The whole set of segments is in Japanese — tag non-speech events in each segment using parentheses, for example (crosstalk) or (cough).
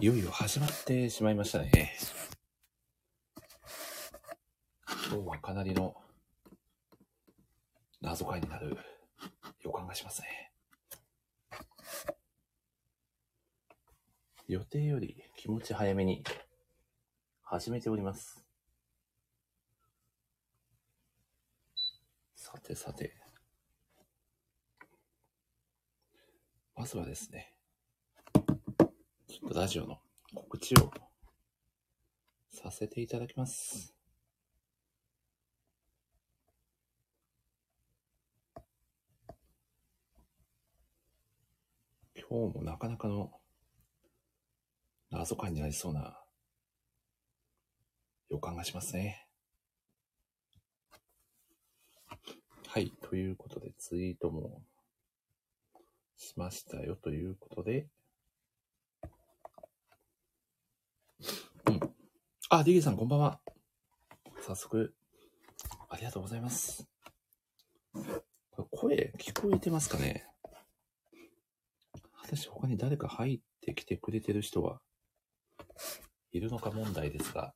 いよいよ始まってしまいましたね。今日はかなりの謎解になる予感がしますね。予定より気持ち早めに始めております。さてさて。まずはですね、ちょっとラジオの告知をさせていただきます。今日もなかなかの謎感になりそうな予感がしますね。はい。ということで、ツイートもしましたよということで。うん。あ、ディギーさん、こんばんは。早速、ありがとうございます。これ声、聞こえてますかね果たして他に誰か入ってきてくれてる人はいるのか問題ですが、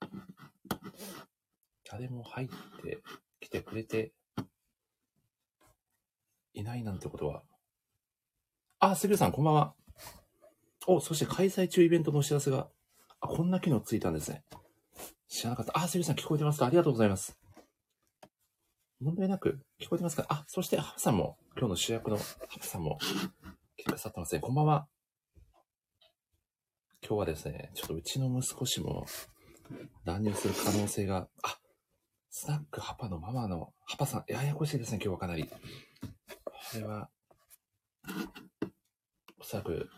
誰も入ってきてくれていないなんてことは。あ、杉浦さん、こんばんは。お、そして開催中イベントのお知らせが、あ、こんな機能ついたんですね。知らなかった。あ、杉浦さん、聞こえてますかありがとうございます。問題なく聞こえてますかあ、そして、ハプさんも、今日の主役のハプさんも来てくださってますね。こんばんは。今日はですね、ちょっとうちの息子氏も乱入する可能性が、あ、スナックハパのママのハパさん、ややこしいですね、今日はかなり。これは、おそらく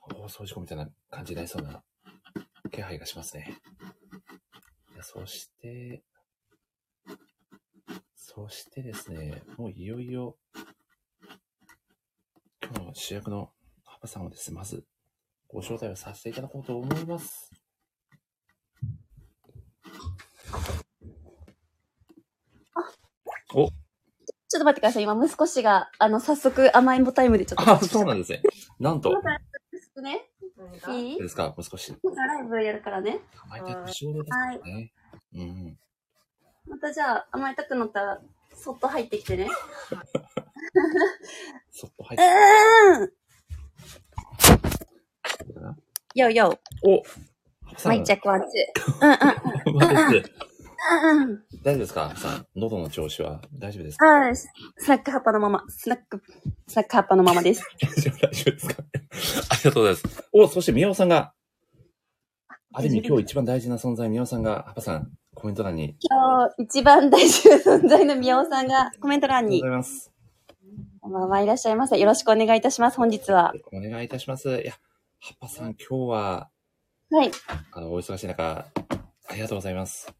放送事故みたいな感じになりそうな気配がしますね。いやそして、そしてですね、もういよいよ、今日の主役のハパさんをですね、まずご招待をさせていただこうと思います。お、ちょっと待ってください。今、息子氏が、あの、早速、甘えんぼタイムでちょっと。あ、そうなんですね。なんと、また、少ね。何がいいどうですか、もう少し。またライブやるからね。甘えたい年頃ですからね。うん。またじゃあ、甘えたくなったら、そっと入ってきてね。そっと入ってうーんくるかな。よよ、おハプさマんイ、チェックワンツ (laughs) ー。こんばんはですうんうん。うんうん。大丈夫ですかハプさん、喉の調子は大丈夫ですかはい。スナック葉っぱのまま。スナック、スナック葉っぱのままです。大丈夫大丈夫ですかありがとうございます。お、そして宮尾さんが、ある意味今日一番大事な存在、宮尾さんが、ハパさん、コメント欄に、今日、一番大事な存在の宮尾さんが、コメントあ欄りがとうごにざ、います。こんばんはいらっしゃいませ。よろしくお願いいたします。本日は。お願いいたします。いや、ハパさん、今日は、はい。あの、お忙しい中、ありがとうございます。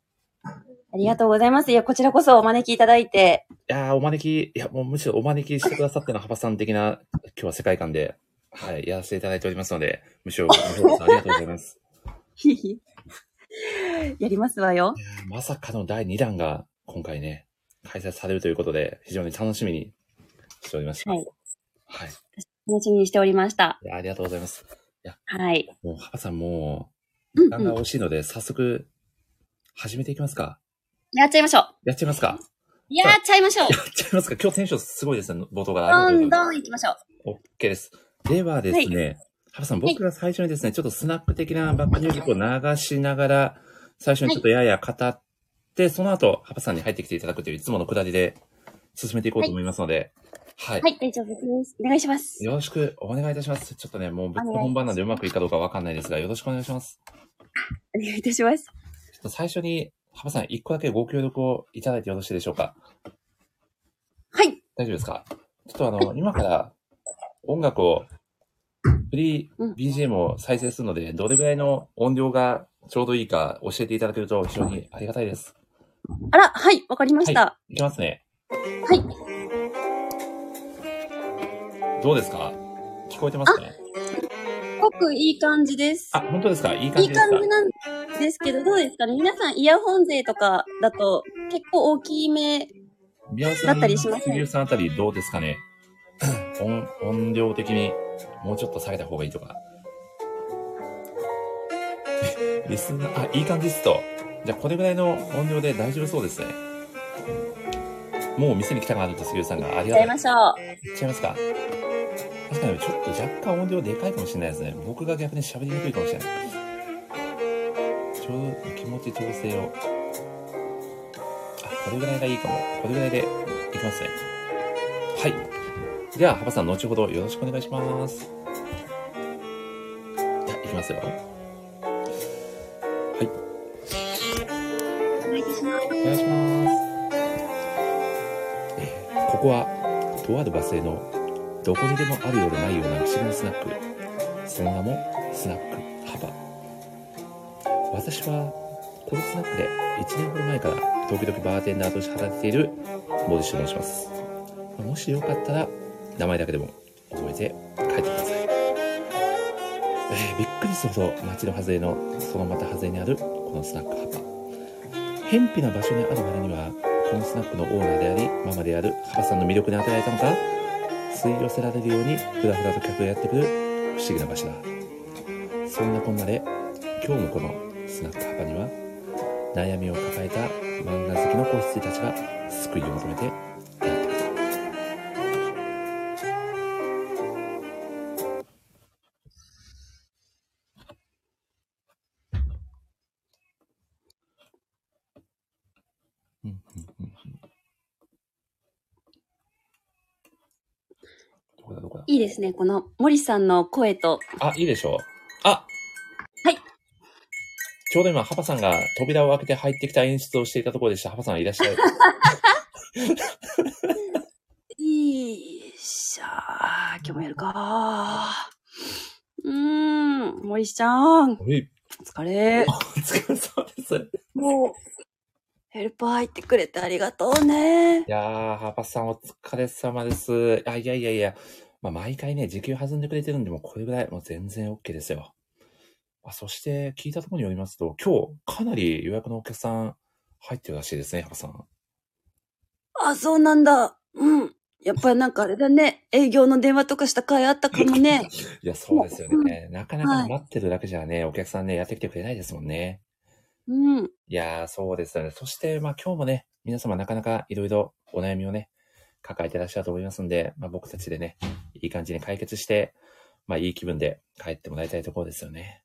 ありがとうございます。いや、こちらこそお招きいただい (laughs) て、いやー、お招き、いや、もうむしろお招きしてくださっての幅さん的な、今日は世界観で、はい、やらせていただいておりますので、むしろ、ごめんなさいありがとうございます。ひひ。やりますわよい。やーまさかの第2弾が、今回ね、開催されるということで、非常に楽しみにしておりました。はい。はい。楽しみにしておりました。いやーありがとうございます。はい。もう、幅さんもうう、ん時う間がん。惜しいので、早速、始めていきますか。やっちゃいましょう。やっちゃいますか。やっちゃいましょう。やっちゃいますか。今日テンションすごいですね、冒頭から。どありがとうございまんすどん行きましょう。オッケーです。ではですね、ハ、ブさん、僕が最初にですね、ちょっとスナック的なバックミュージックを流しながら、最初にちょっとやや語って、その後、ハブさんに入ってきていただくといういつものくだりで進めていこうと思いますので、はい。はい、大丈夫です。お願いします。よろしくお願いいたします。ちょっとね、もうぶっつけ本番なんでうまくいくかどうかわかんないですが、よろしくお願いします。お願いいたします。ちょっと最初に、ハブさん、一個だけご協力をいただいてよろしいでしょうか。はい。大丈夫ですかちょっとあの、今から音楽を、フリうんー BGM を再生するので、どれぐらいの音量がちょうどいいか教えていただけると非常にありがたいです。あら、はい、わかりました。いきますね。はい。どうですか聞こえてますかねすごくいい感じですあ。本当ですかいい感いいじです感かじなんですけど、どうですかね皆さん、イヤホン勢とかだと、結構大きめ。宮尾さだん、ったりしますね杉浦さんあたりどうですか (laughs) ね音音量的にもうちょっと下げた方がいいとか。 (laughs) リスナー、あ、いい感じですと。じゃあ、これぐらいの音量で大丈夫そうですね。もう店に来たかなと、杉浦さんが。あり行っがとうちゃい。ましょう。いっちゃいますか。確かに、ちょっと若干音量でかいかもしれないですね。僕が逆に喋りにくいかもしれない。ちょうど気持ち調整を。あ、これぐらいがいいかも。これぐらいでいきますね。はい。じゃあ、ハバさん、後ほどよろしくお願いします。じゃあ、いきますよ。はい。お願いいたします。お願いします。えーここは、とある場所の、どこにでもあるようでないような不思議なスナック。その名も、スナック幅。私は、このスナックで1年ほど前から、時々バーテンダーとして働いている、森氏と申します。もしよかったら、名前だけでも覚えて帰ってください。えーびっくりするほど街の外れのそのまた外れにあるこのスナックハパ偏僻な場所にある割にはこのスナックのオーナーでありママであるハパさんの魅力に与えられたのか吸い寄せられるようにふらふらと客がやってくる不思議な場所だそんなこんなで今日もこのスナックハパには悩みを抱えた漫画好きの子羊たちが救いを求めてやってくるうんうんうんうんどこだどこだいいですね、この森さんの声と。あ、いいでしょう。あはい。ちょうど今、ハパさんが扉を開けて入ってきた演出をしていたところでした。ハパさんいらっし (laughs) ゃい。いいしゃー、今日もやるかー。うーん、森ちゃん、おおい、疲れお。疲れ様です。いもう、ヘルパー入ってくれてありがとうね。やー、ハパさんお疲れ様です。あ、いやいやいや。まあ、毎回ね、時給弾んでくれてるんで、もうこれぐらい、もう全然 OK ですよ。あそして、聞いたところによりますと、今日、かなり予約のお客さん入ってるらしいですね、ハパさん。あ、そうなんだ。うん。やっぱりなんかあれだね。営業の電話とかした回あったかも (laughs) ね。いや、そうですよね。なかなか待ってるだけじゃね、お客さんね、やってきてくれないですもんね。うん。いやー、そうですよね。そして、まあ今日もね、皆様なかなかいろいろお悩みをね、抱えてらっしゃると思いますんで、まあ僕たちでね、いい感じに解決して、まあいい気分で帰ってもらいたいところですよね。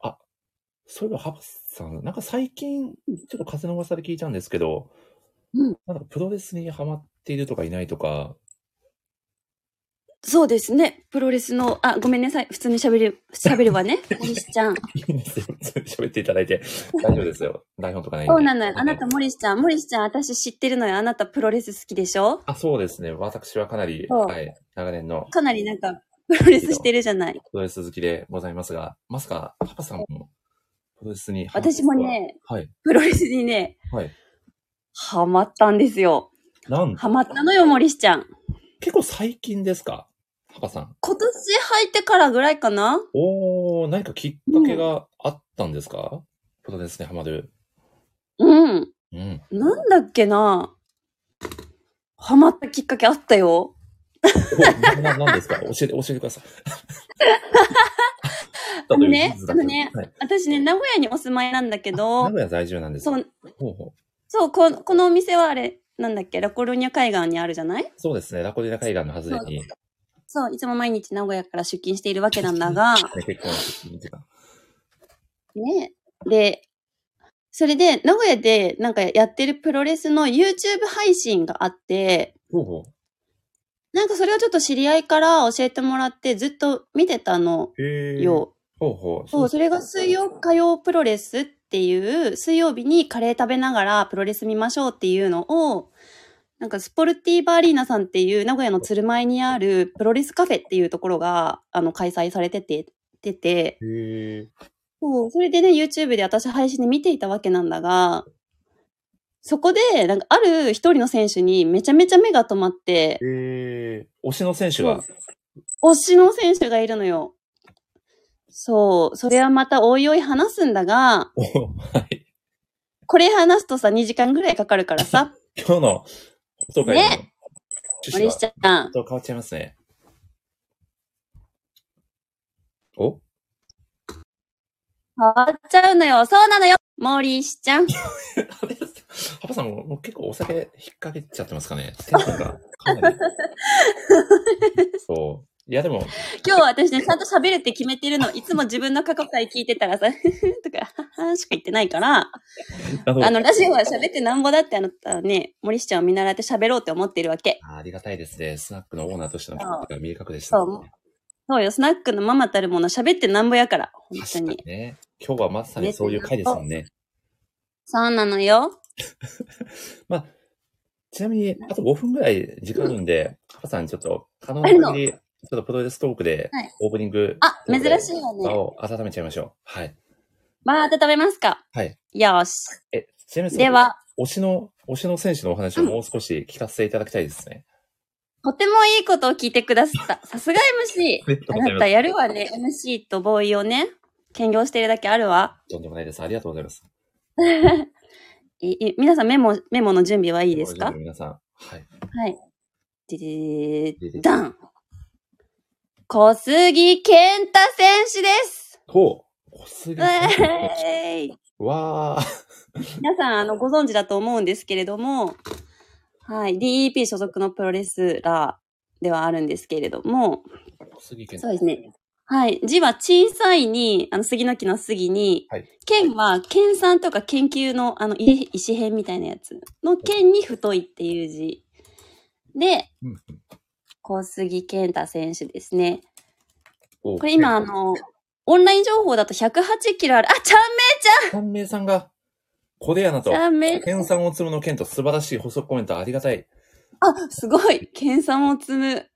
あ、そういえば、ハブさん、なんか最近、ちょっと風の噂で聞いたんですけど、うんなんかプロレスにハマっているとかいないとか、 (laughs) そうですね。プロレスの、あ、ごめんなさい。普通に喋る、喋る (laughs) わね。森氏ちゃん。いいんですよ。喋っていただいて、大丈夫ですよ。台本とかないんで。そうなのよ。あなた森氏ちゃん。森氏ちゃん、私知ってるのよ。あなたプロレス好きでしょあ、そうですね。私はかなり、そうはい、長年のかなりなんか、プロレスしてるじゃない。プロレス好きでございますが、まさか、パパさんもプロレスにハマって私もね、はい、プロレスにね、はい。ハマったんですよ。なん、ハマったのよ、森氏ちゃん。結構最近ですかパパさん。今年入ってからぐらいかなおー、何かきっかけがあったんですか、プロレスにハマる。うん。 (laughs) うん。なんだっけなハマったきっかけあったよ。おな、なんですか教えて、教えてください。あのねだというあのねはい、私ね、名古屋にお住まいなんだけ名ど、古屋在住なんですかそう、ほうほうそう、このこのお店はあれ、なんだっけ、ラコルニャ海岸にあるじゃないそうですね、ラコディラ海岸の外れに、ね、そう、いつも毎日名古屋から出勤しているわけなんだが、結婚してた。ね。で、それで、名古屋でなんかやってるプロレスの YouTube 配信があって、ほうほなんかそれをちょっと知り合いから教えてもらってずっと見てたのう。へえ。よ。ほうほう。そう、それが水曜火曜プロレスっていう、水曜日にカレー食べながらプロレス見ましょうっていうのを、なんかスポルティーバーアリーナさんっていう名古屋の鶴舞にあるプロレスカフェっていうところが、あの、開催されてて、てて、へえ。そう、それでね、YouTube で私配信で見ていたわけなんだが、そこで、なんかある一人の選手にめちゃめちゃ目が止まって、えー、推しの選手が。推しの選手がいるのよ。そう、それはまたおいおい話すんだが、おはい。これ話すとさ、2時間ぐらいかかるから (laughs) さ、今日の放送会のね趣旨森がちょ下さんっ。と変わっちゃいますね。お変わっちゃうのよ。そうなのよ。森石ちゃん。パパさんももう結構お酒 (laughs) 引っ掛けちゃってますかねテンションがかなり。そう。いやでも、今日は私ね、ちゃんと喋るって決めてるの。いつも自分の過去回聞いてたらさ、 (laughs) とか、ははーしか言ってないから、なるほどあの、ラジオは喋ってなんぼだってあなたはね、森石ちゃんを見習って喋ろうって思ってるわけ。あーありがたいですね。スナックのオーナーとしてのそ気う持ちが明確でした、そうそうよ、スナックのママたるもの喋ってなんぼやから、本当確かにに。ね。今日はまさにそういう回ですもんね。そうなのよ。ちなみに、あと5分ぐらい時間あるんで、パパさんちょっと、可能あるのな限り、ちょっとプロレストークではい、オープニング、あ、珍しいわ場ね。を温めちゃいましょう。はい。まあ、温めますか。はい。よーし。え、ちなみにそのでは、推しの、推しの選手のお話をもう少し聞かせていただきたいですね。とてもいいことを聞いてくださった。さすが MC。ありがとうごあざいなまたす。やるわね。MC とボーイをね、兼業してるだけあるわ。とんでもないです。ありがとうございます。いい皆さんメモ、メモの準備はいいいですか皆さん。はい。はい。ででででーダン小杉健太選手ですと、小杉う選手えーいわー。皆さん、あの、ご存知だと思うんですけれども、はい。DEP 所属のプロレスラーではあるんですけれども、小杉健そうですね。はい。字は小さいに、あの、杉の木の杉に、はい剣は、剣さんとか研究の、あの、石石編みたいなやつの剣に太いっていう字。で、うん小杉健太選手ですね。ここれ今、あ、の、オンライン情報だと108キロある。あ、ちゃん三名さんが、小出アナと、ちゃんめ、健さんおつむの健と素晴らしい補足コメントありがたい。あ、すごい。剣さんを積む。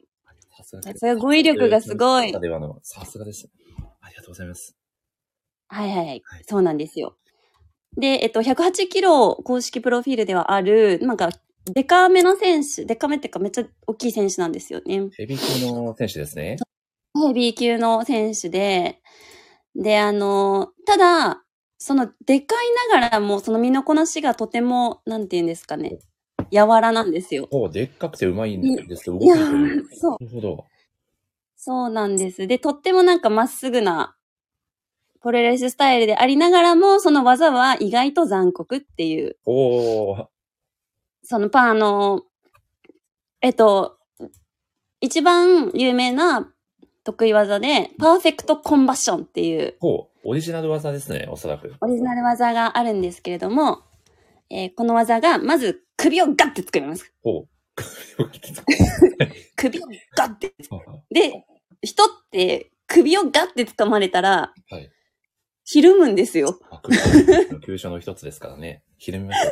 さすがさすが語彙力がすごい中。ではあのさすがです。ありがとうございます。はいはいはいはい。そうなんですよ。で、えっと、108キロ公式プロフィールではある、なんか、デカめの選手、デカめっていうかめっちゃ大きい選手なんですよね。ヘビー級の選手です (laughs) ね。ヘビー級の選手で、で、あの、ただ、その、でかいながらも、その身のこなしがとても、なんて言うんですかね、柔らなんですよ。ほう、でっかくてうまいんですけど、動きいやがいいなるー、そう。ほど。そうなんです。で、とってもなんかまっすぐな、プロレススタイルでありながらも、その技は意外と残酷っていうおー、そのパン、あの、えっと、一番有名な得意技で、パーフェクトコンバッションっていうほう、オリジナル技ですね、おそらく。オリジナル技があるんですけれども、えーこの技が、まず首をガッて作ります。ほう。首をガッて。はで、人って首をガッて掴まれたら、い。ひるむんですよ。あ空急所の一つですからね。ひるみましょ。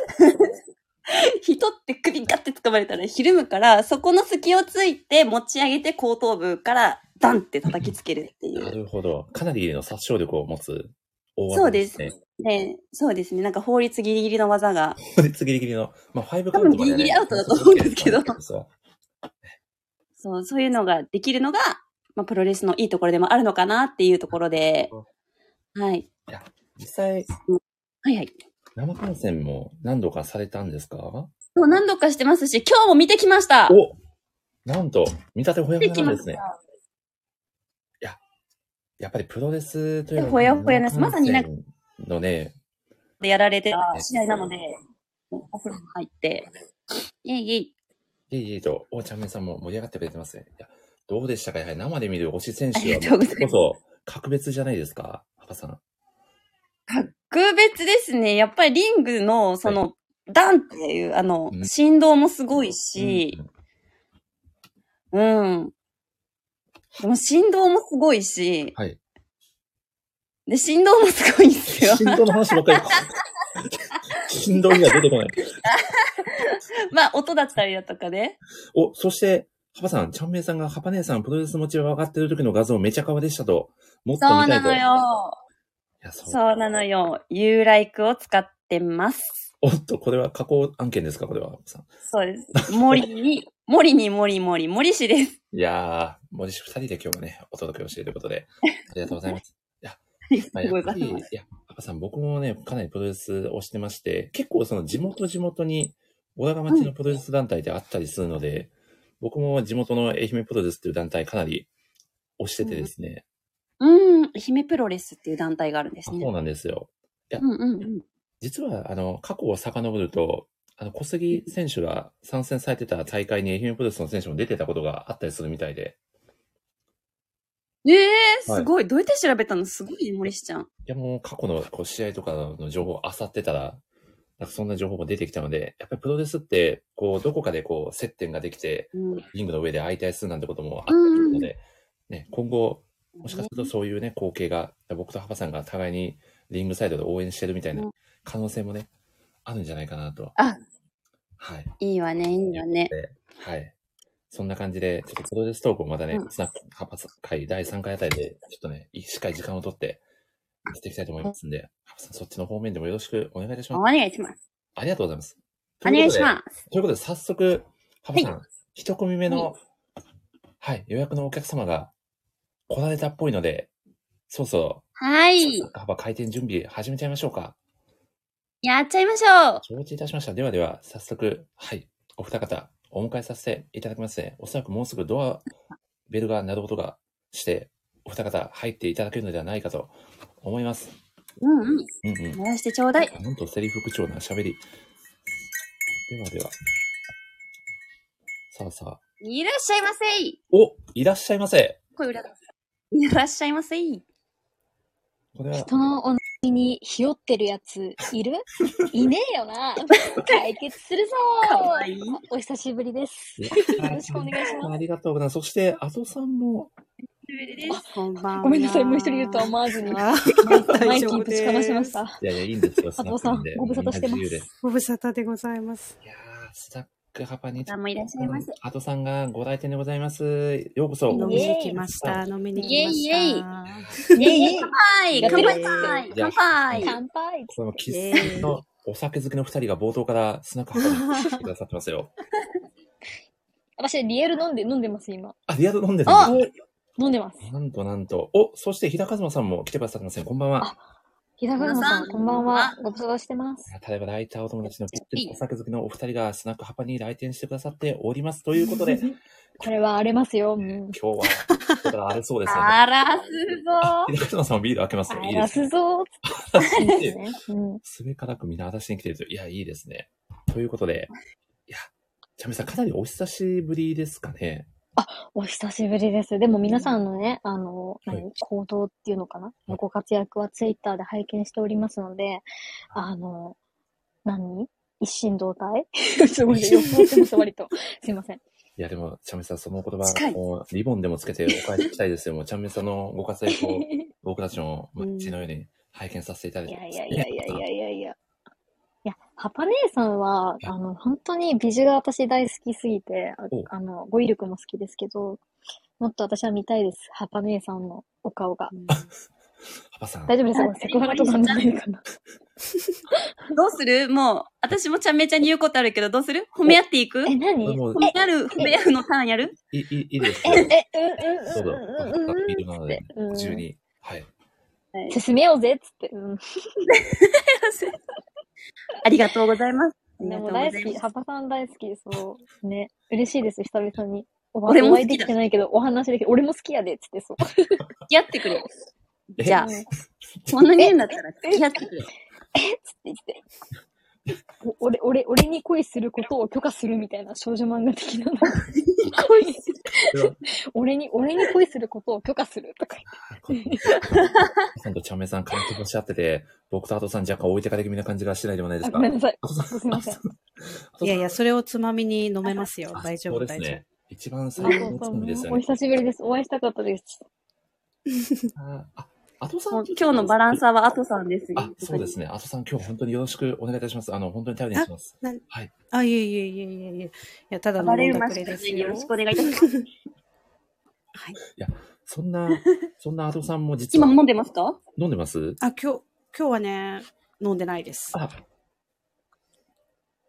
人って首ガッて掴まれたらひるむから、そこの隙をついて持ち上げて後頭部からダンって叩きつけるっていううな。るほど。かなりの殺傷力を持つ大技、そうですね。で、そうですね。なんか法律ギリギリの技が。そうです。ギリギリの。まあ、ファイブカ多ウン分トまではねギリギリアウトだと思うんですけどそうそう、そういうのができるのが、まあ、プロレスのいいところでもあるのかなっていうところで。はい。実際、はいはい。生観戦も何度かされたんですかそう、何度かしてますし、今日も見てきましたおなんと、見立てほやほ見てやきなんまでしすね。た。やっぱりプロレスというのはほやほやですまさになんか生観戦のね、で、やられてた試合なので、お風呂も入って。いえいえい。いえいえと、おーちゃんめんさんも盛り上がってくれてますね。いや、どうでしたかやはり生で見る推し選手ありは、がとうございこます。そ、格別じゃないですかパパさん。特別ですね。やっぱりリングの、その、ダンっていう、あのう、ん振動もすごいし、うんうん。でも振動もすごいし、はい。で、振動もすごいんですよ。振動の話ばっかり。 (laughs) 振動には出てこない。 (laughs) まあ、音だったりだとかね。お、そして、ハパさん、ちゃんめいさんが、ハパ姉さん、プロレス持ち上がってる時の画像めちゃかわでしたと、もっとそう見たないと。のよ。いや、そう。そうなのよ。ユーライクを使ってます。おっと、これは加工案件ですかこれは、ハパさん。そうです。森に、森に森森、森氏です。いやー、森氏二人で今日もね、お届けをしているということ (laughs) で、ありがとうございます。ありがまあ、とうやごっざぱり、いいます。や、パパさん、僕もね、かなりプロレスをしてまして、結構その地元地元に、小高町のプロレス団体であったりするので、僕も地元の愛媛プロレスっていう団体かなり推しててですね、うん、愛媛プロレスっていう団体があるんですあね。そうなんですよ。うんうんうん。実は、あの、過去を遡ると、あの、小杉選手が参戦されてた大会に愛媛プロレスの選手も出てたことがあったりするみたいで、ええー、はいすごい。どうやって調べたのすごいね、森氏ちゃん。いや、もう過去のこう試合とかの情報を漁ってたら、なんかそんな情報も出てきたので、やっぱりプロレスって、こう、どこかでこう、接点ができて、うん。リングの上で相対するなんてこともあったりするので、ね、今後、もしかするとそういうね、光景が、僕とハバさんが互いにリングサイドで応援してるみたいなうん可能性もね、あるんじゃないかなと。あはい。いいわね、いいわね。ではい。そんな感じで、ちょっとプロレストークをまたねう、んスナックハパ会第3回あたりで、ちょっとね、しっかり時間を取って、やっていきたいと思いますんで、ハパさん、そっちの方面でもよろしくお願いいたしおます。願いします。ありがとうございます。お願いしす。ます。ということで、早速、ハパさん、一組目はの、はい、予約のお客様が来られたっぽいので、そろそろ、はい。ハパ開店準備始めちゃいましょうか。やっちゃいましょう。承知いたしました。ではでは、早速、はい、お二方、お迎えさせていただきますね。おそらくもうすぐドア、ベルが鳴る音がして、お二方入っていただけるのではないかと思います。うんうん。うんうん。鳴らしてちょうだい。なんとセリフ口調な喋り。ではでは。さあさあ。いらっしゃいませい。おいらっしゃいませ声裏だ。いらっしゃいませい。これは、人のお悩みにひよってるやつ (laughs) いるいねえよな。解決するぞかわいい。お久しぶりです。よよろしくお願いします。ありがとうございます。そして、阿蘇さんも、こんばんは。ごめんなさい、もう一人言うとは思わずに。マあイキーぶちかまし大丈夫まし。ですた。いやいや、いいんです (laughs) よ。佐藤さんスナックなんでご無沙汰してますみんな自由でご無沙汰でございます。いやー、スタックハパにどうもいらっしゃいませ。あとさんがご来店でございます。ようこそ。飲みイエーにイ来ました。飲みに来ました。イエーイイエねえ、はい、乾杯えー乾杯乾杯。これも喫茶のお酒好きの二人が冒頭からスナックハパに来てくださってますよ。 (laughs) 私、リエル飲んで、飲んでます、今。あ、リアル飲んでるんで飲んでます。すなんとなんと。お、そして、平和馬さんも来てくださってますね。こんばんは。ひだがさ皆さんん、こんばんは。ご無沙汰してます。ただいまライターお友達のぴったりお酒好きのお二人がスナックハパに来店してくださっております。という (laughs) ことで、今これは荒れますよ。うん。日は、だから荒れそうですよね。あらすあぞ。 (laughs) 平和馬さんもビール開けますよ。いい荒でらすね。すぞ。 (laughs) いいですね。うん。すべからくみんな私に来てると。いや、いいですね。ということで、いや、ちゃみさん、かなりお久しぶりですかね。お久しぶりです。でも皆さんのね、あの、何はい行動っていうのかな、ご活躍はツイッターで拝見しておりますので、あの、何一心 (laughs) 同体すごいね。酔っ払ってます、割と。すいません。いや、でも、ちゃみさん、その言葉近、いもうリボンでもつけてお返ししたいですよ。もう、ちゃみさんのご活躍 (laughs) を、僕たちのうん街のように拝見させていただいいてまやす。いやいやいやいやいやいや。いや、ハパ姉さんは、いあの、本当に美女が私大好きすぎて、あおあの、語彙力も好きですけど、もっと私は見たいです。ハパ姉さんのお顔が。 (laughs) パパさん、大丈夫ですかセクハラとかにならないかなどうするもう、私もちゃめちゃに言うことあるけど、どうする褒め合っていくえ、何これもう褒め合う、褒め合うのターンやるいいいいいですえ、よ。え、どうぞ、うんうんうんうんうんビールなので、うん自由に。はい。進めようぜっつって。うん。 (laughs) ありがとうございます。ありでがともうござ大い好まき。す。ハパさん大好き。そう。ね。嬉しいです、久々に。お俺もお好会きだいできてないけど、お話できて、俺も好きやでっつってそう。 (laughs) 付き合ってくれ。え (laughs) じゃあうん、えっこんなに言うんだったら付き合って (laughs) くれ。つって言って。お俺、俺、俺に恋することを許可するみたいな少女漫画的 (laughs) なの。恋する俺に、俺に恋することを許可するとか言って。このさんとちゃめさん、関係とし合ってて、僕とアトさん、若干置いてかれ気味な感じがしてないでもないであすごか。めんなさい。アトさんすいません。 (laughs) いやいや、それをつまみに飲めますよ。大そ丈うで夫、す大丈ね。一番佐最藤高のつさんまもみですよおね。久しぶりです。お会いしたかったです。あ、あアトさんもう今日のバランス。サーはアトさんですよあ、そうですね。アトさん、今日本当によろしくお願いいたします。あの、本当に頼りにします。夫。あ、いえいえいえいえいえ。いや、ただ暴飲れんるだまくしれでですすよよ。ろしくお願いいたします。はい。そ (laughs) んな、そんなアトさんも実 (laughs) 今は飲んでますか飲んでますあ、今日、今日はね、飲んでないです。あ、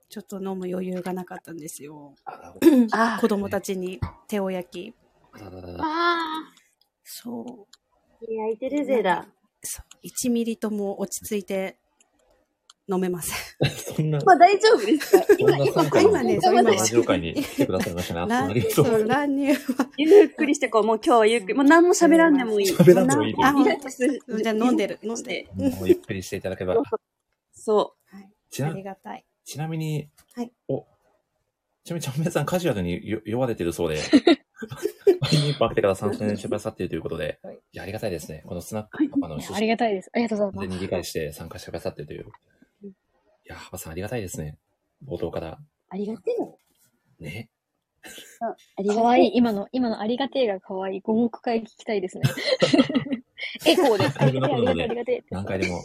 ちょっと飲む余裕がなかったんですよ。あら (clears throat) あ子供たちに手を焼き。ららららあそう。ー。焼いてるぜだそう1ミリとも落ち着いて飲めません。 (laughs) そんな、まあ大丈夫ですかそん今、な今、参加今、の今ね今、そう今今ラねジオ会に来てくださいましたね。あ乱ありがとうござそいまう乱入は。ゆっくりしてこう、もう今日はゆっくり、もう何も喋らんでもいい。喋らんでもいいですもう何もリラックスじゃあ飲んでる飲んで。す。もうゆっくりしていただければ。 (laughs) そちあなりがたい。ちなみに、はいお、ちなみに、ちゃんめいさん、カジュアルによ酔われてるそうで、 (laughs) 毎日バクテから参戦してくださっているということで、はいいや、ありがたいですね。このスナックパパのいや趣あり旨がたいです。ありがとうござい完ま全に理解して参加してくださっているという。いや、ハバさん、ありがたいですね。冒頭から。う。ありがてえの。ね。ありす。がかわたいい。い。今の、今のありがてえがかわいい。5億回聞きた (laughs) い (laughs) ですね。エコーです。ありがてえ、ありがてえ、ありがてえ。何回でも、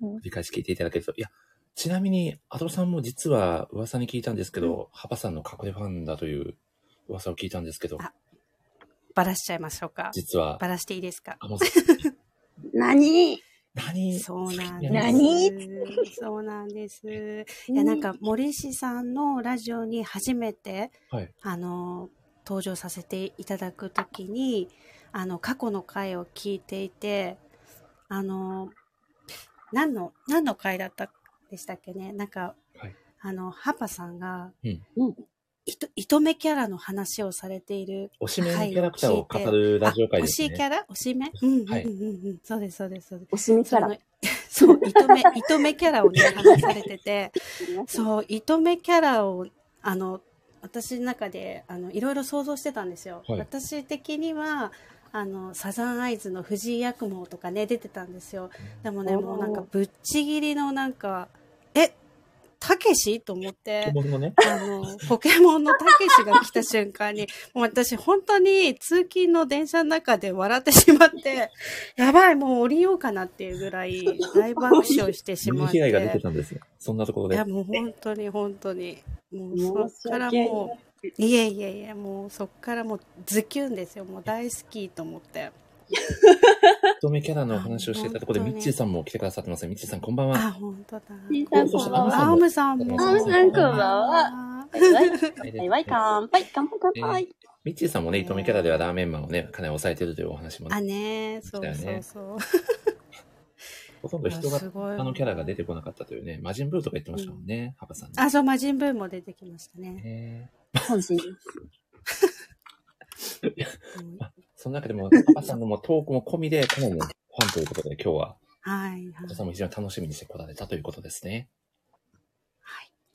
うん理解し聞いていただけると。いや、ちなみに、アトロさんも実は噂に聞いたんですけど、ハバさんの隠れファンだという噂を聞いたんですけど、あバラしちゃいましょうか。実は、バラしていいですか。あの、何何そうなんです。何そうなんです。いや、なんか、森氏さんのラジオに初めて、はいあの、登場させていただくときに、あの、過去の回を聞いていて、あの、何の、何の回だったでしたっけねなんか、はいあの、ハパさんが、うんうんいと糸目キャラの話をされている推しメンキャラクターを語るラジオ会ですあ推しキね。ャラ推し目うんうんうんうん、はいそうです、そうです、そうです。おしみキそャラの。 (laughs) そう、糸目、糸目キャラをね、話されてて、そう、糸目キャラを、あの、私の中で、あの、いろいろ想像してたんですよ。はい私的には、あの、サザンアイズの藤井役網とかね、出てたんですよ。でもね、おーもうなんか、ぶっちぎりのなんか、え、たけしと思って、物のね。あの、ポケモンのたけしが来た瞬間に、もう私本当に通勤の電車の中で笑ってしまって、 (laughs) やばい、もう降りようかなっていうぐらい大爆笑してし人まっ被 (laughs) て。害が出てたんですよ。そんなところいや、で。もう本当に本当に。もうそっからもう、いえいえいえ、もうそっからもうズキュンですよ。もう大好きと思って。乙女キャラの話をしていたところで、あミッチーさんも来てくださってますね。ミッチーさん、こんばんは。あ、本当だ。みっちーさんこんばんはあおむさんも。あおむさんこんばんは (laughs) あわいはわいわい、乾杯、乾杯、乾杯。ミッチーさんもね、ね乙女キャラではラーメンマンをね、かなり抑えてるというお話もね、あね、そだようそねうそう。ほとんど人が、すごい他のキャラが出てこなかったというね、魔人ブーとか言ってましたもんね、ハバさんね。あ、そう、魔人ブーも出てきましたね。ね本心。うんその中でも、 (laughs) ハバさんのもうトークも込みで、かなりのファンということで、今日は、はい、おは子い。さんも非常に楽しみにしてこられたということですね。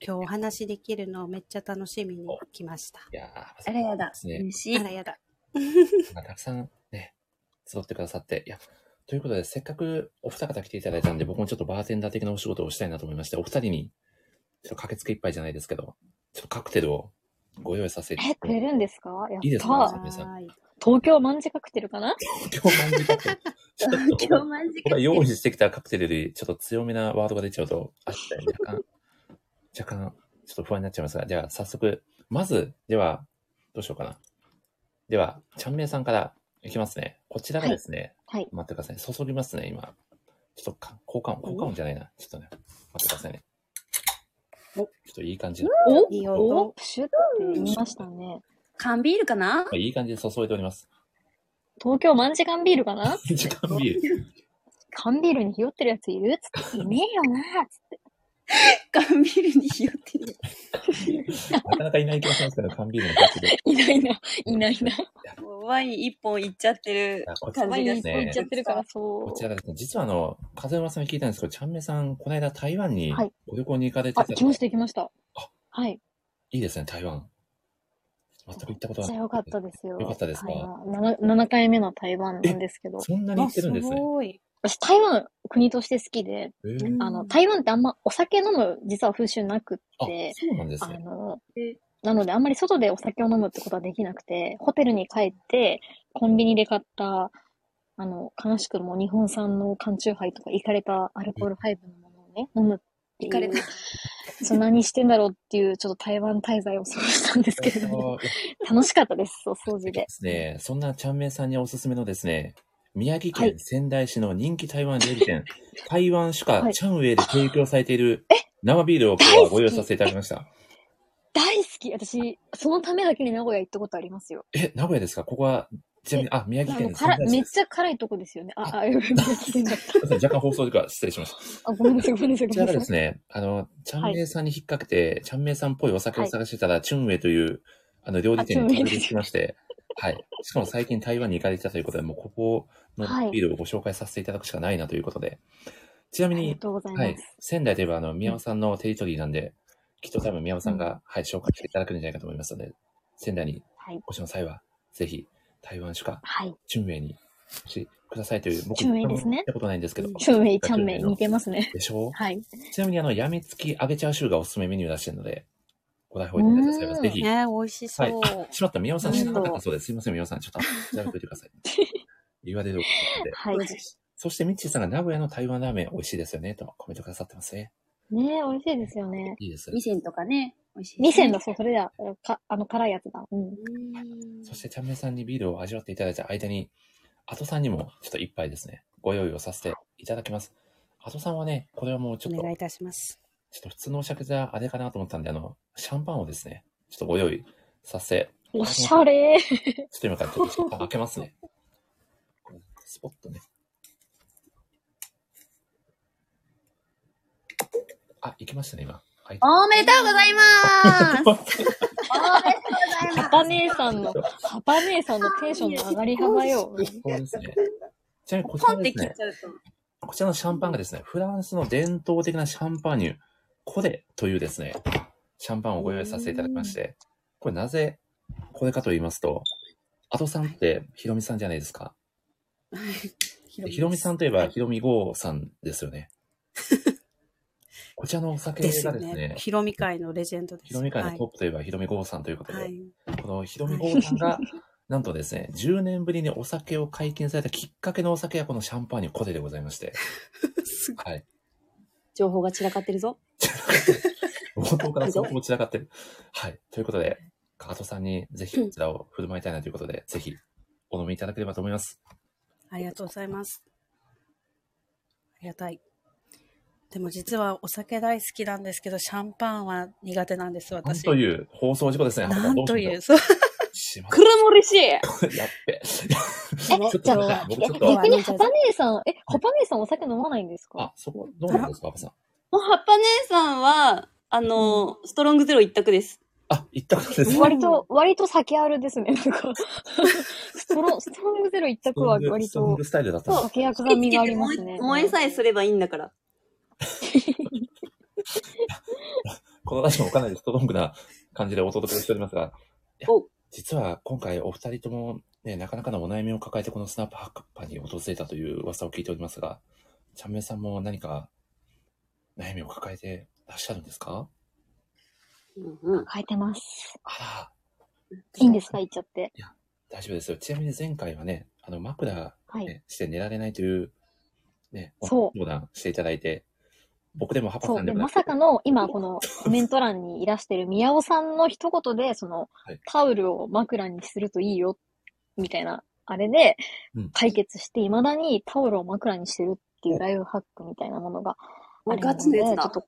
今日お話できるのをめっちゃ楽しみに来ました。いやー、ハバさあんらやだで。すね嬉しいあ。らやだ。まあたくさんね、集ってくださって。いや、ということで、せっかくお二方来ていただいたんで、僕もちょっとバーテンダー的なお仕事をしたいなと思いまして、お二人に、ちょっと駆けつけ一杯じゃないですけど、ちょっとカクテルをご用意させて。え、くれるんですかやっいいですたかー。皆さんはーい東京卍カクテルかな今日感じカクテル。ちょっと、マジ僕が用意してきたカクテルより、ちょっと強めなワードが出ちゃうと、あったり若干、若干、ちょっと不安になっちゃいますが、じゃあ早速、まず、では、どうしようかな。では、ちゃんめいさんからいきますね。こちらがですね、はい。待ってくださいね。注ぎますね、今。ちょっとか、交換音、交換音じゃないな。ちょっとね、待ってくださいね。ちょっといい感じで、おいいお音。プシュって言いましたね。缶ビールかないい感じで注いでおります。東京マンジカンビールかな時間ビール。缶ビールにひよってるやついるつって、いねえよなつって。 (laughs) 缶ビールにひよってる。なかなかいない気がしますけど、缶ビールの感じで。いないな。いないな。もうワイン一本いっちゃってるあこっち感まあ、じいがですっすねる。ちゃってるから、そこちう。らがですね、実はあの、風間さんに聞いたんですけど、ちゃんめさん、この間台湾にはいご旅行に行かれてた、あ、い、来ました、来ましたあ。はい。いですね、台湾。全く行ったことはめっちゃ良かったですよ。よかったですかはいなな 7, 回目の台湾なんですけど、そんなに行ってるんですあね。ごい。私台湾国として好きで、えーうんあの、台湾ってあんまお酒飲む実は風習なくあ、って、そうなんですあね。のえ、なのであんまり外でお酒を飲むってことはできなくて、ホテルに帰って、コンビニで買った、あの、悲しくも日本産の缶チューハイとか、イカれたアルコール配分のものをね、飲むってイカいれうた、そんなにしてんだろうっていう、ちょっと台湾滞在を過ごしたんですけれ (laughs) ども、あー楽しかったです、お掃で除で。すね、そんなちゃんめいさんにおすすめのですね、宮城県仙台市の人気台湾料 (laughs) 理店、台湾酒は家いチャンウェイで提供されている生ビールを今日はご用意させていただきました。大好き私、そのためだけに名古屋行ったことありますよ。え、名古屋ですかここはちなみに、あ、宮城あ県の、です。辛い、めっ宮ちゃ辛いとこですよね。あ、 (laughs) あ、やばい、宮城県だった。城県若干放送時から失礼しました。あ、ごめんなさい、ごめんなさい、こごちめらんがでなさい。すね、あの、ちゃんめいさんに引っ掛けて、ちゃんめいさんっぽいお酒を探してたら、チュンウェイという、あの、料理店にたどり着きまして、はい。しかも最近台湾に行かれてたということで、もうここはのいビールをご紹介させていただくしかないなということで、ちなみありがに、とうございはいま。す。仙台といえば、あの、宮尾さんのテリトリーなんで、きっと多分宮尾さんが、はい、紹介していただくんじゃないかと思いますので、仙台にはい。お越しの際は、ぜひ、台湾酒か、はい。チュンウェイにお越しくださいという、僕、チュンウェイですね行ったことないんですけど。チュンメイ、チャンメイ、似てますね。でしょうはい。ちなみに、あの、やみつき揚げチャーシューがおすすめメニュー出してるので、ご来訪いただいてくださいまうす。んぜひ。ね、美味しそう。はい。しまった、宮尾さんうん知らなかったそうです。すいません、宮尾さん。ちょっと、調べといてください。 (laughs) 言われることで。はい。ねそして、ミッチーさんが名古屋の台湾ラーメン美味しいですよね、とコメントくださってますね。え、美味しいですよね。いいです。店とかね、美味しい、ね。ミセンだ、そう、それだ。かあの、辛いやつだ。うん。そして、チャンメイさんにビールを味わっていただいた間に、アトさんにもちょっと一杯ですね、ご用意をさせていただきます。アトさんはね、これはもうちょっおと願いいたします。ちょっと普通のお酒じゃあれかなと思ったんで、あの、シャンパンをですね、ちょっとご用意させて、おしゃれー。ちょっと今からちょっとシャンパン開けますね。これスポッとね。あ、行きましたね、今。はい。おめでとうございますおめでとうご (laughs) ざいパまパ姉さんの、パパ姉さんのテンションの上がり幅よ。そうですね。ちなみにこすちポらンっでてす切ねっ、ちゃうと。こちらのシャンパンがですね、フランスの伝統的なシャンパーニュ、コレというですね、シャンパンをご用意させていただきまして、これなぜこれかと言いますと、アトさんってヒロミさんじゃないですか。でヒロミさんといえばヒロミゴーさんですよね。こちらのお酒がでですすよね、ね。ヒロミ界のレジェンドです。ヒロミ界のトップといえばヒロミゴーさんということで、はい。このヒロミゴーさんが、 (laughs) なんとですね、10年ぶりにお酒を解禁されたきっかけのお酒がこのシャンパーニュコレでございま (laughs) して、すごいはい。情報が散らかってるぞ。冒頭から相当散らかってる。はい。ということで、加藤さんにぜひこちらを振る舞いたいなということで、ぜひお飲みいただければと思います。ありがとうございます。ありがたい。でも実はお酒大好きなんですけど、シャンパンは苦手なんです、なん私。という放送事故ですね。なんという、う。そう。しまっくるも嬉しい。え、たやっべ。じゃあ、えちょっと待って僕ちょっと逆に、パパ姉さん、え、パパ姉さんお酒飲まないんですかあ、そこ、どうなんですか、パパさん。もう、葉っぱ姉さんは、あの、ストロングゼロ一択です。あ、行ったことです。割と、割と酒あるですね。なん (laughs) か、ストロン、ストロングゼロ一択は割ストロンとグ、スタイルだったんおだ酒薬が身がありますね。燃えさえすればいいんだ (laughs) から。このラジオもかなりストロングな感じでお届けしており (laughs) ますが、いやお実は今回お二人とも、ね、なかなかのお悩みを抱えてこのスナップハッカーに訪れたという噂を聞いておりますが、ちゃんめいさんも何か悩みを抱えてらっしゃるんですかうんうん。変えてます。あら、いいんですか言っちゃって。大丈夫ですよ。ちなみに前回はね、あの枕、ねはい。して寝られないという、ね、そう相談していただいて、僕でもハパそさう。んでで、もなまくさかの、今、このコメント欄にいらしてる宮尾さんの一言で、そのはい、タオルを枕にするといいよ、みたいな、あれでうん、解決して、未だにタオルを枕にしてるっていうライフハックみたいなものがあもうるのガで、チのやつちょだっ。と、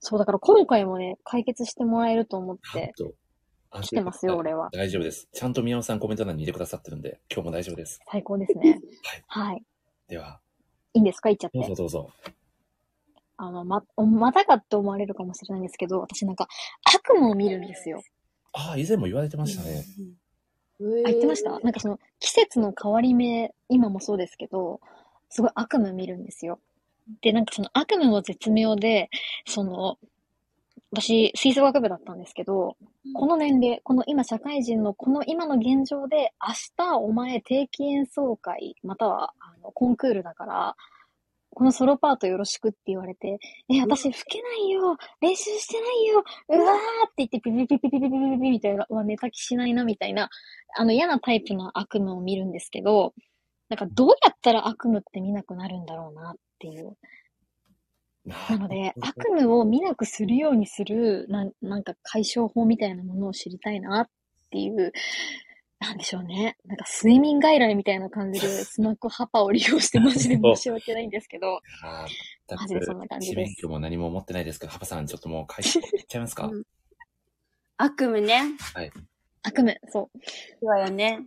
そう、だから今回もね、解決してもらえると思っちゃんて、と安来心てますよ、はい俺は。大丈夫です。ちゃんと宮尾さんコメント欄にいてくださってるんで、今日も大丈夫です。最高ですね。はい。では、いいんですか言っちゃっどうぞて。どうぞ。あの、ま、またかって思われるかもしれないんですけど、私なんか、悪夢を見るんですよ。ああ、以前も言われてましたね。あ、言ってましたなんかその、季節の変わり目、今もそうですけど、すごい悪夢見るんですよ。で、なんかその悪夢も絶妙で、その、私、吹奏楽部だったんですけど、この年齢、この今社会人のこの今の現状で、明日お前定期演奏会、またはあのコンクールだから、このソロパートよろしくって言われて、え、私吹けないよ練習してないようわーって言ってピピピピピピピピピピみたいな、うわ、寝た気しないなみたいな、あの嫌なタイプの悪夢を見るんですけど、なんかどうやったら悪夢って見なくなるんだろうなっていう。なので、悪夢を見なくするようにする、なんなんか解消法みたいなものを知りたいなっていう、なんでしょうね。なんか睡眠外来みたいな感じで、スナックハパを利用してマジで申し訳ないんですけど、ああ、マジでそんな感じです免許も何も持ってないですけど、ハパさん、ちょっともう開始いっちゃいますか、うん悪夢ね。悪夢、そう。そうよね。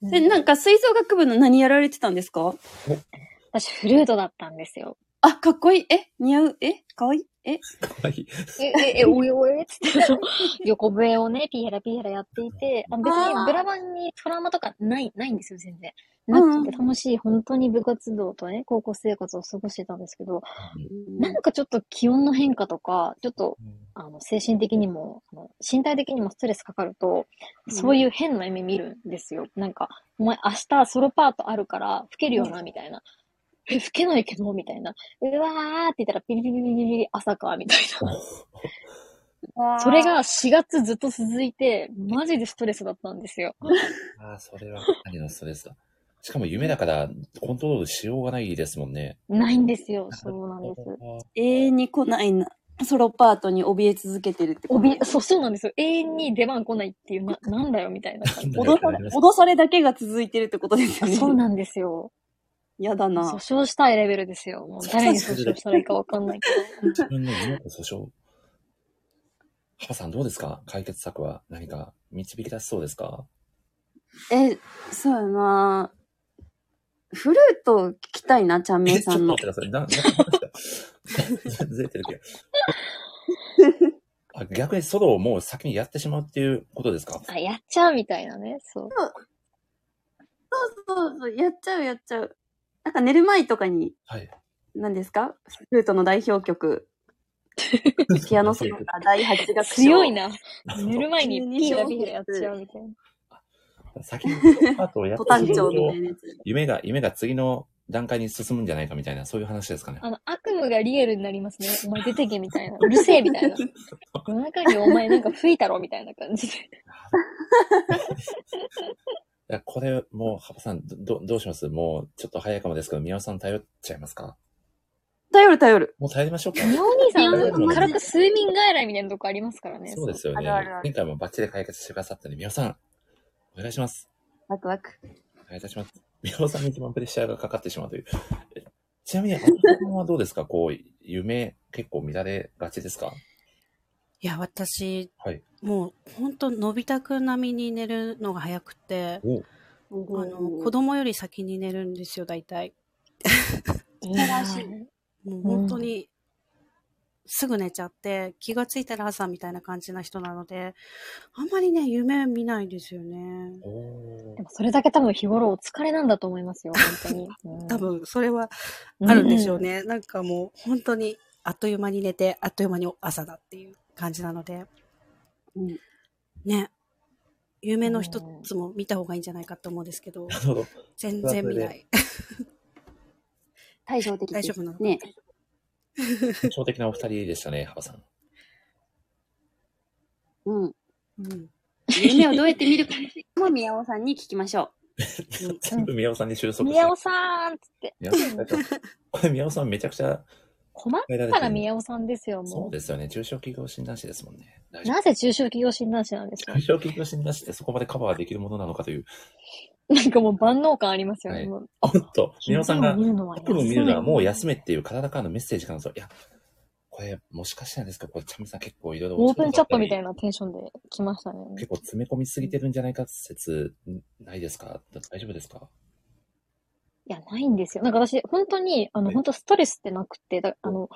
で、なんか吹奏楽部の何やられてたんですか私、フルートだったんですよ。あ、かっこいい。え、似合う。え、かわいい。え、はい。え、え、え、おえおえっつって、その (laughs) 横笛をね、ピエラピエラやっていて、あ別あーにブラバンにトラウマとかない、ないんですよ、全然。なくて楽しい、本当に部活動とね、高校生活を過ごしてたんですけど、なんかちょっと気温の変化とか、ちょっと、あの、精神的にも、あの身体的にもストレスかかると、そういう変な夢見るんですよ。なんか、お前明日ソロパートあるから、吹けるよな、みたいな。え、吹けないけど、みたいな。うわーって言ったら、ピリピリピリピリ、朝か、みたいな。 (laughs) それが4月ずっと続いて、マジでストレスだったんですよ。ああ、それはかなりのストレスだ。しかも夢だから、コントロールしようがないですもんね。ないんですよ。そうなんです。永遠に来ないな。ソロパートに怯え続けてるってこおとび、そう、そうなんですよ。永遠に出番来ないっ (laughs) ていう、な、なんだよ、みたいな感じ。脅され、脅されだけが続いてるってことですよね。そうなんですよ。やだな。訴訟したいレベルですよ。もう誰に訴訟したらいいかわかんないけ自分の夢と訴訟。ハパさんどうですか解決策は何か導き出しそうですかえ、そうやな。フルート聞きたいな、ちゃんめいさんのえ。ちょっと待ってください。な、な、なんずれてるけど。あ逆にソロをもう先にやってしまうっていうことですか (laughs) ど。あ、やっちゃうみたいなね。そう。そうそうそう、やっちゃうやっちゃう。なんか寝る前とかに、はい。何ですかフルートの代 (laughs) 表曲、ピアノソナタ第8楽章。強いな。寝る前にピーラピーラやっちゃうみたいな。先にパートをやってトしまタうンチョウみたといなやつ。夢が、夢が次の段階に進むんじゃないかみたいな、そういう話ですかね。あの、悪夢がリアルになりますね。お前出てけみたいな。うるせえみたいな。夜中にお前なんか吹いたろみたいな感じで。いやこれ、もう、ハパさん、ど、どうしますもう、ちょっと早いかもですけど、宮尾さん頼っちゃいますか頼る頼る。もう頼りましょうか。みお兄さん、軽く睡眠外来みたいなとこありますからね。そうですよねあるあるある。前回もバッチリ解決してくださったんで、みおさん、お願いします。ワクワク。お願いいたします。みおさんに一番プレッシャーがかかってしまうという。えちなみに、あのさんはどうですかこう、夢、結構乱れがちですかいや、私、はいもう本当、のび太くん並みに寝るのが早くて、おうああの子供より先に寝るんですよ、大 (laughs) 体。いいなぁもう本当に、すぐ寝ちゃって、気がついたら朝みたいな感じな人なので、あんまりね、夢見ないんですよね。おでもそれだけ多分日頃お疲れなんだと思いますよ、 (laughs) 本当に。うん多分、それはあるんでしょうね。なんかもう、本当に、あっという間に寝て、あっという間に朝だっていう感じなので、うんね、夢の一つも見た方がいいんじゃないかと思うんですけ (laughs) ど、なるほど。全然見ない。 (laughs) 対照的です大丈夫なのね。 (laughs) 特徴的なお二人でしたね、ハパさん。うん。うん夢をどうやって見るかも宮尾さんに聞きましょ全部みおさんに収束して宮尾さんっつって。宮尾さんだとこれ、みおさんめちゃくちゃ、困ったら宮尾さんですよ、そうもですよね。中小企業診断士ですもんね。大う。丈夫なぜ中小企業診断士なんですか中小企業診断士ってそこまでカバーできるものなのかと (laughs) いう。なんかもう万能感ありますよはね。いもうおっと、みおさんが夢を見るのは悪夢を見るのはもう休め。めっていう体からのメッセージかなと。いや、これもしかしたらですかこれ、ちゃみさん結構いろいろ。オープンチャットみたいな。なテンションで来ましたね。結構詰め込みすぎてるんじゃないか説ないですか大丈夫ですかいや、ないんですよ。なんか私、本当に、あの、はい本当ストレスってなくて、だあの、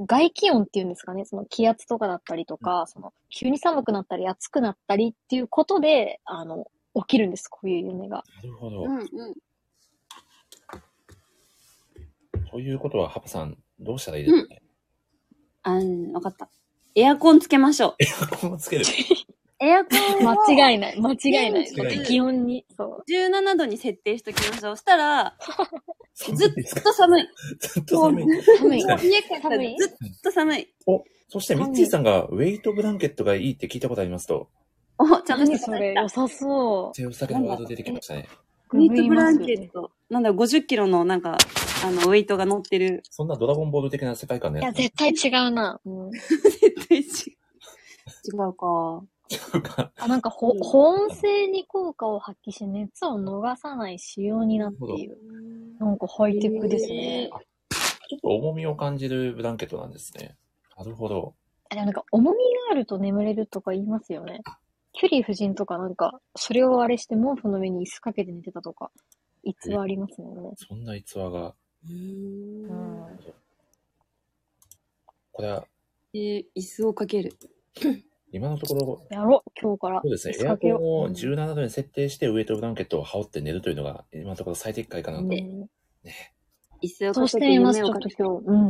外気温っていうんですかね、その気圧とかだったりとか、その、急に寒くなったり、暑くなったりっていうことで、あの、起きるんです、こういう夢が。なるほう。ど。うんうん。ということは、ハパさん、どうしたらいいですかね、あん、わかった。エアコンつけましょう。エアコンをつける。エアコンを間違いない、間違いな間違い。いない適温に、そう。 17度に設定しときましょう。したら、ずずっと寒い。ずっと寒い。寒い。はい家帰ったら寒いずっと寒い。 (laughs) お、そしてミッチーさんがウェイトブランケットがいいって聞いたことありますと、お、ちゃんと何したそれ、良さそ手を下げのワード出てきましたね。う。ウェイトブランケググりット。なんだろう、50キロのなんか、あの、ウェイトが乗ってる。そんなドラゴンボール的な世界観のますいや、やつ。絶対違うな。うん。絶対違う。違うか。とかあ、なんか、ほ、保温性に効果を発揮し、熱を逃さない仕様になっている。なんか、ハイテクですね。ちょっと重みを感じるブランケットなんですね。なるほど。あ、でもなんか、重みがあると眠れるとか言いますよね。キュリー夫人とかなんか、それをあれして毛布の上に椅子かけて寝てたとか、逸話ありますもんね。そんな逸話が。うー。うんん。これは、えー椅子をかける。今のところ、やろう、今日から。そうですね、椅子エアかけコよンをう17度に設定して、ウエイトブランケットを羽織って寝るというのが、今のところ最適解かなと。うね、ん椅子をそうかしけててみます、夢ちをょっかとける。今日。うん。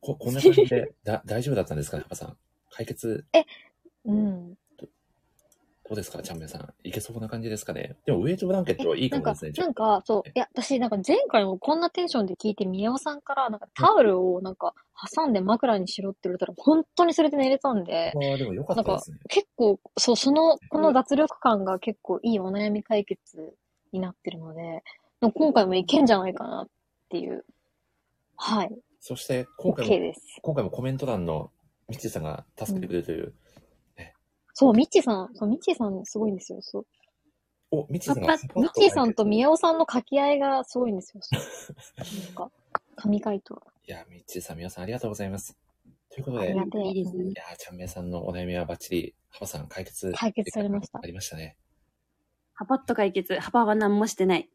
ここんな感じ (laughs) でだ大丈夫だったんですかね、パパさん。解決、うん。どうですか、チャンメンさん。いけそうな感じですかね。でも、ウエイトブランケットはいいかなんもかですね、、ちなょっんか、そう、いや、私、なんか前回もこんなテンションで聞いて、宮尾さんから、なんかタオルをなんか挟んで枕にしろって言われたら、本当にそれで寝れたんで、と。ああ、でもよかったですね。結構、そう、その、この脱力感が結構いいお悩み解決になってるので、なんか今回もいけんじゃないかなっていう。はい。そして、今回 OK も、です。今回もコメント欄のミッチーさんが助けてくれるという。そう、ミッチーさん、そう、ミッチーさんすごいんですよ。そう。お、ミッチーさんパがパ。パミッッチーさんと解決宮尾さんの掛け合いがすごいんですよ。そうなんか、神回答。いや、ミッチーさん、皆さんありがとうございます。ということあで、いりやがてえいいですね。ー、ちゃんめいさんのお悩みはバッチリ、ハバさん解決。解決されましたありましたね。ハパッと解決。ハパは何もしてない。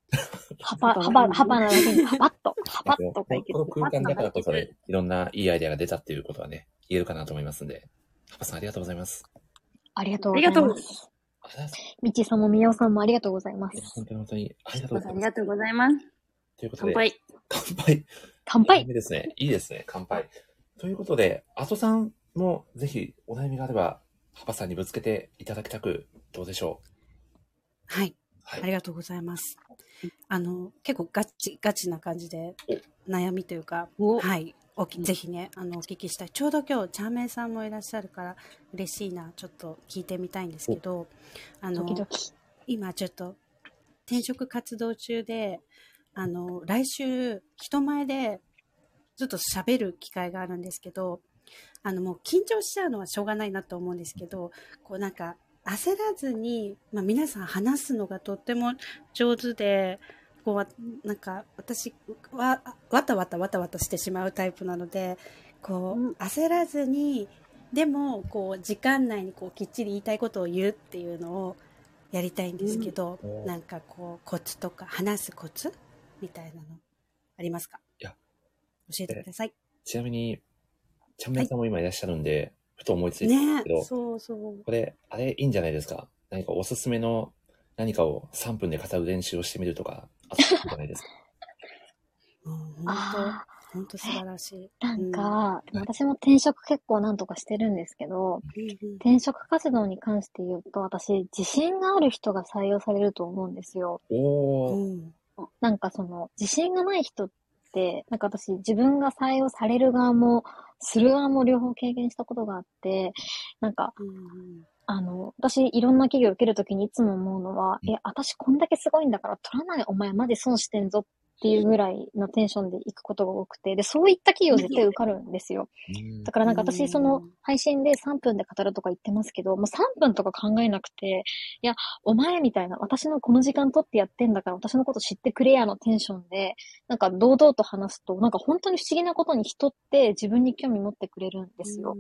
ハパ、ハパ、ハパなだけに、ハパッと、ハパッと解決。この空間だからこそパッとね、いろんないいアイデアが出たっていうことはね、言えるかなと思いますんで。ハバさん、ありがとうございます。ありがとうございありがとうごまざす。ありがとうございます。みちさんもみやおさんもありがとうございまいやす本。当に本当に、ありがとうごあざいります。がとうございます。ということ乾で、杯。乾杯。乾いい杯ですね。いいですね。乾杯。ということで、阿蘇さんもぜひお悩みがあれば、ハバさんにぶつけていただきたく、どうでしょはい。う。はあい。りがとうございます。あの、結構ガチ、ガチな感じで、悩みというか、おはい。おきぜひね、あの、お聞きしたい。ちょうど今日、チャーメイさんもいらっしゃるから、嬉しいな、ちょっと聞いてみたいんですけど、あの時、々。今ちょっと、転職活動中で、あの、来週、人前で、ちょっと喋る機会があるんですけど、あの、もう緊張しちゃうのはしょうがないなと思うんですけど、こうなんか、焦らずに、まあ皆さん話すのがとっても上手で、こうわ、なんか、私は、わたわたわたわたしてしまうタイプなので、こうんう、焦らずに、でも、こう、時間内にこう、きっちり言いたいことを言うっていうのをやりたいんですけど、うんなんかこう、コツとか、話すコツみたいなの、ありますかいや教えてください。ちなみに、チャンメンさんも今いらっしゃるんで、ふと思いついたんですねけど、そうそう。これ、あれいいんじゃないですか何かおすすめの何かを3分で語る練習をしてみるとか、あったらいいんじゃない (laughs) ですかうん本あ当、本当素晴らしい。あ、なんうんか、私も転職結構なんとかしてるんですけど、うん転職活動に関して言うと、私、自信がある人が採用されると思うんですよ。おー、うんなんかその、自信がない人って、なんか私、自分が採用される側も、する側も両方経験したことがあって、なんか、うんあの、私、いろんな企業受けるときにいつも思うのは、うんえ、私こんだけすごいんだから取らないお前マジ損してんぞっていうぐらいのテンションで行くことが多くて、で、そういった企業絶対受かるんですよ。うんだからなんかう私、んその配信で3分で語るとか言ってますけど、もう3分とか考えなくて、いや、お前みたいな、私のこの時間取ってやってんだから、私のこと知ってくれやのテンションで、なんか堂々と話すと、なんか本当に不思議なことに人って自分に興味持ってくれるんですよ。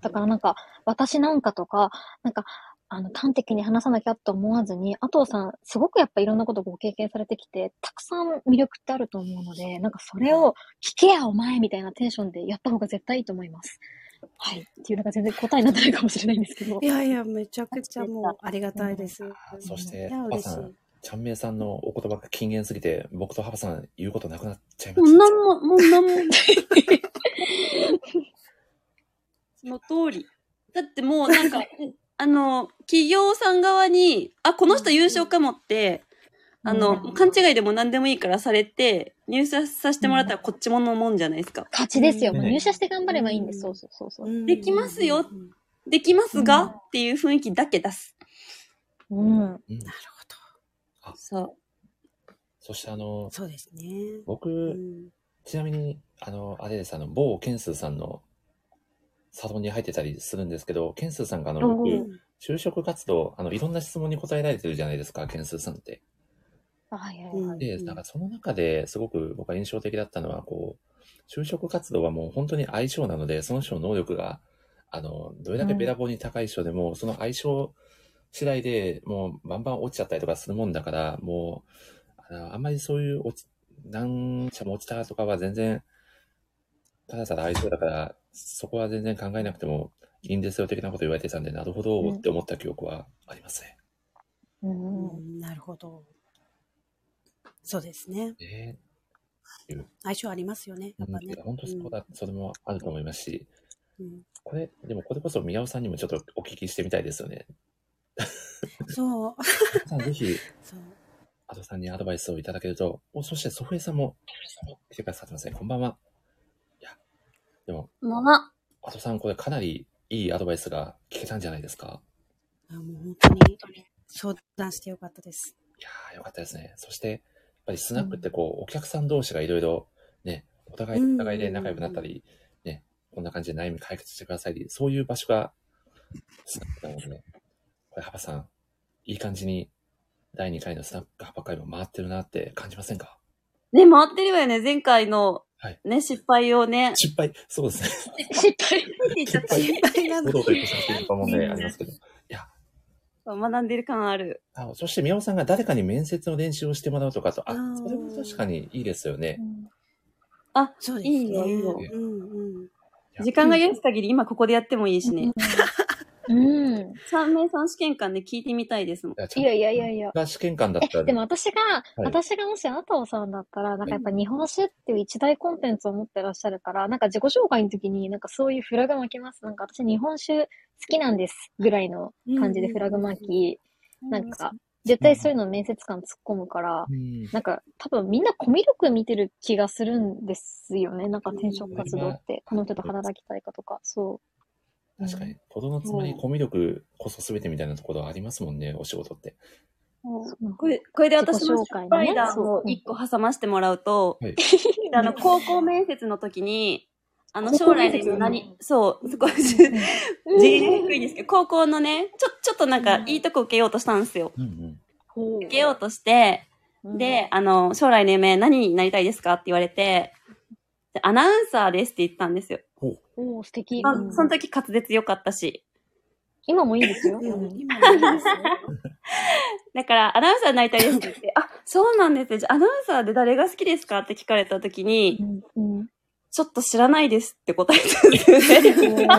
だからなんか、私なんかとか、なんか、あの、端的に話さなきゃと思わずに、あとさん、すごくやっぱいろんなことご経験されてきて、たくさん魅力ってあると思うので、なんかそれを、聞けやお前みたいなテンションでやった方が絶対いいと思います。はい。っていうのが全然答えになってないかもしれないんですけどい。やいや、めちゃくちゃもうありがたいです。そしていや、、ハバ嬉しさい。ん、チャンメイさんのお言葉が禁言すぎて、僕とハバさん言うことなくなっちゃいもまうした何。も、もう何も。 (laughs) その通り。だってもうなんか、あの、企業さん側に、あ、この人優勝かもって、あの、うん勘違いでも何でもいいからされて、入社させてもらったらこっちものもんじゃないですか。勝ちですよ。もうね入社して頑張ればいいんでうす。んそうそうそうそうう。んできますよできますが、うんっていう雰囲気だけ出す。うん。うんなるほそう。そしてあのど。、そうですね。僕、うんちなみに、あの、あれです、あの、某ケンスーさんのサロンに入ってたりするんですけど、ケンスーさんがあの、おうよーく就職活動、あの、いろんな質問に答えられてるじゃないですか、ケンスーさんって。はいはいはい。で、うんなんかその中ですごく僕は印象的だったのは、こう、就職活動はもう本当に相性なので、その人の能力があの、どれだけべらぼうに高い人でも、その相性次第でもうバンバン落ちちゃったりとかするもんだから、もう、あのあんまりそういう落ち、何社も落ちたとかは全然、ただただ相性だから、そこは全然考えなくてもいいんですよ的なこと言われてたんで、なるほどって思った記憶はありますね。うんうんなるほど。そうですね。ね相性ありますよね。やっぱうんいねや。本当そうだ、それもあると思いますし、うんこれ、でもこれこそ宮尾さんにもちょっとお聞きしてみたいですよね。そう。 (laughs) さんぜひ、そう。アドさんにアドバイスをいただけると、おそしてソフエさんも来てくださってますね。こんばんは。いや、でも、まま。アドさん、これかなりいいアドバイスが聞けたんじゃないですか。あもう本当に相談してよかったです。いやー、よかったですね。そして、やっぱりスナックってこう、お客さん同士がいろいろ、ね、お互い、うんお互いで仲良くなったり、ね、こんな感じで悩み解決してくださいってそういう場所が、スナックなのでね。これ、ハパさん、いい感じに、第2回のスナックハパ会も回ってるなって感じませんかね、回ってるわよね。前回のはい、ね、失敗をね。失敗そうですね。失敗。失敗。心配な堂 (laughs) の々と言ってしまっている問題ありますけど。学んでる感ある。あそして、宮尾さんが誰かに面接の練習をしてもらうとかと、ああ、ーそれも確かにいいですよね。そうですね。いいよいいようんうん。いや時間が許す限り今ここでやってもいいしね。うん。 (laughs) 三名さん試験官で聞いてみたいですもん。いやちゃんいとやいやいやいや。が試験官だったえ、ら、でも私が、い私がもしあなたをさんだったら、なんかやっぱ日本酒っていう一大コンテンツを持ってらっしゃるから、なんか自己紹介の時になんかそういうフラグ巻きます。なんか私日本酒好きなんですぐらいの感じでフラグ巻き、なんか絶対そういうの面接官突っ込むから、うん、なんか多分みんなコミュ力見てる気がするんですよね。なんか転職活動って、この人と働きたいかとか、そう。確かに、とどのつまりコミュ力こそ全てみたいなところありますもんね、お仕事って。うん。これ、これで私自己の紹失介のね敗談を一個挟ましてもらうと、はい (laughs) あの、高校面接の時に、あの、高将校来で面接何、そう、すごい、 (laughs) 次元低いんですけど、高校のね、ちょ、ちょっとなんか、いいとこ受けようとしたんですよ。うんうん。ほう受けようとして、で、、あの、将来の夢何になりたいですかって言われて、でアナウンサーですって言ったんですよ。うんおー素敵。まあうんその時滑舌良かったし。今もいいですよ。うんうん今のいいですよ (laughs) だから、アナウンサーになりたいですって言 (laughs) って、あ、そうなんですね。じゃあアナウンサーで誰が好きですかって聞かれた時に、うんうんちょっと知らないですって答えたんですよね。 (laughs)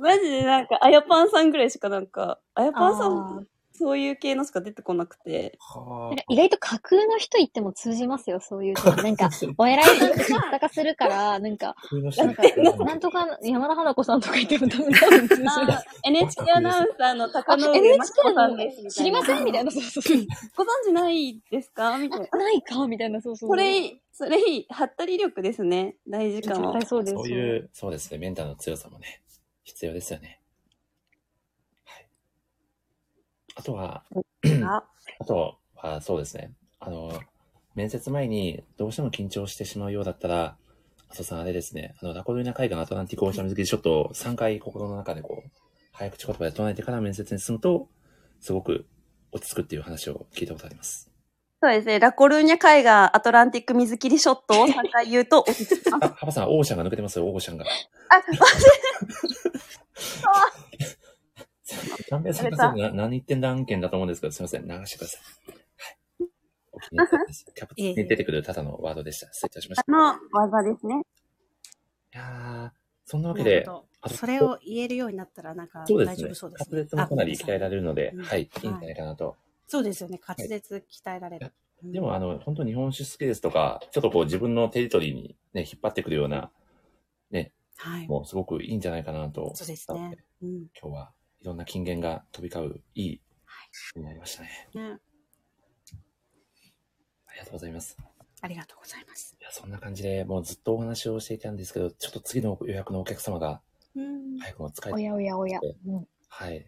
マジでなんか、あやぱんさんぐらいしかなんか、あやぱんさあーん、そういう系のしか出てこなくて。はなんか意外と架空の人言っても通じますよ、そういうの。なんか、お偉いさんって知ったかするから、なんあ。か、のなんか、なんとか山田花子さんとか言っても多分、多分通じる。あ NHK アナウンサーの高あ野上真 NHK 紀子さんのですみたいな。知りませんみたいな、そうそうそう。ご存知ないですかみたいな。ないかみたいな、そうそう。これ、それ (laughs) いい、はったり力ですね。大事か絶も対。そうです。そういう、そうですね、メンタルの強さもね、必要ですよね。はい。あとは、ああとは、そうですね。あの、面接前にどうしても緊張してしまうようだったら、あとさん、あれですね、あの、ラコルーナ海岸アトランティックオーシャン水着ちょっと3回心の中でこう、早口言葉で唱えてから面接に進むと、すごく落ち着くっていう話を聞いたことあります。そうですね。ラコルーニャ海岸アトランティック水切りショットを3回言うと (laughs) 落ち着きます。あ、ハバさん、オーシャンが抜けてますよ、オーシャンが。あ、何名さんがな何言ってんだ案件だと思うんですけど、すいません、流してください。はい。お気に入り (laughs) です。キャプテンに出てくるただのワードでした。失礼いたしました。の技ですね。いやー、そんなわけなるで、ほどあとそれを言えるようになったら、なんかそうで大す丈ね夫そう。ですね。滑舌もかなり鍛えられるのでう、んはい、いいんじゃはいないかなと。そうですよね。滑舌鍛えられる。うんでも、あの、本当日本酒好きですとか、ちょっとこう自分のテリトリーにね、引っ張ってくるような、はい。もうすごくいいんじゃないかなと。そうですね。うん。今日はいろんな金言が飛び交う、いい、になりましたね。ねありがとうございます。ありがとうございます。いや、そんな感じで、もうずっとお話をしていたんですけど、ちょっと次の予約のお客様が、うん。早くも使えおやおやおや。うんはい。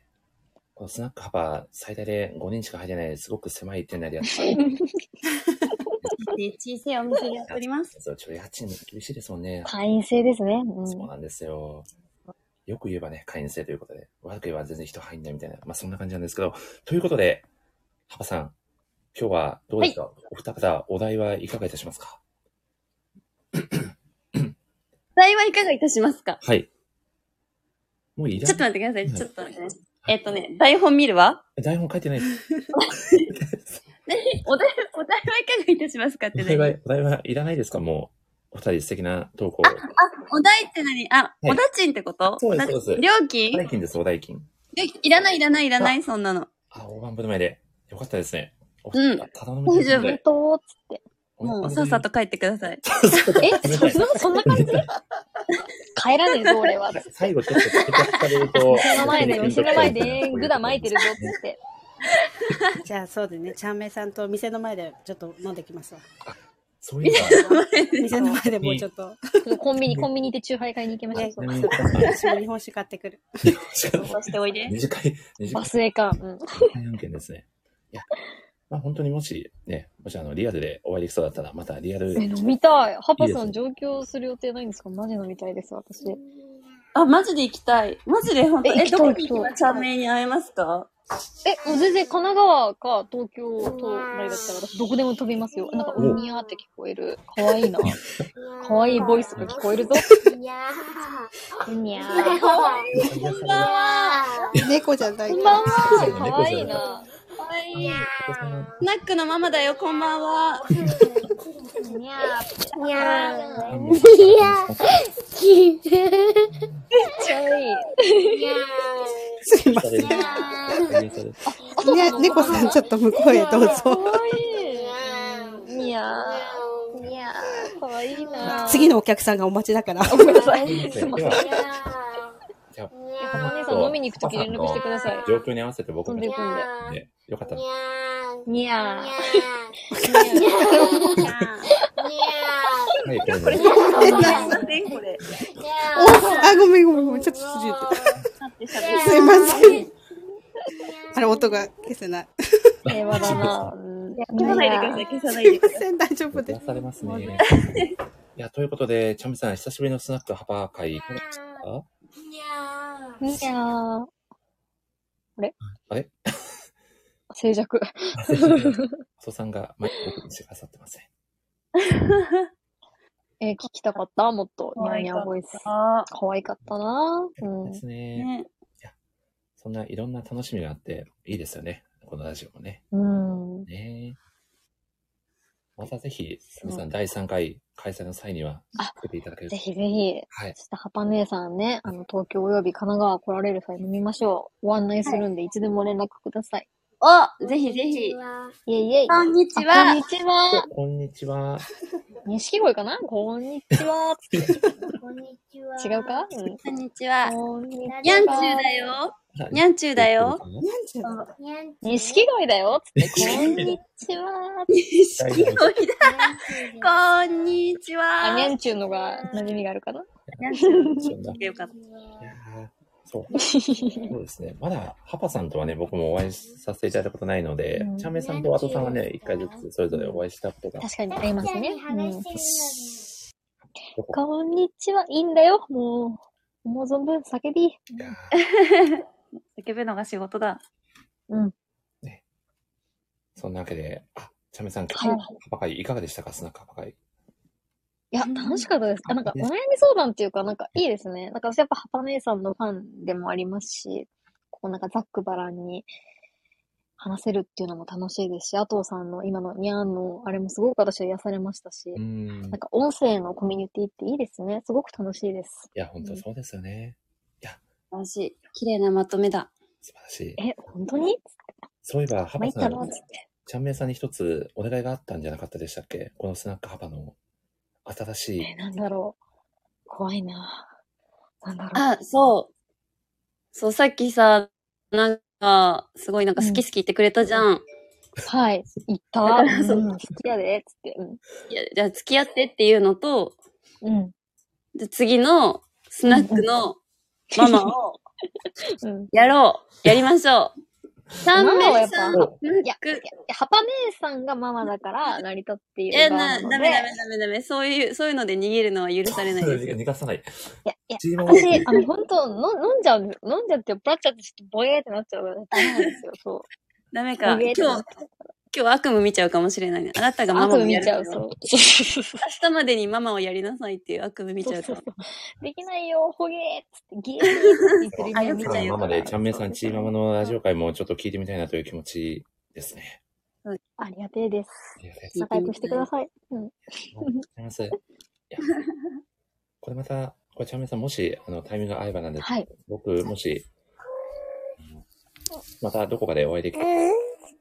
このスナック幅、最大で5人しか入れない、すごく狭い店内でやって (laughs) で小さいお店でやっております。ます。ちょっと家賃も厳しいですもんね。会員制ですね。うんそうなんですよ。よく言えばね、会員制ということで、悪く言えば全然人入んないみたいな、まあそんな感じなんですけど、ということで、ハパさん、今日はどうですか、お二方、お題はいかがいたしますか題はいかがいたしますかはい。もういらちょっと待ってください。ちょっと待ってね。えっとね、台本見るわ。台本書いてないです。ねお題、お題はいかがいたしますかっおて題何は、お題はいらないですかもう、お二人素敵な投稿。お題って何あ、いおだちんってことそうですそうですおだ料お金代金です、お代金。料金いらないいらないいらない、そんなの。あ、大盤振る舞いで。よかったですね。おうんただのみです大の丈で夫えっと、つって。もうさっさと帰ってください。え、そそんな、そん (laughs) な感じ帰らねえぞ、俺は。最後ちょっと付け足される (laughs) と。その前で、後ろ前で、えんぐだ巻いてるぞ、つって。じゃあそうでね、ちゃんめいさんと店の前でちょっと飲んできますわ。そういうのは店の前でもうちょっと、ちょっとコンビニ、コンビニでチューハイ買いに行きましょうちなみにそう。私も日本酒買ってくる。そうしておいで。二次会、二次バ会スエか。うん。案件ですね。いや、まあ本当にもし、ね、もしあの、リアルでお会いできそうだったら、またリアルえ、で。飲みたい。ハパさいいでん上京する予定ないんですかマジ飲みたいです、私。あ、マジで行きたい。マジで本当え行え、きたどいこに行行けばきたいチャンメイに会えますかえ、もう全然神奈川か東京とあれだったら私どこでも飛びますよ。なんか、うにゃーって聞こえる。かわいいな。かわいいボイスが聞こえるぞ。うにゃー。猫じゃないこんかばんは。かわいいな。かわいい。スナックのママだよ、こんばんは。にゃー。 (laughs) あもう疲かわいい。すいません。れる疲れるね、猫さんちょっと向こうへどうかぞ。わいい。にゃー。にゃー。かわいいな。次のお客さんがお待ちだから。ごめんなさい。ですいはまでせん。はじゃあお姉さん飲みに行くとき連絡してください。状況に合わせて僕飛んもでいくんで。ね、よかったら。にゃー。 (laughs) はい、これでねこれ。あ、ごめんごめんごめん。ちょっと続いて。すいません。あれ、音が消せない。平和だな。うん消さないでください、消さないすいでま。せん、大丈夫照でらされますね。いや、ということで、チャンミさん、久しぶりのスナックハパ会、いかがでしたかにゃー。あれ静寂。ソさんがマイクをオープンしてくださってません。 (laughs) えー、聞きたかったもっと、可ニャ愛ニかャったボイス。可愛かったなうん。ですね。ねそんないろんな楽しみがあって、いいですよね。このラジオもね。うん。ねまたぜひ、チャンミさん、第3回開催の際には、来ていただけるぜと。ひぜひ、はい。ちょっとハパ姉さんね、あの、東京および神奈川来られる際飲みましょう。ご案内するんで、いつでも連絡ください。お、ぜひぜひ。イェイイェイ。こんにちあこんはに。ちは。こんにちは。錦鯉かなこんにちは。違うかうん。こんにちは。こんににゃんちゅうだよ。にんゃんちゅうだよ。。す。なんち錦鯉だよつって、こん (laughs) にちは。錦鯉だ。こんにちあ、は。にゃんちゅうのが馴染みがあるかなにゃんちゅうそうでよかった。だ。 (laughs) そう。そうですね。まだ、ハパさんとはね、僕もお会いさせていただいたことないので、うんチャンメイさんとワトさんはね、一回ずつそれぞれお会いしたことが確かにありますね。うん、どこかこんにちは、いいんだよ。もう、思う存分叫び。いや叫ぶのが仕事だ。うん。ーそんなわけで、あ、チャンメイさん、はいハパ会いかがでしたかスナックハパ会。いや、楽しかったです。あなんか、お悩み相談っていうか、なんか、いいですね。なんか、私やっぱ、ハパ姉さんのファンでもありますし、こう、なんか、ざっくばらんに話せるっていうのも楽しいですし、あとうさんの今のニャンの、あれもすごく私は癒されましたしう、ん。なんか、音声のコミュニティっていいですね。すごく楽しいです。いや、本当そうですよね。楽しい。綺麗なまとめだ。素晴らしい。え、本当にそういえば、ハまあ、いパっさたんな、、つって。ちゃんめいさんに一つお願いがあったんじゃなかったでしたっけこのスナックハパの新しいえ、なんだろう。怖いななんだろう。あ、そう。そう、さっきさ、なんか、すごいなんか好き好き言ってくれたじゃん。はい、行った。うん、好きやで、つって。いや、じゃあ付き合ってっていうのと、うん。うん。で次のスナックのママをうん。やろう。やりましょう。三名さん。 (laughs) ママをいや、いや、ハパ姉さんがママだから成り立っていいるや、側な、なダのメダで。メダメダメ。そういう、そういうので逃げるのは許されないですよ。逃がさない。いや、いや、チームワー私、クあの、本当の飲んじゃうんです。飲んじゃって酔っ払っちゃって、ちょっとボエーってなっちゃうから、ダメなんですよ、そう。ダメか。ボエー今って日なっちゃう、今日悪夢見ちゃうかもしれないね。あなたがマ悪マを夢や見るちゃのう、そう。明日までにママをやりなさいっていう悪夢見ちゃうから。できないよ、ほげーっつって、ゲーって言ってるあよくさ見ちゃうあよママで、ちゃんめいさん、ちーママのラジオ会もちょっと聞いてみたいなという気持ちですね。ありがてえです。ありがとうござい仲良くしてください。うん。ます。いやこれまた、これちゃんめいさん、もし、あの、タイミングが合えばなんですけどはい。僕、もし、うんまたどこかでお会いできて、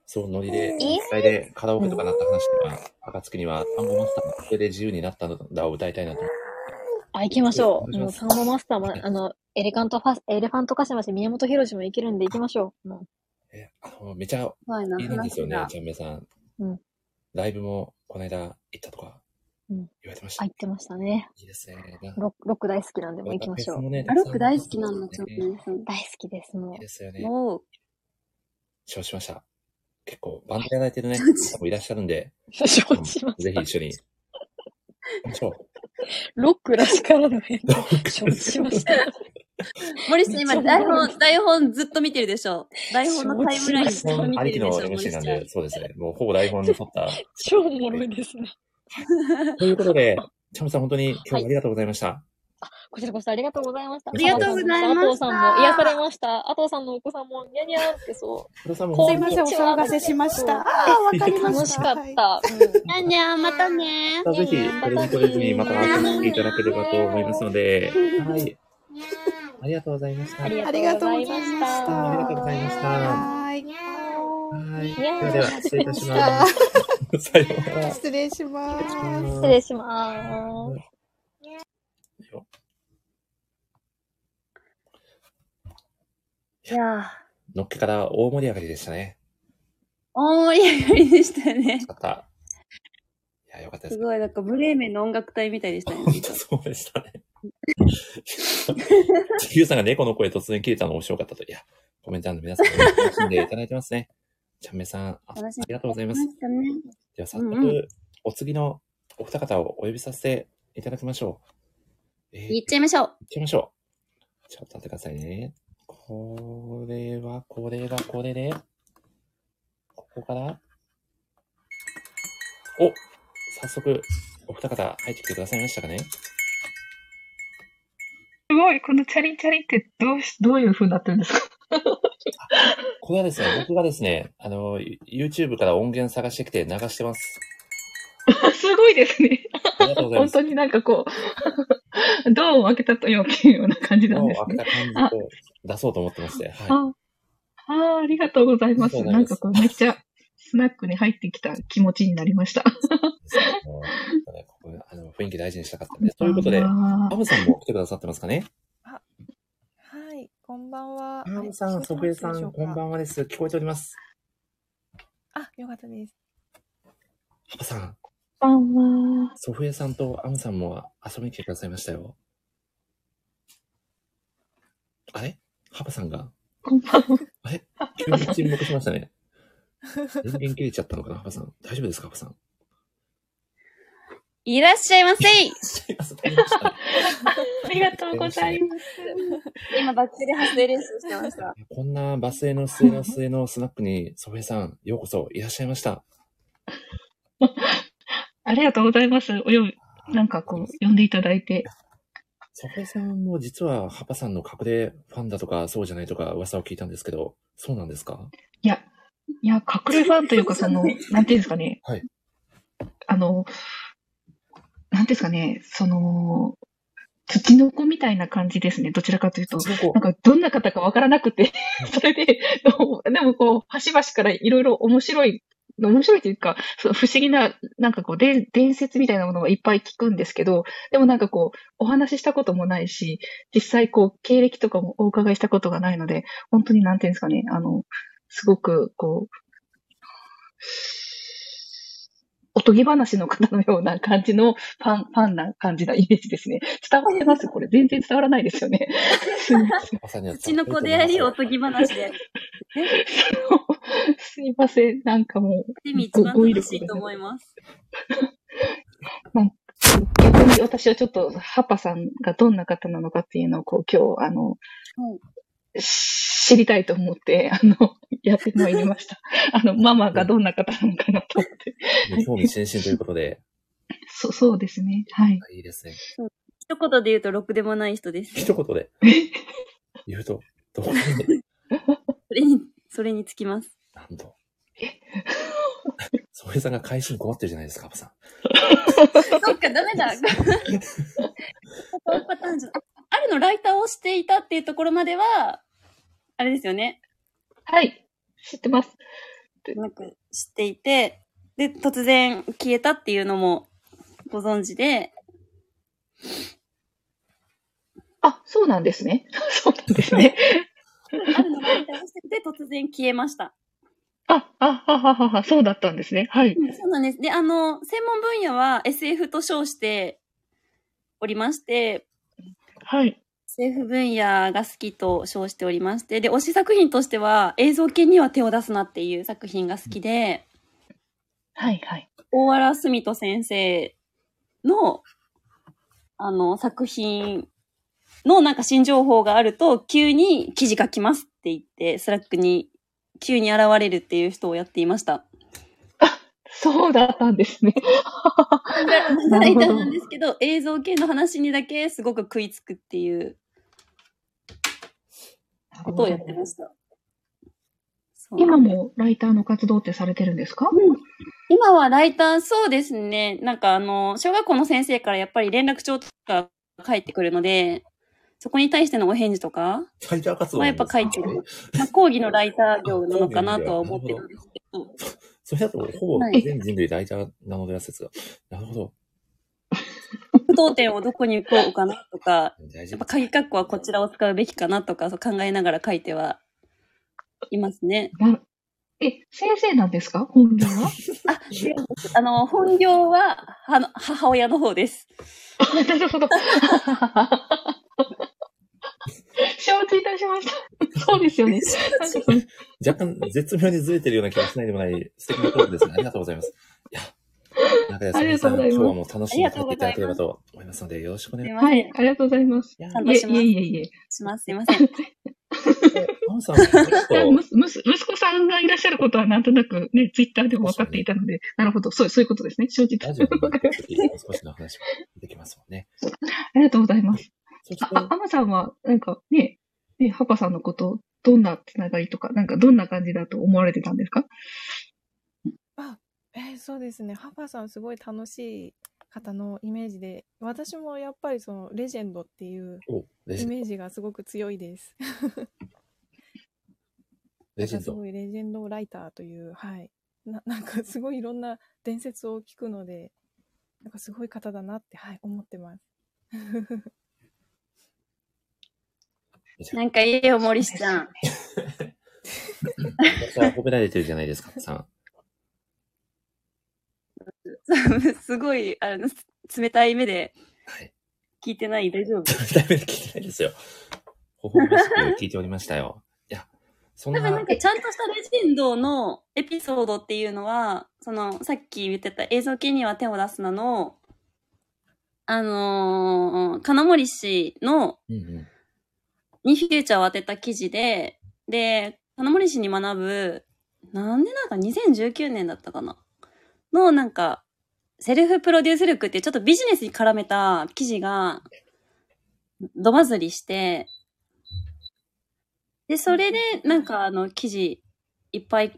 そう、ノリで、一回でカラオケとかなった話では、暁には、単語マスターのこれで自由になったんだを歌いたいなと思って。あ、行きましょ。お願いうしまもう、すサンボマスターも、あの、エレカントファス、エレファントカシマシ、宮本浩次も行けるんで行きましょう。もえあのめちゃ怖いな。いいんですよね話、がちゃんめいさん。うんライブも、この間行ったとか、うん言われてましう、あ、た。行ってましたね。いいですね。なロック、ロック大好きなんで、もう行きましょう。ねあロック大好きなの、ちょっといね。大好きです、もいですよね。 (laughs) もう、承知しました。結構、バンドやられてるね、方もいらっしゃるんで、う。承しまぜしひた。一緒に。行きましょう。ロックらしからぬ変化。承知しました。森下今めっちゃ台面白い本、台本ずっと見てるでしょ。台本のタイムラインずっと見あてりきるでのしょ。森 MC なん下で、そうですね。もうほぼ台本に沿った。超おもろいですね。ということで、チャムさん本当に今日はありがとうございました。こちらこそありがとうございました。ありがとうございました佐藤さんも癒されました。阿藤さんのお子さんもニャニャーってそ黒さんもこす本い当まにせん、お騒がせしました。ああ、わかりう。ま楽し。したかっはいた。にゃんにゃん、またね。またぜひ、これにこれずにまた遊びに来ていただければと思いますので、はい。ありがとうございました。ありはあがとりうがごとうざごいざまいし。ましたた。ありがとうございましたはーい。い。ではでは、失礼いたします。さようなら。失礼します。失礼します。よいやー、のっけから大盛り上がりでした (laughs) ね。大盛り上がりでしたね。よかった。いや、よかったですす。ごい、なんかブレーメンの音楽隊みたいでしたね。本当そうでしたね。地球さんが猫の声突然切れたの面白かったと。いや、コメント欄の皆さんも楽しんでいただいてますね。ちゃんめさん、ああ楽しんでりがとうございまます。したね。では早うんう速、お次のお二方をお呼びさせていただきましょう。えー、行行っちゃいましょ (laughs) う。きましょう。ちょっと待ってくださいね。これは、これが、これで、ここから、お早速、お二方入ってきてくださいましたかねすごい、このチャリンチャリンってどうし、どういう風になってるんですか (laughs) これはですね、僕がですね、あの、YouTube から音源探してきて流してます。すごいですね。ありがとうございま本す。当になんかこう、ドアを開けたとよきような感じなんもうです開ね。けた感じを出そうと思ってまして、はい。ああー、ありがとうございます。ありがなとうんございますかこう、めっちゃスナックに入ってきた気持ちになりました。もうねここあの雰囲気大事にしたかったんで。ということで、あアームさんも来てくださってますかねはい、こんばんは。アムさん、ソフエさん、こんばは。んはです。聞こえております。あ、よかったです。パパさん、こんばんは。ソフエさんとアムさんも遊びに来てくださいましたよ。あれハパさん (laughs) がこんばんは。あれ急に沈黙しましたね。電源切れちゃったのかなハパさん。大丈夫ですかハパさん。いらっしゃいま (laughs) せいすいません。大丈夫でしたありがとうございます。今、バックで発声練習してました。こんなバスへの末の末のスナックに、ソフェさん、ようこそいらっしゃいました。 (laughs) ありがとうございます。および、なんかこう、呼んでいただいて。ソフェさんも実はハパさんの格でファンだとかそうじゃないとか噂を聞いたんですけど、そうなんですかいや、いや、隠れファンというか、その、なんていうんですかね。はいあの、なんていうんですかね、その、土の子みたいな感じですね。どちらかというと。ちの子なんか、どんな方かわからなくて、それで、 (laughs) どうでもこう、端々からいろいろ面白い、面白いというか、そう不思議な、なんかこう、で伝説みたいなものがいっぱい聞くんですけど、でもなんかこう、お話ししたこともないし、実際こう、経歴とかもお伺いしたことがないので、本当になんていうんですかね、あの、すごく、こう、おとぎ話の方のような感じのファン、ファンな感じなイメージですね。伝わってますこれ全然伝わらないですよ (laughs) ね。すいませハんパさんにはうちの子であり、おとぎ話であり。すいません。なんかもう、でも一番楽しいと思います。逆に私はちょっと、ハパさんがどんな方なのかっていうのを、こう、今日、あの、知りたいと思って、あの、 (laughs) やってまいりました。あの、ママがどんな方なのかなと思って。興味津々ということで、 (laughs) そそうですね。はい。いいですね。 (laughs) 一言で言うと、ろくでもない人です。一言 (laughs) で言うと、どうそれに、それにつきます。なんと。 (laughs) ソヘさんが返しに困ってるじゃないですか、アブさん。 (laughs) そっか、ダメだ。そういうパターンじゃないあるのライターをしていたっていうところまでは、あれですよね。はい。知ってます。なんか知っていて、で、突然消えたっていうのもご存知で、あ、そうなんですね。 (laughs) そうなんですね。あるのライターをしていて、突然消えました。あ、あ、はははは、そうだったんですね。はい。そうなんです。で、あの、専門分野は SF と称しておりまして、はい。 SF 分野が好きと称しておりまして、で、推し作品としては映像系には手を出すなっていう作品が好きで、はい、はい。大原澄人先生の、あの、作品のなんか新情報があると、急に記事書きますって言って、スラックに急に現れるっていう人をやっていました。そうだったんですね。 (laughs) ライターなんですけど、映像系の話にだけすごく食いつくっていうことをやってました。そう今もライターの活動ってされてるんですか今はライター、そうですね。なんかあの、小学校の先生からやっぱり連絡帳とか返ってくるので、そこに対してのお返事とか、ライター活動まあやっぱ書い (laughs) てる。まあ、講義のライター業なのかなとは思ってるんですけ (laughs) ど。それだと、ほぼはい全人類ライターなのでは説が。なるほど。不当点をどこに置こうかなとか、大や丈っぱ鍵括弧はこちらを使うべきかなとか、そう考えながら書いてはいますね。なえ、先生なんですか本業 (laughs) はあ、あの、本業は、あの、母親の方です。あなるほど。 (laughs) 承知いたしました。 (laughs) そうですよね。なんかその夫。若干絶妙にずれてるような気がしないでもない素敵なトークですね。ありがとうございます。いや、中谷さん、ありがとうございます今日はもう楽しんで帰っていただければと思いますので、よろしくお願いしまはい、ありがとうございます。いす。はいえいえいえいえ。すいません。します。すいません。アブさん、結あ構む、むす息子さんがいらっしゃることはなんとなくね、ツイッターでも分かっていたので、なるほど、そう、そういうことですね。承知いたラしジオまに (laughs) した。もう少しの話もできますもんね。ありがとうございます。そしてあ、あ、アマさんは、なんかね、ね、パパさんのこと、どんなつながりとか、なんかどんな感じだと思われてたんですかえーそうですね。ハパさんすごい楽しい方のイメージで、私もやっぱりそのレジェンドっていうおレイジメージがすごく強いです。レジェンすド。ごいレジェンドライターという、はい。な (laughs) なんかすごいいろんな伝説を聞くので、なんかすごい方だなって、はい、思ってます。 (laughs) なんかいいよ、森下ちゃん。めちゃくちゃ褒められてるじゃないですか、さん。 (laughs) すごい、あの、 (laughs) 冷たい目ではい。聞いてない大丈夫だいぶ聞いてないですよ。ほほましく聞いておりましたよ。いや、そん多な、分なんかちゃんとしたレジェンドのエピソードっていうのは、その、さっき言ってた映像系には手を出すなの、あのー金森氏の、うんうん。にフューチャーを当てた記事で、で、金森氏に学ぶ、なんでなんか2019年だったかなの、なんか、セルフプロデュース力っていうちょっとビジネスに絡めた記事が、ドバズりして、で、それで、なんかあの、記事いっぱい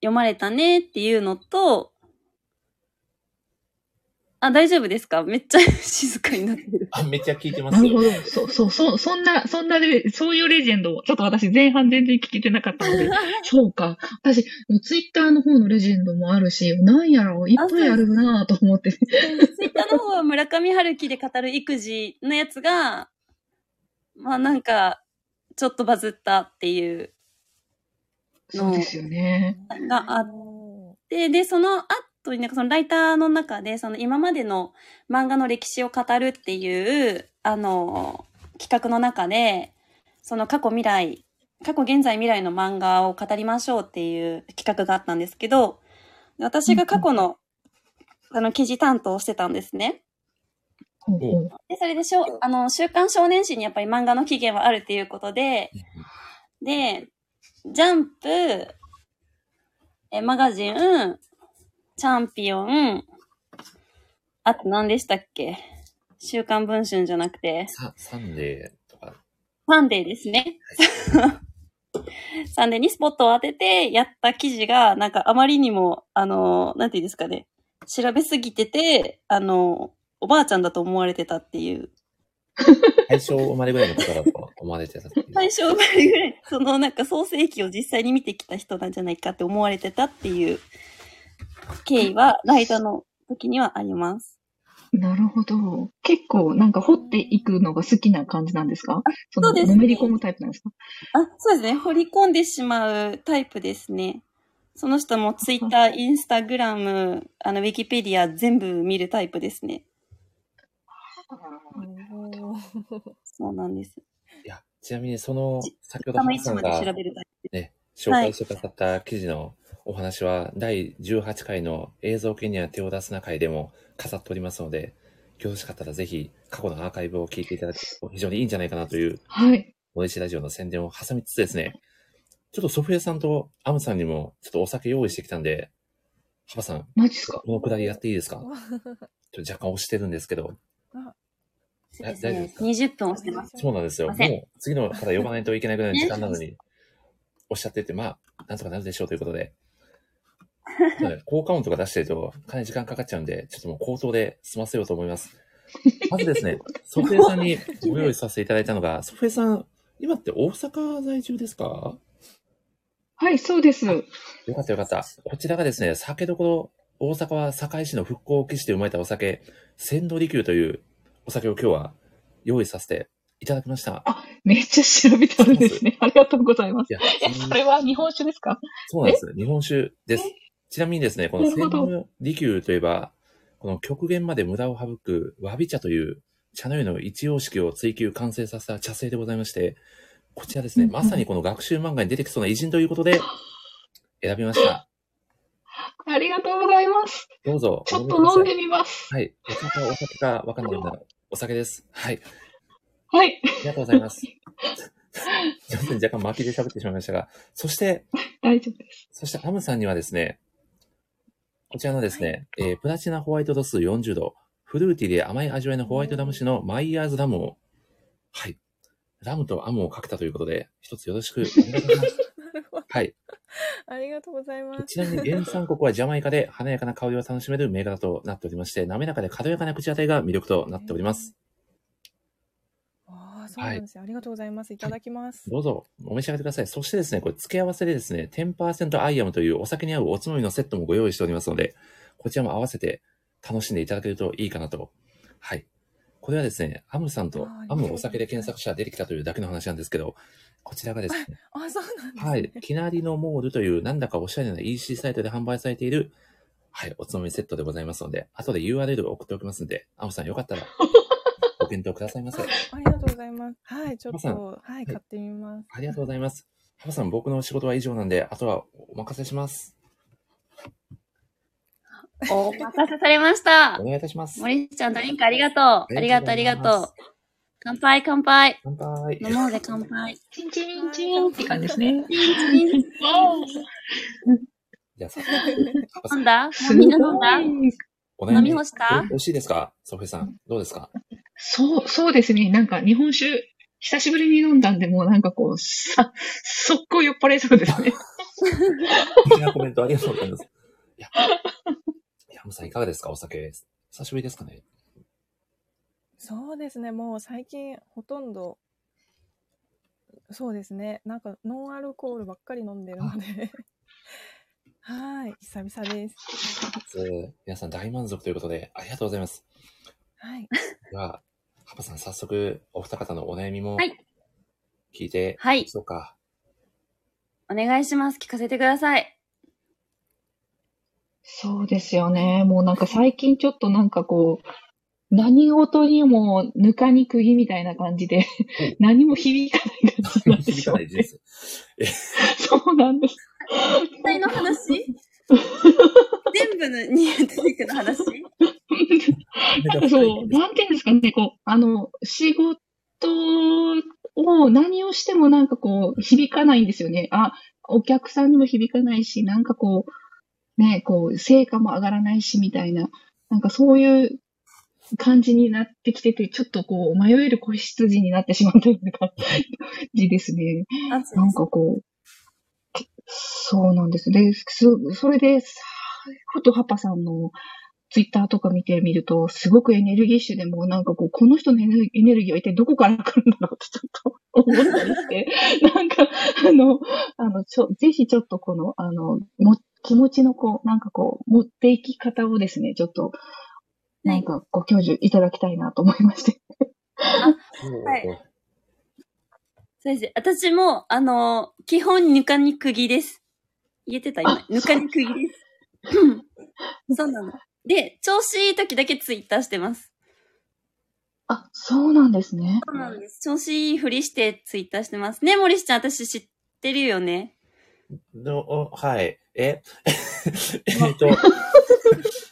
読まれたねっていうのと、あ、大丈夫ですかめ (laughs) っちゃ静かになってる。あ、めっちゃ聞いてまなするよほ。ど。そう、そう、そう、そんな、そんなレベそういうレジェンドを、ちょっと私前半全然聞けてなかった (laughs) ので、そうか。私、ツイッターの方のレジェンドもあるし、なんやろう、いっぱいあるなぁと思って。ツイッターの方は村上春樹で語る育児のやつが、まあなんか、ちょっとバズったっていうそうですよね。があっおーて、で、その後になんかそのライターの中で、その今までの漫画の歴史を語るっていう、あの、企画の中で、その過去未来、過去現在未来の漫画を語りましょうっていう企画があったんですけど、私が過去の、あの、記事担当をしてたんですね。で、それでしょ、あの、週刊少年誌にやっぱり漫画の起源はあるっていうことで、で、ジャンプ、え、マガジン、チャンピオン、あと何でしたっけ週刊文春じゃなくて、ササンデーとか。サンデーですね。サンデーにスポットを当ててやった記事が、なんかあまりにも、あの、なんていうんですかね、調べすぎてて、あの、おばあちゃんだと思われてたっていう。最初生まれぐらいの方だと思われてた。最初生まれぐらい、そのなんか創世記を実際に見てきた人なんじゃないかって思われてたっていう経緯は、ライターの時にはあります。なるほど。結構、なんか掘っていくのが好きな感じなんですかそのそうですねのめり込むタイプなんですかあ、そうですね。掘り込んでしまうタイプですね。その人もツイッター、インスタグラム、あの、ウィキペディア全部見るタイプですね。そうなんです。ちなみに、その、先ほど他の位花置さんまでが調べるタイプ。ね、紹介してくださった記事のお話は、第18回の映像系には手を出すな会でも飾っておりますので、よろしかったらぜひ過去のアーカイブを聞いていただくと非常にいいんじゃないかなという、はい。モデシラジオの宣伝を挟みつつですね、ちょっとソフィエさんとアムさんにもちょっとお酒用意してきたんで、ハバさん、マジっすかこのくらいやっていいですか (laughs) ちょっと若干押してるんですけど、そうえです大丈夫でねす。か20分押してます。そうなんですよ。すもいませんう次の方呼ばないといけないぐらいの時間なのに、おっしゃってて、まあ、なんとかなるでしょうということ (laughs) で。はい効果音とか出してると、かなり時間かかっちゃうんで、ちょっともう口頭で済ませようと思い (laughs) ます。まずですね、ソフェさんにご用意させていただいたのが、ソフェさん、今って大阪在住ですかはい、そうです。はよかったよかった。こちらがですね、酒どころ、大阪は堺市の復興を期して生まれたお酒、千利休というお酒を今日は用意させていただきました。めっちゃ調べてあるんですね。ありがとうございます。いやえ、それは日本酒ですかそうなんです。日本酒です。ちなみにですね、このなるほ千ど利休といえば、この極限まで無駄を省くわび茶という茶の湯の一様式を追求完成させた茶製でございまして、こちらですね、うんうんまさにこの学習漫画に出てきそうな偉人ということで、選びました。ありがとうございます。どうぞ。ちょっと飲んでみみます。はい。お酒かお酒かわかんないようなお酒です。はい。はい。ありがとうございます。すいません、若干巻きで喋ってしまいましたが、そして、大丈夫です。そして、アムさんにはですね、こちらのですね、えープラチナホワイト度数40度、フルーティーで甘い味わいのホワイトラム酒のマイヤーズラムを、はい、ラムとアムをかけたということで、一つよろしくお (laughs) 願いします。はい。ありがとうございます。 (laughs) ちなみに原産国はジャマイカで華やかな香りを楽しめる銘柄となっておりまして、滑らかで軽やかな口当たりが魅力となっております。ああ、そうなんですよ。ありがとうございます。いただきます。どうぞお召し上がりください。そしてですね、これ付け合わせでですね、10%アイアムというお酒に合うおつまみのセットもご用意しておりますので、こちらも合わせて楽しんでいただけるといいかなと。はい。これはですね、アムさんとあーアムお酒で検索者が出てきたというだけの話なんですけど、こちらがですね、ああ、そうなんです、ね。はい、キナリのモールというなんだかおしゃれな EC サイトで販売されている、はい、おつまみセットでございますので、後で URL を送っておきますので、アムさんよかったらご検討くださいませ。ありがとうございます。はい、ちょっまさにと、はい、買ってみます。ありがとうございます。ハバさん、僕の仕事は以上なんで、あとはお任せします。お任せされましたお。願いいたします。森ちゃん、ドリンクありがとう。ありがとう、ありがとう。乾杯、乾杯。乾杯。飲もうぜ、乾杯。チンチンチンって感じですね。じゃあ、早速ハバさ飲んんだもすうごみいんな飲んだお飲み干した美味しいですかソフェさん、どうですかそう、そうですね。なんか日本酒、久しぶりに飲んだんで、もうなんかこう、さ、速攻酔っ払いそうですね。素敵なコメントありがとうございます。いや、いやハムさん、いかがですかお酒。久しぶりですかねそうですね、もう最近ほとんど、そうですね、なんかノンアルコールばっかり飲んでるので、 (laughs) はい、久々です。皆さん大満足ということで、ありがとうございます。はい、では、ハバさん、早速、お二方のお悩みもはい聞いて、はいそうか。お願いします。聞かせてください。そうですよね。もうなんか最近ちょっとなんかこう、何事にもぬかに釘みたいな感じで、何も響かない感じなんで響かすよない。です。そうなんです。全体の話全部のについての話なんかそう、なんていうんですか、ね、こう、あの、仕事を何をしてもなんかこう、響かないんですよね。あ、お客さんにも響かないし、なんかこう、ね、こう、成果も上がらないし、みたいな、なんかそういう感じになってきてて、ちょっとこう、迷える子羊になってしまったような感じですね。あそうなんかこう、そうなんですね。そそれで、さふとハパさんのツイッターとか見てみると、すごくエネルギッシュでもうなんかこう、この人のエネルエネルギーは一体どこから来るんだろうってちょっと思ったりして、 (laughs) なんか、あの、あの、ちょ、ぜひちょっとこの、あの、も、気持ちのこう、なんかこう、持っていき方をですね、ちょっと、なんかご教授いただきたいなと思いまして。はいそうです。私も、あの、基本、ぬかに釘です。言えてた今。ぬかに釘です。うんそうなの。で、調子いい時だけツイッターしてます。あ、そうなんですね。そうなんです。調子いいふりしてツイッターしてます。ね、森ちゃん、私知ってるよね。の、おはい。 (laughs) ええっと、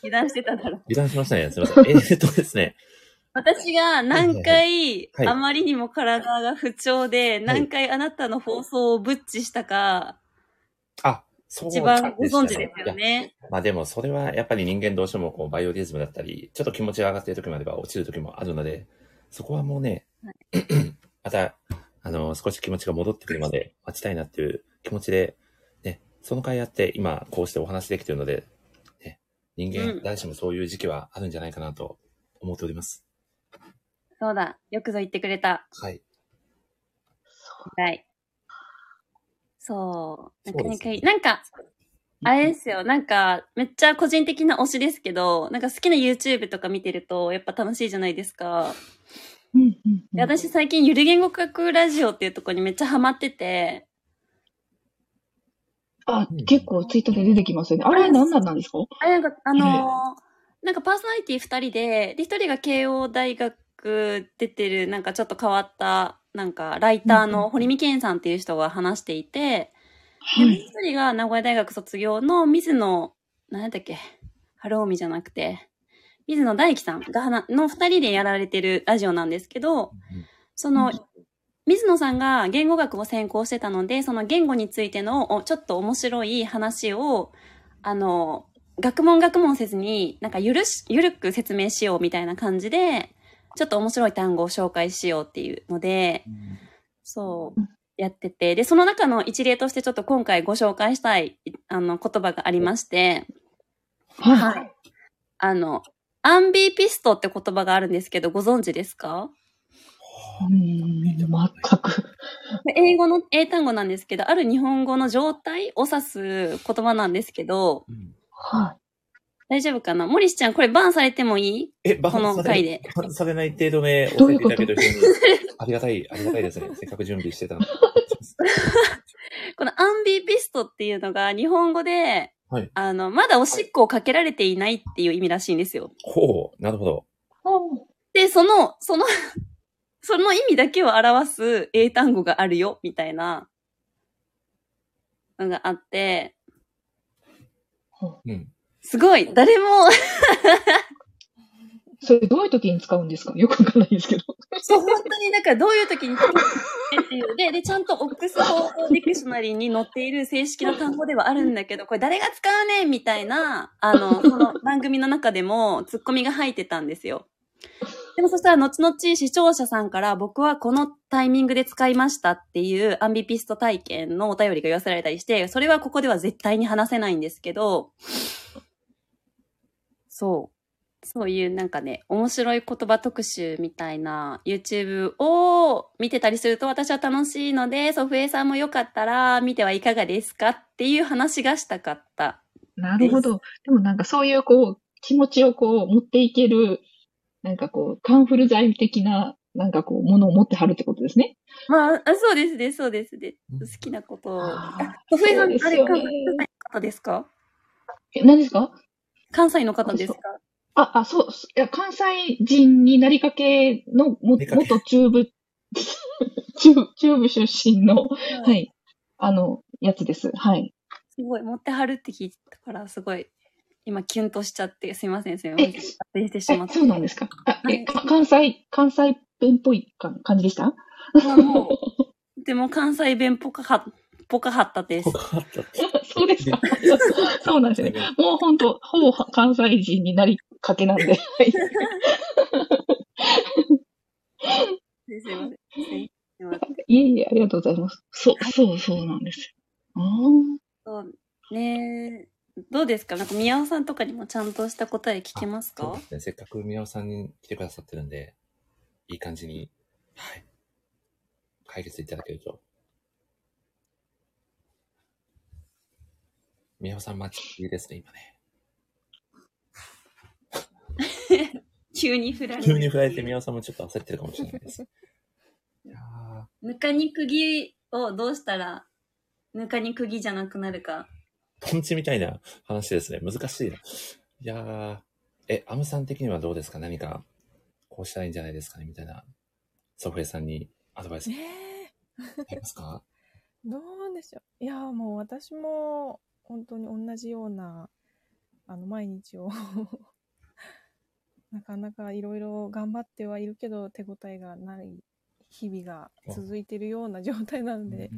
油断してただろ。油断しましたね。すみません。えっとですね。私が何回、はいあまりにも体が不調で、何回あなたの放送をブッチしたか、あ、そう一番ごでした存知ですよね。まあでもそれはやっぱり人間どうしてもこうバイオリズムだったり、ちょっと気持ちが上がっている時もあれば落ちる時もあるので、そこはもうね、 (clears throat) また、あの、少し気持ちが戻ってくるまで待ちたいなっていう気持ちで、ね、その回やって今こうしてお話できているので、ね、人う間ん誰しもそういう時期はあるんじゃないかなと思っております。そうだ。よくぞ言ってくれた。はい。はい。そう。なかなかいそうい。ですねなんか、あれですよ。なんか、めっちゃ個人的な推しですけど、なんか好きな YouTube とか見てると、やっぱ楽しいじゃないですか。うんうんで私最近ゆる言語学ラジオっていうとこにめっちゃハマってて、あ、結構ツイッターで出てきますよね。あれ何なんなんですかあれなんか、あのーなんかパーソナリティ二人で、で、一人が慶応大学出てる、なんかちょっと変わった、なんかライターうんの堀美健さんっていう人が話していて、で、はもう一い。人が名古屋大学卒業の水野、なんだっけ、春臣じゃなくて、水野大樹さんがな、の二人でやられてるラジオなんですけど、その、水野さんが言語学を専攻してたので、その言語についてのおちょっと面白い話を、あの、学問学問せずに、なんかゆるし、ゆるく説明しようみたいな感じで、ちょっと面白い単語を紹介しようっていうので、そう、やってて、で、その中の一例としてちょっと今回ご紹介したい、あの、言葉がありまして、はい。あの、アンビーピストって言葉があるんですけど、ご存知ですかうん、全く。 (laughs) 英語の英単語なんですけど、ある日本語の状態を指す言葉なんですけど、うんは大丈夫かな森士ちゃん、これバーンされてもいいえ、バこンのさ回れでバンされない程度目をどういうこ押とさえていただける非常にありがたい、ありがたいですね。せっかく準備してたので。このアンビピストっていうのが日本語で、はいあの、まだおしっこをかけられていないっていう意味らしいんですよ。ほう、なるほど。で、その、その、 (laughs) その意味だけを表す英単語があるよ、みたいなのがあって、うん。すごい、誰も、い。それどういう時に使うんですかよくわかんないですけど。そう、本当に、なんかどういう時に使うっていう。で、で、ちゃんとオックスフォードディクショナリーに載っている正式な単語ではあるんだけど、これ誰が使うねんみたいな、あの、この番組の中でもツッコミが入ってたんですよ。でもそしたら、後々視聴者さんから僕はこのタイミングで使いましたっていうアンビピスト体験のお便りが寄せられたりして、それはここでは絶対に話せないんですけど、そう。そういうなんかね、面白い言葉特集みたいな YouTube を見てたりすると私は楽しいので、祖父江さんもよかったら見てはいかがですかっていう話がしたかった。なるほど。でもなんかそういうこう、気持ちをこう、持っていける、なんかこう、カンフル剤的な、なんかこう、ものを持ってはるってことですね。まあ、あそうですね、そうですね。うん好きなことを。あ祖父江さそん、あうれ、です関西よねの方ですかえ何ですか関西の方ですかあ、あ、そう、すいや、関西人になりかけの、も、なりかけ元中部、 (laughs) 中部、中部出身の、はい、あの、やつです。はい。すごい、持ってはるって聞いたから、すごい、今キュンとしちゃって、すいません、すいません。え勝手にしてしまって。そうなんですか。あえか関西、関西弁っぽい感感じでしたまあもう、でも関西弁ぽかは、ぽかはったです。かった。そうです (laughs) か。 (laughs) そうなんですね。もう本当、ほぼ関西人になりかけなん (laughs) で。はいすいませんすいません。いえいえ、ありがとうございます。そう、そう、そうなんです。ああ、そうねえどうですかなんか宮尾さんとかにもちゃんとした答え聞けますそうかですね。せっかく宮尾さんに来てくださってるんで、いい感じに、はい。解決いただけると。宮尾さん待ちですね、今ね。 (laughs) 急に振られ (laughs) る。急に振られて宮尾さんもちょっと焦ってるかも (laughs) しれないです。いやーぬかに釘をどうしたら、ぬかに釘じゃなくなるか。ポンチみたいな話ですね。難しいな。いやー、え、アムさん的にはどうですか何か、こうしたらいいんじゃないですかねみたいな、ソフレさんにアドバイスねあえりますかどうでしょう。いや、もう私も本当に同じような、あの、毎日を、なかなかいろいろ頑張ってはいるけど、手応えがない日々が続いているような状態なので、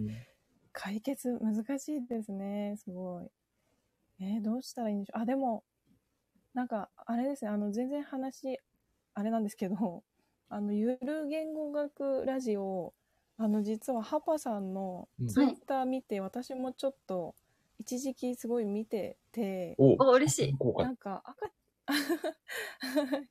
解決難しいですね、すごい。えーどうしたらいいんでしょう。あ、でも、なんか、あれですね、あの、全然話、あれなんですけど、 (laughs) あの、ゆる言語学ラジオ、あの、実はハパさんのうんツイッター見て、私もちょっと、一時期すごい見てて、おお、嬉しい。効果なんか赤、 (laughs)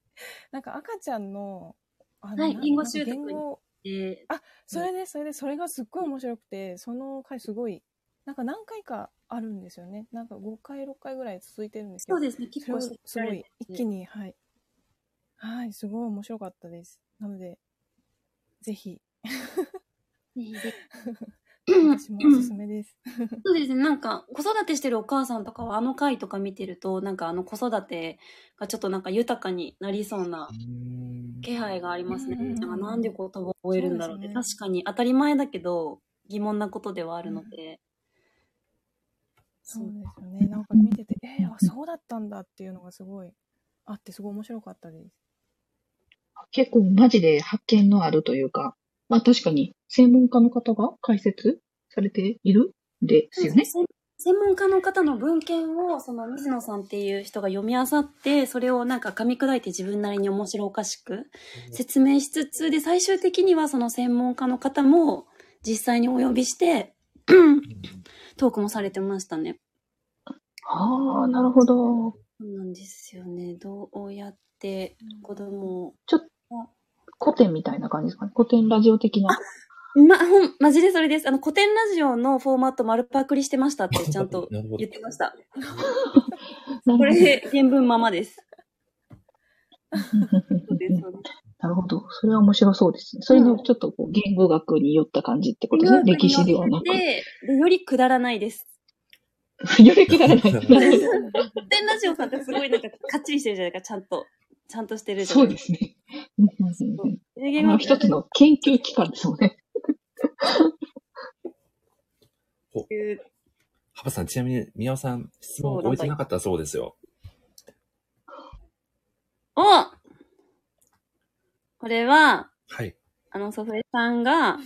なんか赤ちゃんの、あはいな言語なんか習得言語えそれで、それで、それがすっごい面白くて、その回すごい、なんか何回かあるんですよね。なんか5回、6回ぐらい続いてるんですけそうど、ですね、結それ構を知すらごれいて、一気に、はい。はい、すごい面白かったです。なので、ぜひ、私もおすすめです。そうですね、なんか子育てしてるお母さんとかはあの回とか見てると、なんかあの子育てがちょっとなんか豊かになりそうなうーん気配がありますね。うんうんうんなんかなんで言葉を覚えるんだろうって、そうで確すねかに当たり前だけど疑問なことではあるので。そそううですよね。なんか見てて、えー、あ、そうだったんだっていうのがすごい、あって、すごい面白かったです。結構マジで発見のあるというか、まあ確かに専門家の方が解説されているんですよね。専専門家の方の文献をその水野さんっていう人が読み漁ってそれをなんか噛み砕いて自分なりに面白おかしく説明しつつで最終的にはその専門家の方も実際にお呼びしてトークもされてましたね。ああ、なるほど。そうなんですよね。どうやって子供を古典みたいな感じですかね。古典ラジオ的な。ま、ほん、マジでそれです。あの、古典ラジオのフォーマット丸パクリしてましたってちゃんとなるほど言っ。てました。なるほどこれ、原文ままです。そうです、そうです。なるほど。それは面白そうですね。それのちょっとこう言語学によった感じってことね。歴史ではなく。で、でよりくだらないです。 (laughs) よりくだらない。なるほ古典ラジオさんってすごいなんか、かっちりしてるじゃないか、ちゃんと。ちゃんとしてるどじゃなそいうですすね。うんうんうんか。うんあの一つの研究機関ですもん (laughs) ね。ハパさん、ちなみに宮尾さん、質問を終えてなかったそうですよ。おこれは、はい。あの、祖父江さんがうん、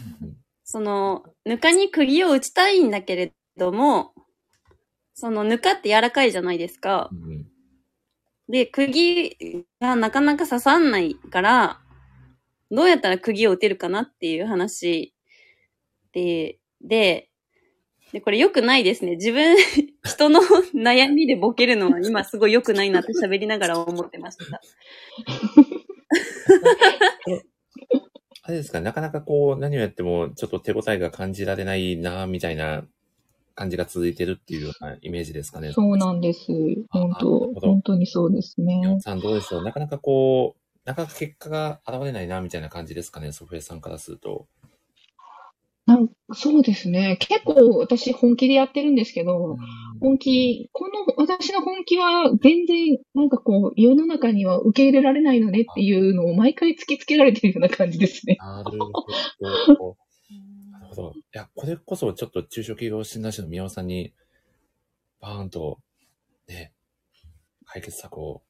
その、ぬかに釘を打ちたいんだけれども、その、ぬかって柔らかいじゃないですかう。んで、釘がなかなか刺さんないから、どうやったら釘を打てるかなっていう話で、で、で、これ良くないですね。自分、 (laughs) 人の悩みでボケるのは今すごい良くないなって喋りながら思ってました。あれですか、なかなかこう、何をやっても、ちょっと手応えが感じられないな、みたいな感じが続いてるっていうようなイメージですかね。そうなんです。本あなるほ当、ど本当にそうです宮ね尾。さん、どうでしょうなかなかこう、なかなか結果が現れないな、みたいな感じですかね、ソフェさんからすると。なんそうですね。結構私本気でやってるんですけど、本気、この私の本気は全然なんかこう世の中には受け入れられないのねっていうのを毎回突きつけられてるような感じですね。なるほど。うんなるほど。いや、これこそちょっと中小企業診断士の宮尾さんに、バーンと、ね、解決策を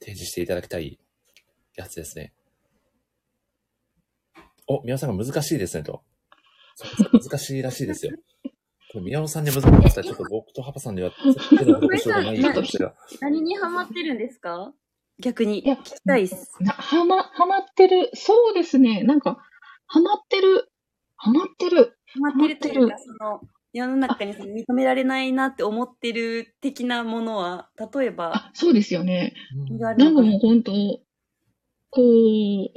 提示していただきたいやつですね。お、宮尾さんが難しいですねと。そう難しいらしいですよ。これ宮尾さんで難しかったら、ちょっと僕とハパさんでは、手の施しようがないかもしれない。何にハマってるんですか逆に。いや聞きたいっす。なはま、はまってる。そうですね。なんか、はまってる。はまってる。ハマってるというか、その、世の中にその認められないなって思ってる的なものは、例えば、あ、そうですよね。うんがあるなんのかかもう本当、こう、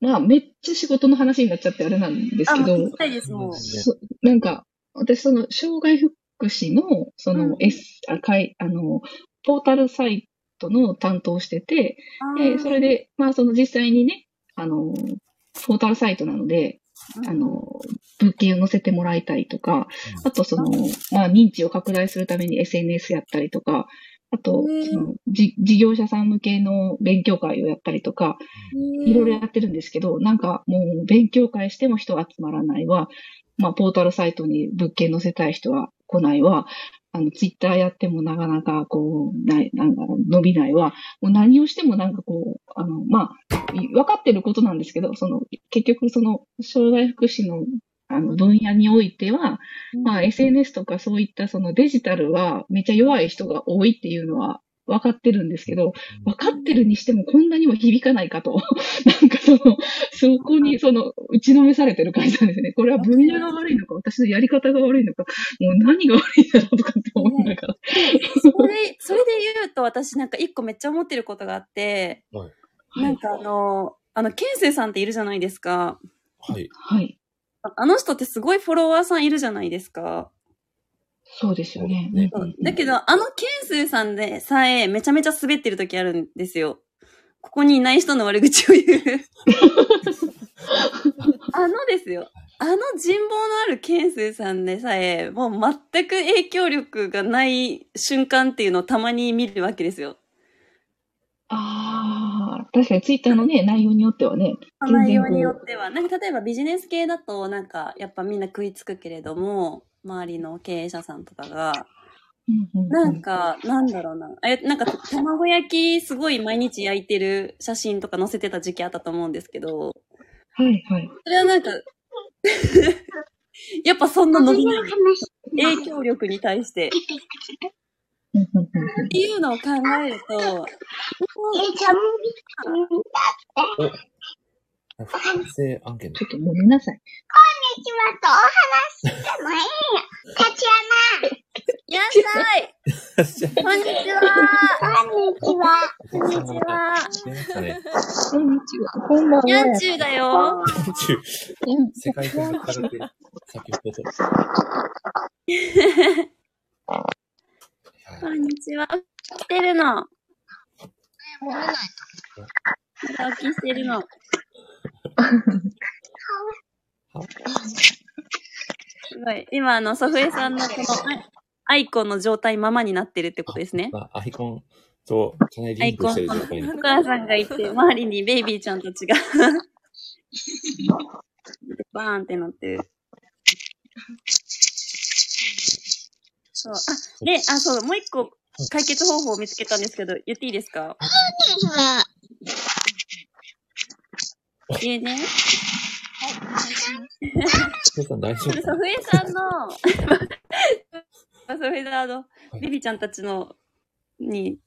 まあ、めっちゃ仕事の話になっちゃってあれなんですあ、けもうど聞き、たいです、もう。そなんか、私、その、障害福祉の、そのう、ん S、あかい、あの、ポータルサイトの担当してて、で、それで、まあ、その実際にね、あの、ポータルサイトなので、あの、物件を載せてもらいたいとか、あとその、まあ、認知を拡大するために SNS やったりとか、あと、うんそのじ事業者さん向けの勉強会をやったりとか、いろいろやってるんですけど、なんかもう勉強会しても人集まらないわ、まあ、ポータルサイトに物件載せたい人は来ないわ、あの、ツイッターやってもなかなかこう、ない、なんか伸びないわ、もう何をしてもなんかこう、あの、まあ、い分かってることなんですけど、その、結局その、障害福祉の、あの、分野においては、まあ、SNS とかそういったそのデジタルはめっちゃ弱い人が多いっていうのは分かってるんですけど、分かってるにしてもこんなにも響かないかと。 (laughs) なんかその、そこにその、打ちのめされてる感じなんですね。これは分野が悪いのか、私のやり方が悪いのか、もう何が悪いんだろうとかって思いながら。それ、それで言うと、私なんか一個めっちゃ思ってることがあって、はいなんかあの、あの、ケンセイさんっているじゃないですか。はい。はい。ああの人ってすごいフォロワーさんいるじゃないですか。そうですよね。ねうんうんうんだけど、あのケンセイさんでさえめちゃめちゃ滑ってる時あるんですよ。ここにいない人の悪口を言う。あのですよ。あの人望のあるケンセイさんでさえ、もう全く影響力がない瞬間っていうのをたまに見るわけですよ。ああ、確かにツイッターのね、内容によってはね、全内然容こによう、っては。なんか例えばビジネス系だと、なんかやっぱみんな食いつくけれども、周りの経営者さんとかが、うんうんうんなんか、なんだろうな。え、なんか、卵焼きすごい毎日焼いてる写真とか載せてた時期あったと思うんですけど、はいはい。それは (laughs) なんか、やっぱそんな伸びない影響力に対して。うんうんうんうんっていうのを考えると、不正案件でちょっとごめんなさい。やんさいこんにちはこんにちは違いましたね。こんにちは。こんばんは。にゃんちゅうだよ世界中に軽く、先ほど。こんにちは。起きてるの。まだ起きしてるの。すごい。今、あの、祖父江さんのこのあアイコンの状態ままになってるってことですね。まあ、アイコンとかなりリンクしてる状態にお。母さんがいて、周りにベイビーちゃんたちが。バーンってなってる。そう。あ、で、あ、そう、もう一個解決方法を見つけたんですけど、言っていいですか言うね。皆さん大丈こ夫れソかフなエさんの、 (laughs) ソフエさんの、いベビちゃんたちの、に、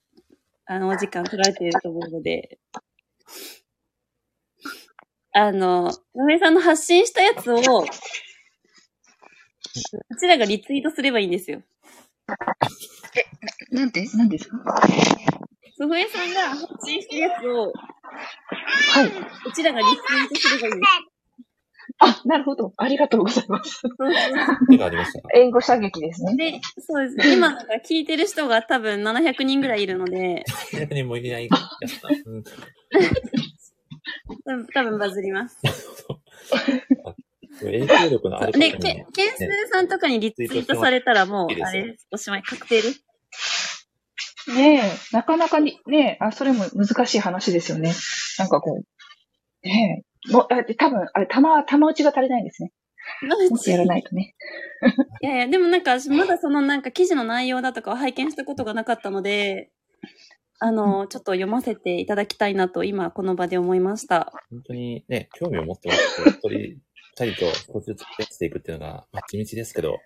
あの、お時間取られていると思うので、あの、ソフエさんの発信したやつを、こちらがリツイートすればいいんですよ。なんて何ですかソフエさんが発信したやつを、はい。こちらがリツイートすればいいんであ、なるほど。ありがとうございます。す。何がありましたか (laughs) 援護射撃ですね。で、そうです。今、聞いてる人が多分700人ぐらいいるので、 100人もいないやつだうん多分多分バズります。影響力のある方で、に。け、ケンスーさんとかにリツイートされたらも、いいうですあよれです、おしまい、確定です。ねえ、なかなかに、ねえ、あ、それも難しい話ですよね。なんかこう、ねえ、もう、あ、多分、あれ、玉、玉打ちが足りないんですね。もしやらないとね。いやいや、でもなんか、まだそのなんか記事の内容だとかは拝見したことがなかったので、あの、ちょっと読ませていただきたいなと、今、この場で思いました。本当にね、興味を持ってもらって、本当に二人と少しずつ増やしていくっていうのが、まあ、地道ですけど、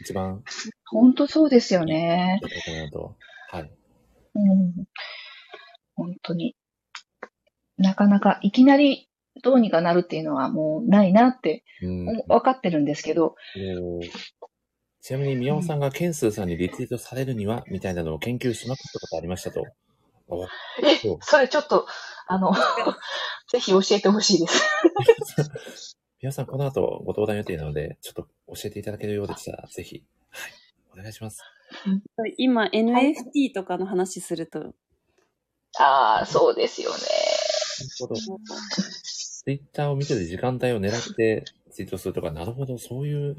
一番本当そうですよね。いいかなと。はい。うん。本当に。なかなか、いきなりどうにかなるっていうのはもうないなって、うん。お分かってるんですけど、もうちなみに、宮尾さんがケンスーさんにリツイートされるには、みたいなのを研究しまくったことありましたと。おそうそれちょっと、あの、 (laughs) ぜひ教えてほしいです。宮尾さん、この後ご登壇予定なので、ちょっと教えていただけるようでしたら、ぜひ、はい、お願いします。今、NFT とかの話すると、ああ、そうですよね。なるほど。ツイッターを見てる時間帯を狙ってツイートするとか、なるほど、そういう、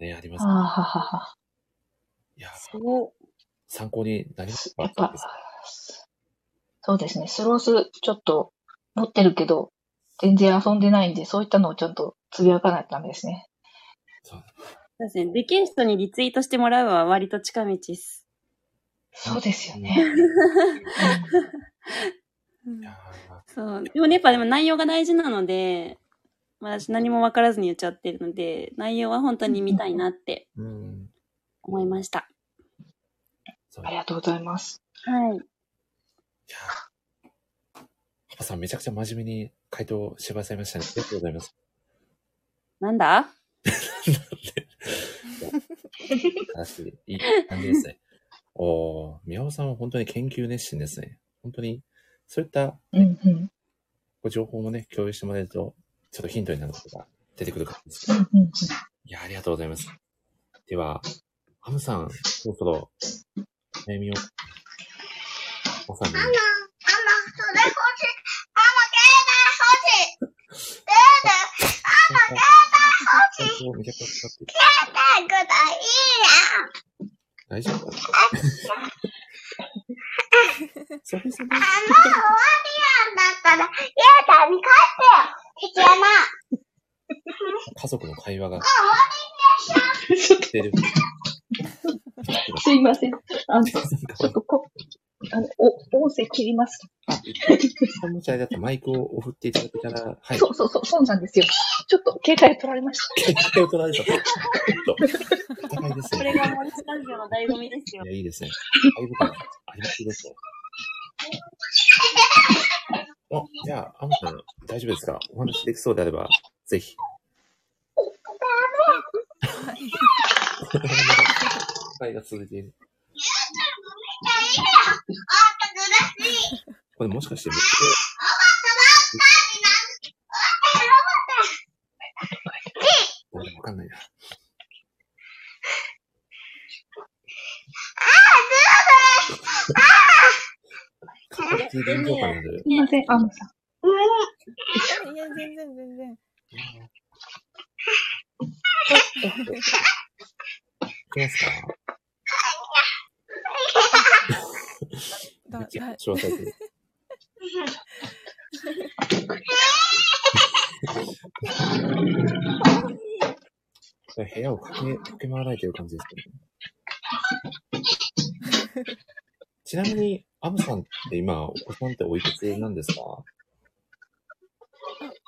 ね、ありまあすー。ははは。 (laughs) いや、そう、参考になりますやっかぱ、そうですね。スロースちょっと持ってるけど、全然遊んでないんで、そういったのをちょっとつぶやかないとダメですね。そうそうですね。できる人にリツイートしてもらうは割と近道です。そうですよね。いやそう。でもね、やっぱでも内容が大事なので、私何も分からずに言っちゃってるので、内容は本当に見たいなってーうん。思いました。そうありがとうございます。はい。いやーパパさんめちゃくちゃ真面目に回答してくださいました (laughs) ね。ありがとうございます。なんだ話していい感じですね。おー、宮尾さんは本当に研究熱心ですね。本当に、そういったうんうん。ご情報もね、共有してもらえると、ちょっとヒントになることが出てくるかもしれうない。んうんうんいや、ありがとうございます。では、ハムさん、そろそろ、悩みを、おさんに。おめちゃくちゃ使って大丈夫かなそうですね。家族の会話が出る。すいません。あ (laughs) の、ちょっとこ、あの、お、音声切ります。ハムちゃんだったらマイクを振っていただけたら、はい。そうそうそう、そうなんですよ。ちょっと携 (laughs) 帯取られました。結構取られたと。ちょっと、お互いですね。 (laughs) これが森スタジオの醍醐味ですよい。や、いいです (laughs) ね。ライブ感ありがちですね。あ、じゃあ、アムさん、大丈夫ですかお話できそうであれば、ぜひ。はい、が続いている。これもしかして、僕、わかんないな。カッチ臨場感のあるす。いません、アムさん。いや、全然全然。いきますかだ、いや詳だ、細で。部屋を駆け駆け回られてる感じですけど、ちなみに、アムさんって今、お子さんっておいくつなんですか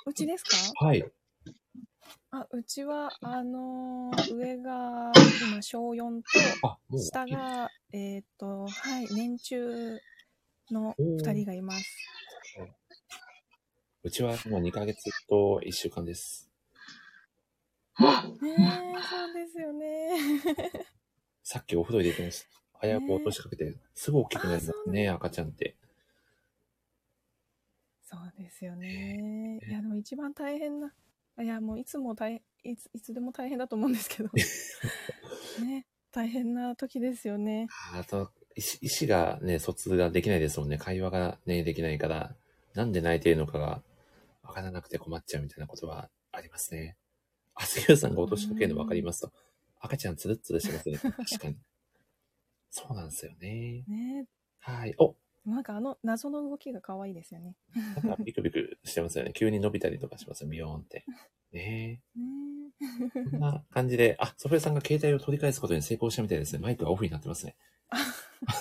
うちですかはい。あ、うちは、あのー上が、今、小4あ、もと、う。下が、えっ、と、はい、年中のおー2人がいます。うちはもう2ヶ月と1週間です。ねえ、そうですよね。 (laughs) さっきお風呂入れてました。早く落としかけて、すぐ大きくなりまあすそうね、赤ちゃんって。そうですよね。いや、でも一番大変な、いや、もういつも大変、いつ、いつでも大変だと思うんです (laughs) けど。ね、大変な時ですよね。あと、意思意思がね、疎通ができないですもんね。会話がね、できないから、なんで泣いているのかがわからなくて困っちゃうみたいなことはありますね。あ、杉浦さんが落としかけるのわかりますと。赤ちゃんつるっつるしてますね。確 (laughs) かに。そうなんですよね。ねはい。おなんかあの謎の動きが可愛いですよね。なんかビクビクしてますよね。急に伸びたりとかしますよ。ビヨーンって。ねねえ。こんな感じで、あ、ソフィアさんが携帯を取り返すことに成功したみたいですね。マイクがオフになってますね。あ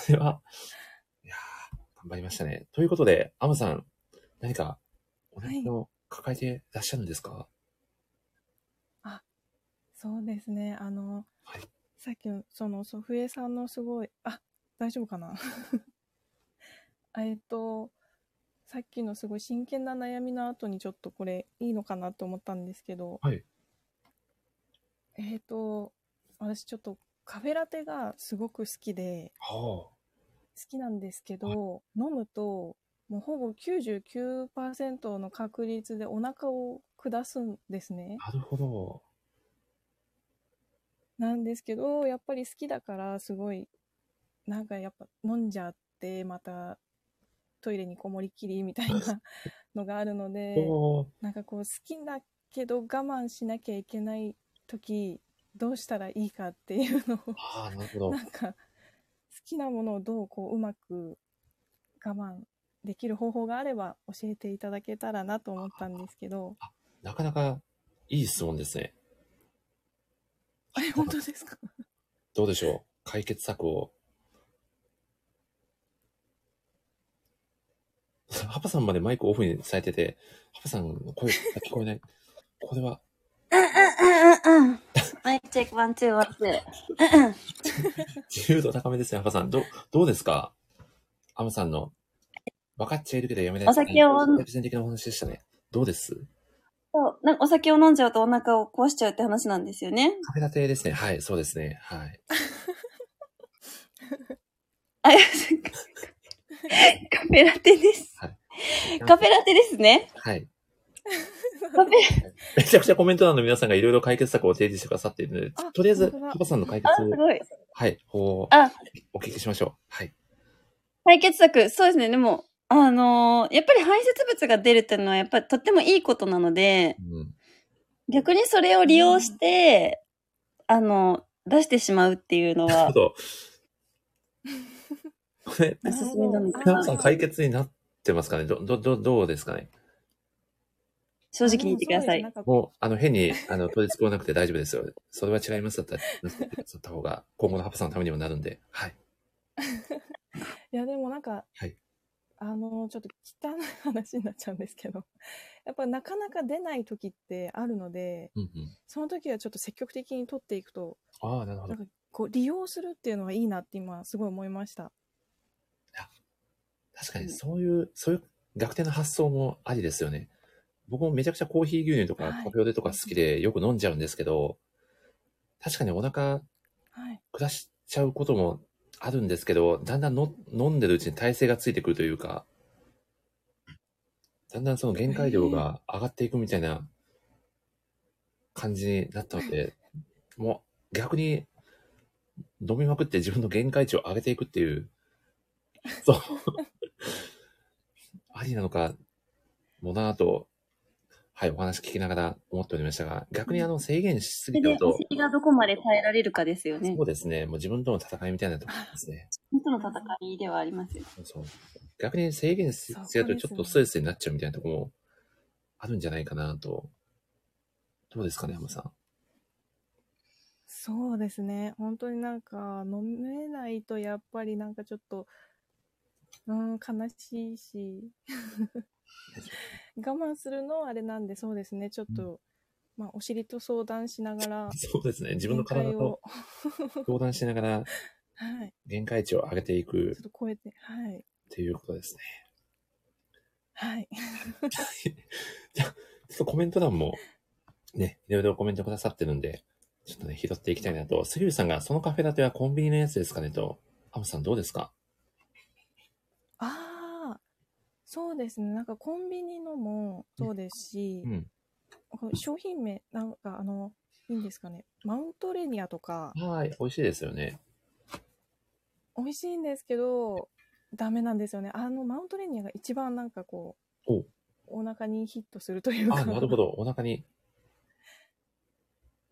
れは、頑張りましたね。ということで、アムさん、何かお悩みを抱えてらっしゃるんですか、そうですね。あの、はいさっきの、その、祖父江さんのすごい、あ、大丈夫かな (laughs) えっと、さっきのすごい真剣な悩みの後にちょっとこれいいのかなと思ったんですけど、はいえっと、私ちょっとカフェラテがすごく好きで、は好きなんですけど、飲むと、もうほぼ99%の確率でお腹を下すんですね。あ、なるほど。なんですけど、やっぱり好きだから、すごい、なんかやっぱ飲んじゃって、またトイレにこもりきりみたい (laughs) なのがあるので、おーなんかこう好きだけど我慢しなきゃいけない時、どうしたらいいかっていうのああ、なるほど。を、(laughs) なんか好きなものをどうこううまく我慢できる方法があれば教えていただけたらなと思ったんですけど、なかなかいい質問ですね。あれ本当ですかどうでしょう解決策を。 (laughs) ハパさんまでマイクオフにされてて、ハパさんの声が聞こえない。 (laughs) これは、うんうんうん。マイクチェック、ワン、ツー、ワン、ツー。自由度高めですね、ハパさん。どう、どうですかアムさんの、分かっちゃいるけどやめない。お酒を飲ん自然的なお話でしたね。どうですそう、なんかお酒を飲んじゃうとお腹を壊しちゃうって話なんですよね。カフェラテですね。はい、そうですね。はい。あ、いやカフェラテです。はいカフェラテですね。はい。カフェラテ。めちゃくちゃコメント欄の皆さんがいろいろ解決策を提示してくださっているので、あとりあえず、本当だハパさんの解決あ、すごい。はい、ほう、あ、お聞きしましょう。はい。解決策。そうですね。でも、あのーやっぱり排泄物が出るっていうのは、やっぱりとってもいいことなので、うん。逆にそれを利用して、あの、出してしまうっていうのなる (laughs) はほ、ど。これ、おすすめなのか皆さんあー解決になってますかねど、ど、ど、どうですかね正直に言ってください。あでもそうですなんかこうもう、あの、変に、あの、取り繕わなくて大丈夫ですよ。それは違いますだったら、そうった方が、今後のハパさんのためにもなるんで、はい。いやでもなんか、はいあのちょっと汚い話になっちゃうんですけど (laughs) やっぱなかなか出ない時ってあるのでうんうん。その時はちょっと積極的に取っていくとああ、なるほどなん。かこう利用するっていうのはいいなって今すごい思いました確かに、そういう、そういう逆転の発想もありですよね。僕もめちゃくちゃコーヒー牛乳とかはいカフェオレとか好きでよく飲んじゃうんですけど、確かにお腹はい下しちゃうこともあるんですけど、だんだんの飲んでるうちに体勢がついてくるというか、だんだんその限界量が上がっていくみたいな感じになったので、もう逆に飲みまくって自分の限界値を上げていくっていう、 (laughs) そう、ありなのかもなぁと、はい、お話聞きながら思っておりましたが、逆にあの制限しすそぎれちゃうで、と、お尻がどこまで耐えられるかですよねそ。うですね。もう自分との戦いみたいなところですね。本当の戦いではありますよ。そう逆に制限しすぎるとちょっとストレスになっちゃうみたいなところもあるんじゃないかなと。どうですかね、山さん。そうですね本当になんか飲めないとやっぱりなんかちょっとうん悲しいし (laughs) 我慢するのはあれなんでそうですねちょっと、まあお尻と相談しな (laughs) がらそうですね。自分の体限界とを相談しながら (laughs) はい限界値を上げていくちょっと超えて、はい。っていうことですね。 (laughs) はい。じゃあ、ちょっとコメント欄もね、いろいろコメントくださってるんで、ちょっとね、拾っていきたいなと。杉浦さんが、そのカフェラテはコンビニのやつですかねと。アムさんどうですかああ、そうですね。なんかコンビニのもそうですしう、ん。これ商品名、なんかあの、いいんですかね。マウントレニアとか、はい、美味しいですよね。美味しいんですけど、ダメなんですよね。あの、マウントレニアが一番なんかこおう、お腹にヒットするというか。あ、なるほど。お腹に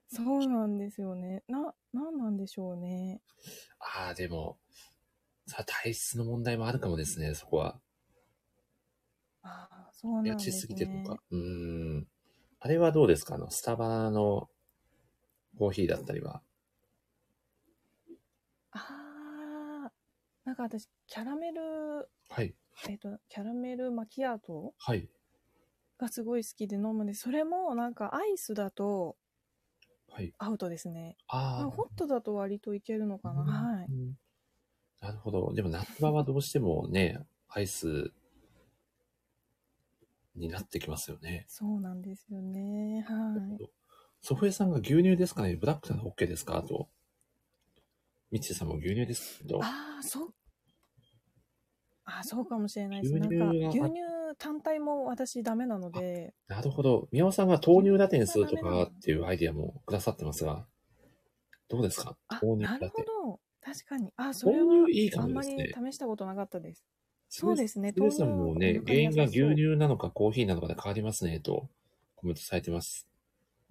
そうなんですよね。な、なんなんでしょうね。ああ、でも、さあ、体質の問題もあるかもですね、そこは。ああ、そうなんやですちね。すぎてるのか。うーん。あれはどうですかあの、スタバのコーヒーだったりは。ああ、なんか私、キャラメルはい。えっと、キャラメルマキアートはい。がすごい好きで飲むんで、それもなんかアイスだとはい。アウトですね。まああホットだと割といけるのあ。かな。はい。うんなるほど。でも夏場はどうしてもね、アイスになってきますよね。そうなんですよね。はい。ソフエさんが牛乳ですかねブラックさんの OK ですかと。ミッチーさんも牛乳ですけど。ああ、そう。あーそうかもしれないです。牛なん乳か、が牛乳単体も私ダメなので、なるほど。宮尾さんが豆乳ラテにするとかっていうアイディアもくださってますが、どうですかあ、豆乳ラなるほテ。ど。確かに。あ、それは豆乳いいかあんもまでりすね。試したことなかったです。そうですね。皆さんもね、豆原因乳が牛お腹に優し乳なのかコーヒーなのかで変わりますね、とコメントされてます。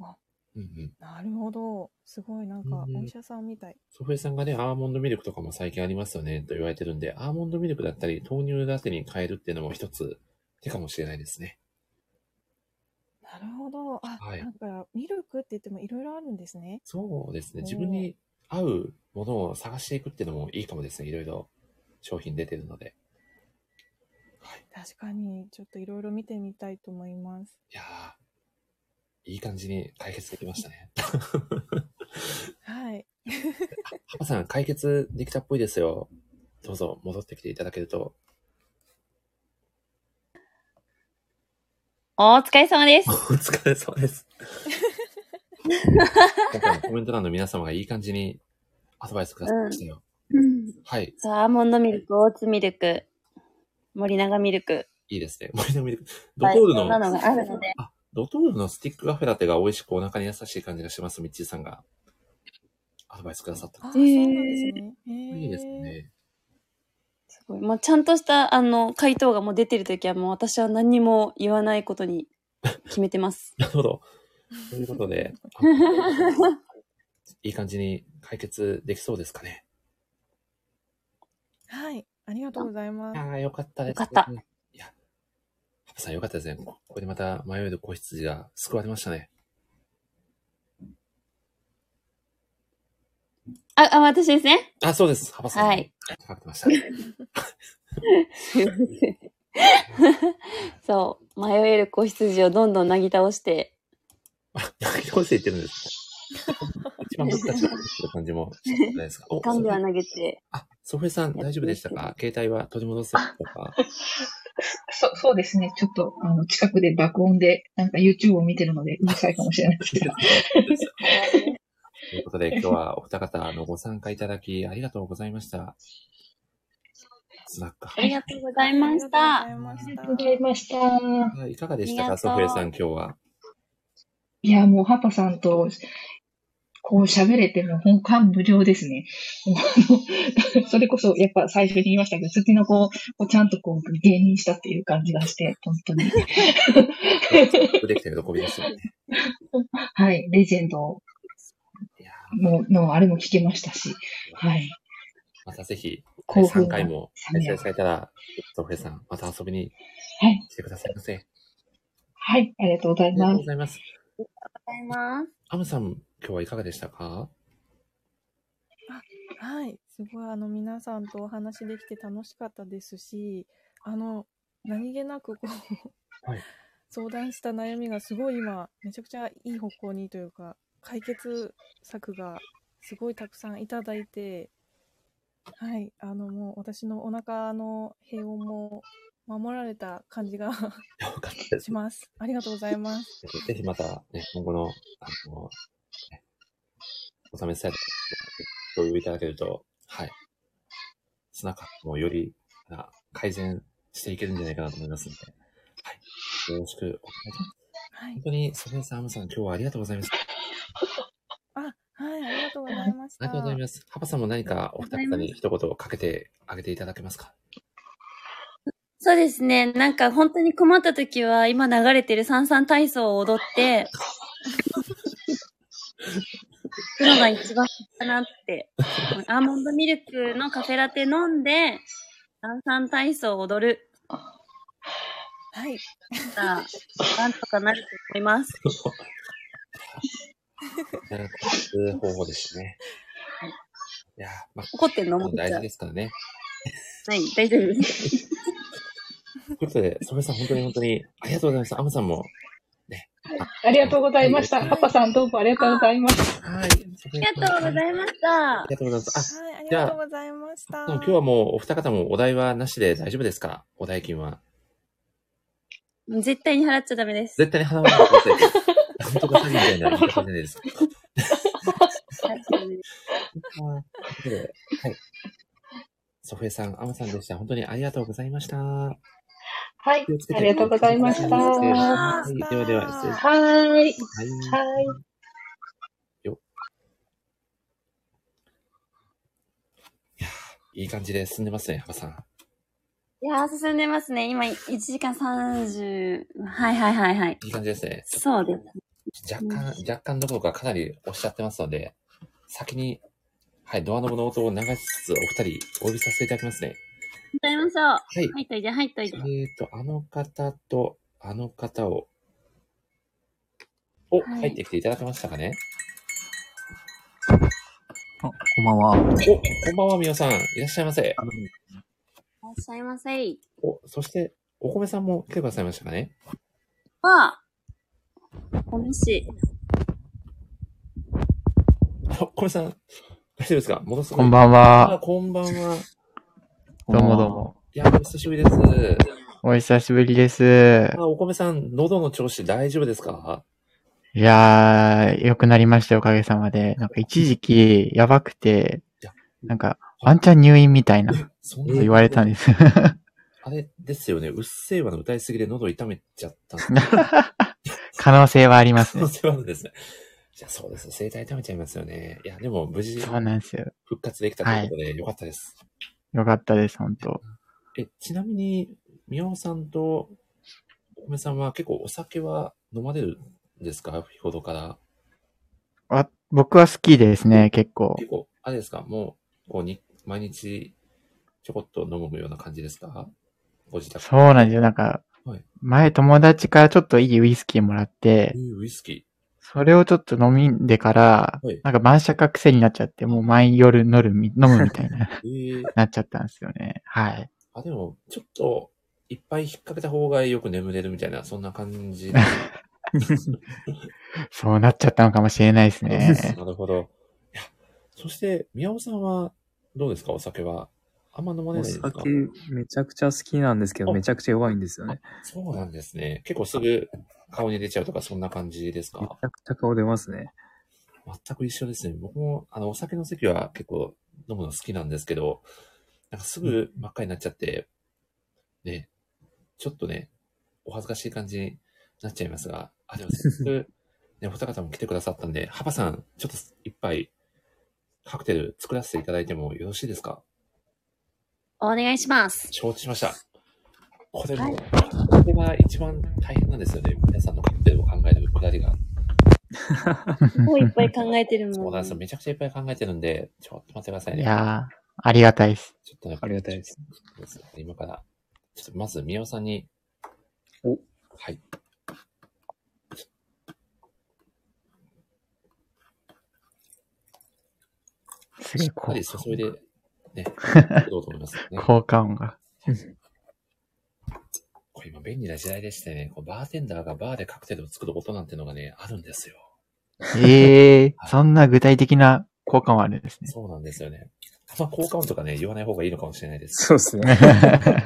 あうんうん。そうなるほど。すごい、なんかう、んお医者さんみたい。ソフェさんがね、アーモンドミルクとかも最近ありますよね、と言われてるんで、アーモンドミルクだったり、豆乳ラテに変えるっていうのも一つ手かもしれないですね。なるほど。あ、はいなんか、ミルクって言ってもいろいろあるんですね。そうですね。おー自分に合うものを探していくっていうのもいいかもですね。いろいろ商品出てるので。確かに、ちょっといろいろ見てみたいと思います。いやー、いい感じに解決できましたね。はい。ハパさん、解決できたっぽいですよ。どうぞ戻ってきていただけると。お疲れ (laughs) 様ですお。疲れ様です。今回のコメント欄の皆様がいい感じにアドバイスくださいましたよ。はい、そう、アーモンドミルク、オーツミルク、森永ミルク。いいですね。森のミルク。ドはいトールそんなの、のがあるので。あ、ドトールのスティックカフェラテが美味しくお腹に優しい感じがします。みっちーさんがアドバイスくださった。ーあ、そうなんですね。へーいいです。ね。すごい。もうちゃんとした、あの、回答がもう出てるときはもう私は何にも言わないことに決めてます。なるほど。ということで、あいい感じに解決できそうですかね。はい。ありがとうございます。ああ、よかったです、ね。よかったいや、パパさんよかったですね。ここでまた迷える子羊が救われましたね。あ、あ、私ですね。あ、そうです。ハパさん。はい。かかってま (laughs) した。そう。迷える子羊をどんどんなぎ倒して。あ、投げ倒していってるんです。 (laughs) 一番難しい感じもしないですか。おガンでは投げて。あ、ソフェさん大丈夫でしたか携帯は取り戻せとか。そそうですね。ちょっと、あの、近くで爆音で、なんか YouTube を見てるので、うるさいかもしれないですけど。ということで、今日はお二方のご参加いただきありがとうございました。スナック。あはりがとうございましあた。りがとうございまありがしとうございました。いいかがでしたありかがとソうフェさん、今日 (laughs) は。いや、もう、ハパさんと、こう喋れても、本感無量ですね。 (laughs) あのそれこそ、やっぱ最初に言いましたけど、月の子をちゃんとこう、芸人したっていう感じがして、本当に。 (laughs) できた喜びですよね。はい、レジェンドいやもの、あれも聞けましたし、はい。またぜひ、興奮3回も開催されたら、ソフェさん、また遊びにはい、来てくださいませ。はい、ありがとうござあいりがまとうご。すざいます。ありがとうございます。アムさん、今日はいかがでしたかた。はい。すごい、あの、皆さんとお話できて楽しかったですし、あの、何気なくこう、はい相談した悩みがすごい今、めちゃくちゃいい方向にというか、解決策がすごいたくさんいただいて、はい。あの、もう私のお腹の平穏も守られた感じが (laughs) よかったですし。ます。ありがとうございます。ぜひまた、ね、今後の、あの、ねお試しサイト共有いただけると、はい。スナックもよりあ改善していけるんじゃないかなと思いますので、はい。よろしくお願いします。はい本。当に、ソフェさん、アムさん、今日はありがとうございました。ああ、はい。ありがとうございました。りがとうございます。ハパさんも何かお二方に一言をかけてあげていただけますかそうですね。なんか本当に困った時は、今流れてる三三体操を踊って、 (laughs) 行くのが一番いいかなって。アーモンドミルクのカフェラテ飲んで、三三体操を踊る。はい。さあ、なんとかなると思います。 (laughs) なんか、そういう (laughs) 方法ですね。いやー、まあ、怒ってんのも。大事ですすからね。 (laughs) はい、大丈夫です。ということで、ソメさん本当に本当にありがとうございました。アムさんも。ね。ありがとうございました。パパさんどうもありがとうございました。はい。りがとうございましあた。りがとうございます。はい、ありじゃあがとうございました。あ、でも今日はもうお二方もお題はなしで大丈夫ですかお代金 (laughs) は。絶対に払っちゃダメです。絶対に払わないでください。本当か詐欺みたいな言い方じゃない (laughs) ですか。はいということではい。ソフェさん、アムさんでした。本当にありがとうございました。あはい。ありがとうございました。ははい、ではでは、失礼します。ーい。はいはい。いい感じで進んでますね、ハバさん。いやー、進んでますね。今、1時間30。はいはいはいはい。いい感じですね。そうです。若干、若干どころかかなり押しちゃってますので、先に、はい、ドアノブの音を流しつつ、お二人、お呼びさせていただきますね。歌いましょう。はい。入っといて、入っといて。えっ、と、あの方と、あの方を、お、はい入ってきていただけましたかね。あ、こんばんは。お、こんばんは、みおさん。いらっしゃいませ。いらっしゃいませ。お、そして、お米さんも来てくださいましたかね。は、お飯。お米さん、大丈夫ですかものすごい。こんばんあ、は。こんばんは。どうもどうも。いや、お久しぶりです。 (laughs) お久しぶりです。あ、お米さん、喉の調子大丈夫ですかいやー、良くなりましたよおかげさまで。なんか一時期、やばくていや、なんか、ワンチャン入院みたいなことそん言われたんです。 (laughs) あれですよね。うっせぇわの歌いすぎで喉痛めちゃったんです。 (laughs) 可能性はありますそ (laughs) ねの。せいですね。じゃあそうです。声帯痛めちゃいますよね。いや、でも無事そうなんですよ。復活できたということで、よかったです。よかったです、本当え、ちなみに、みおさんとお米さんは結構お酒は飲まれるんですか日ほどから。わ僕は好きですね、結構。結構、あれですかもう、こうに、毎日ちょこっと飲むような感じですかご自宅。そうなんですよ。なんかはい、前友達からちょっといいウイスキーもらってえ、ーウイスキそれをちょっと飲みんでからはい、なんか晩酌が癖になっちゃって、もう毎夜飲るみ、飲むみたいな、 (laughs) ー。えー、なっちゃったんですよね。はい。あ、でも、ちょっと、いっぱい引っ掛けた方がよく眠れるみたいな、そんな感じですそうなっちゃったのかもしれないですね。なるほど。いや、そして、宮尾さんは、どうですかお酒は。あんま飲まれなおいですか酒めちゃくちゃ好きなんですけど、あめちゃくちゃ弱いんですよね。そうなんですね。結構すぐ顔に出ちゃうとか、そんな感じですめちかゃくちゃ顔出ますね。全く一緒ですね。僕も、あの、お酒の席は結構飲むの好きなんですけど、なんかすぐ真っ赤になっちゃって、ね、ちょっとね、お恥ずかしい感じになっちゃいますが、あ、 (laughs) でもせっかく、ね、お二方も来てくださったんで、ハバさん、ちょっと一杯、カクテル作らせていただいてもよろしいですかお願いします。承知しました。これ、はもこれが一番大変なんですよね。皆さんのカクテルを考えるくだりが。すごいいっぱい考えてるそも。うんなんですよ。めちゃくちゃいっぱい考えてるんで、ちょっと待ってくださいいね。やー、ありがたいです。ちょっとねありがたいです。今から、ちょっとまず、宮尾さんに。おはい。すげえしっかこりう、注いで、 (laughs) ね、どうと思いますね。効果 (laughs) 音が。これ今便利な時代でしてね、こうバーテンダーがバーでカクテルを作ることなんてのがね、あるんですよ。ええー、そんな具体的な効果もあるんですね。そうなんですよね。あんま効果音とかね、言わない方がいいのかもしれないです。そうですね。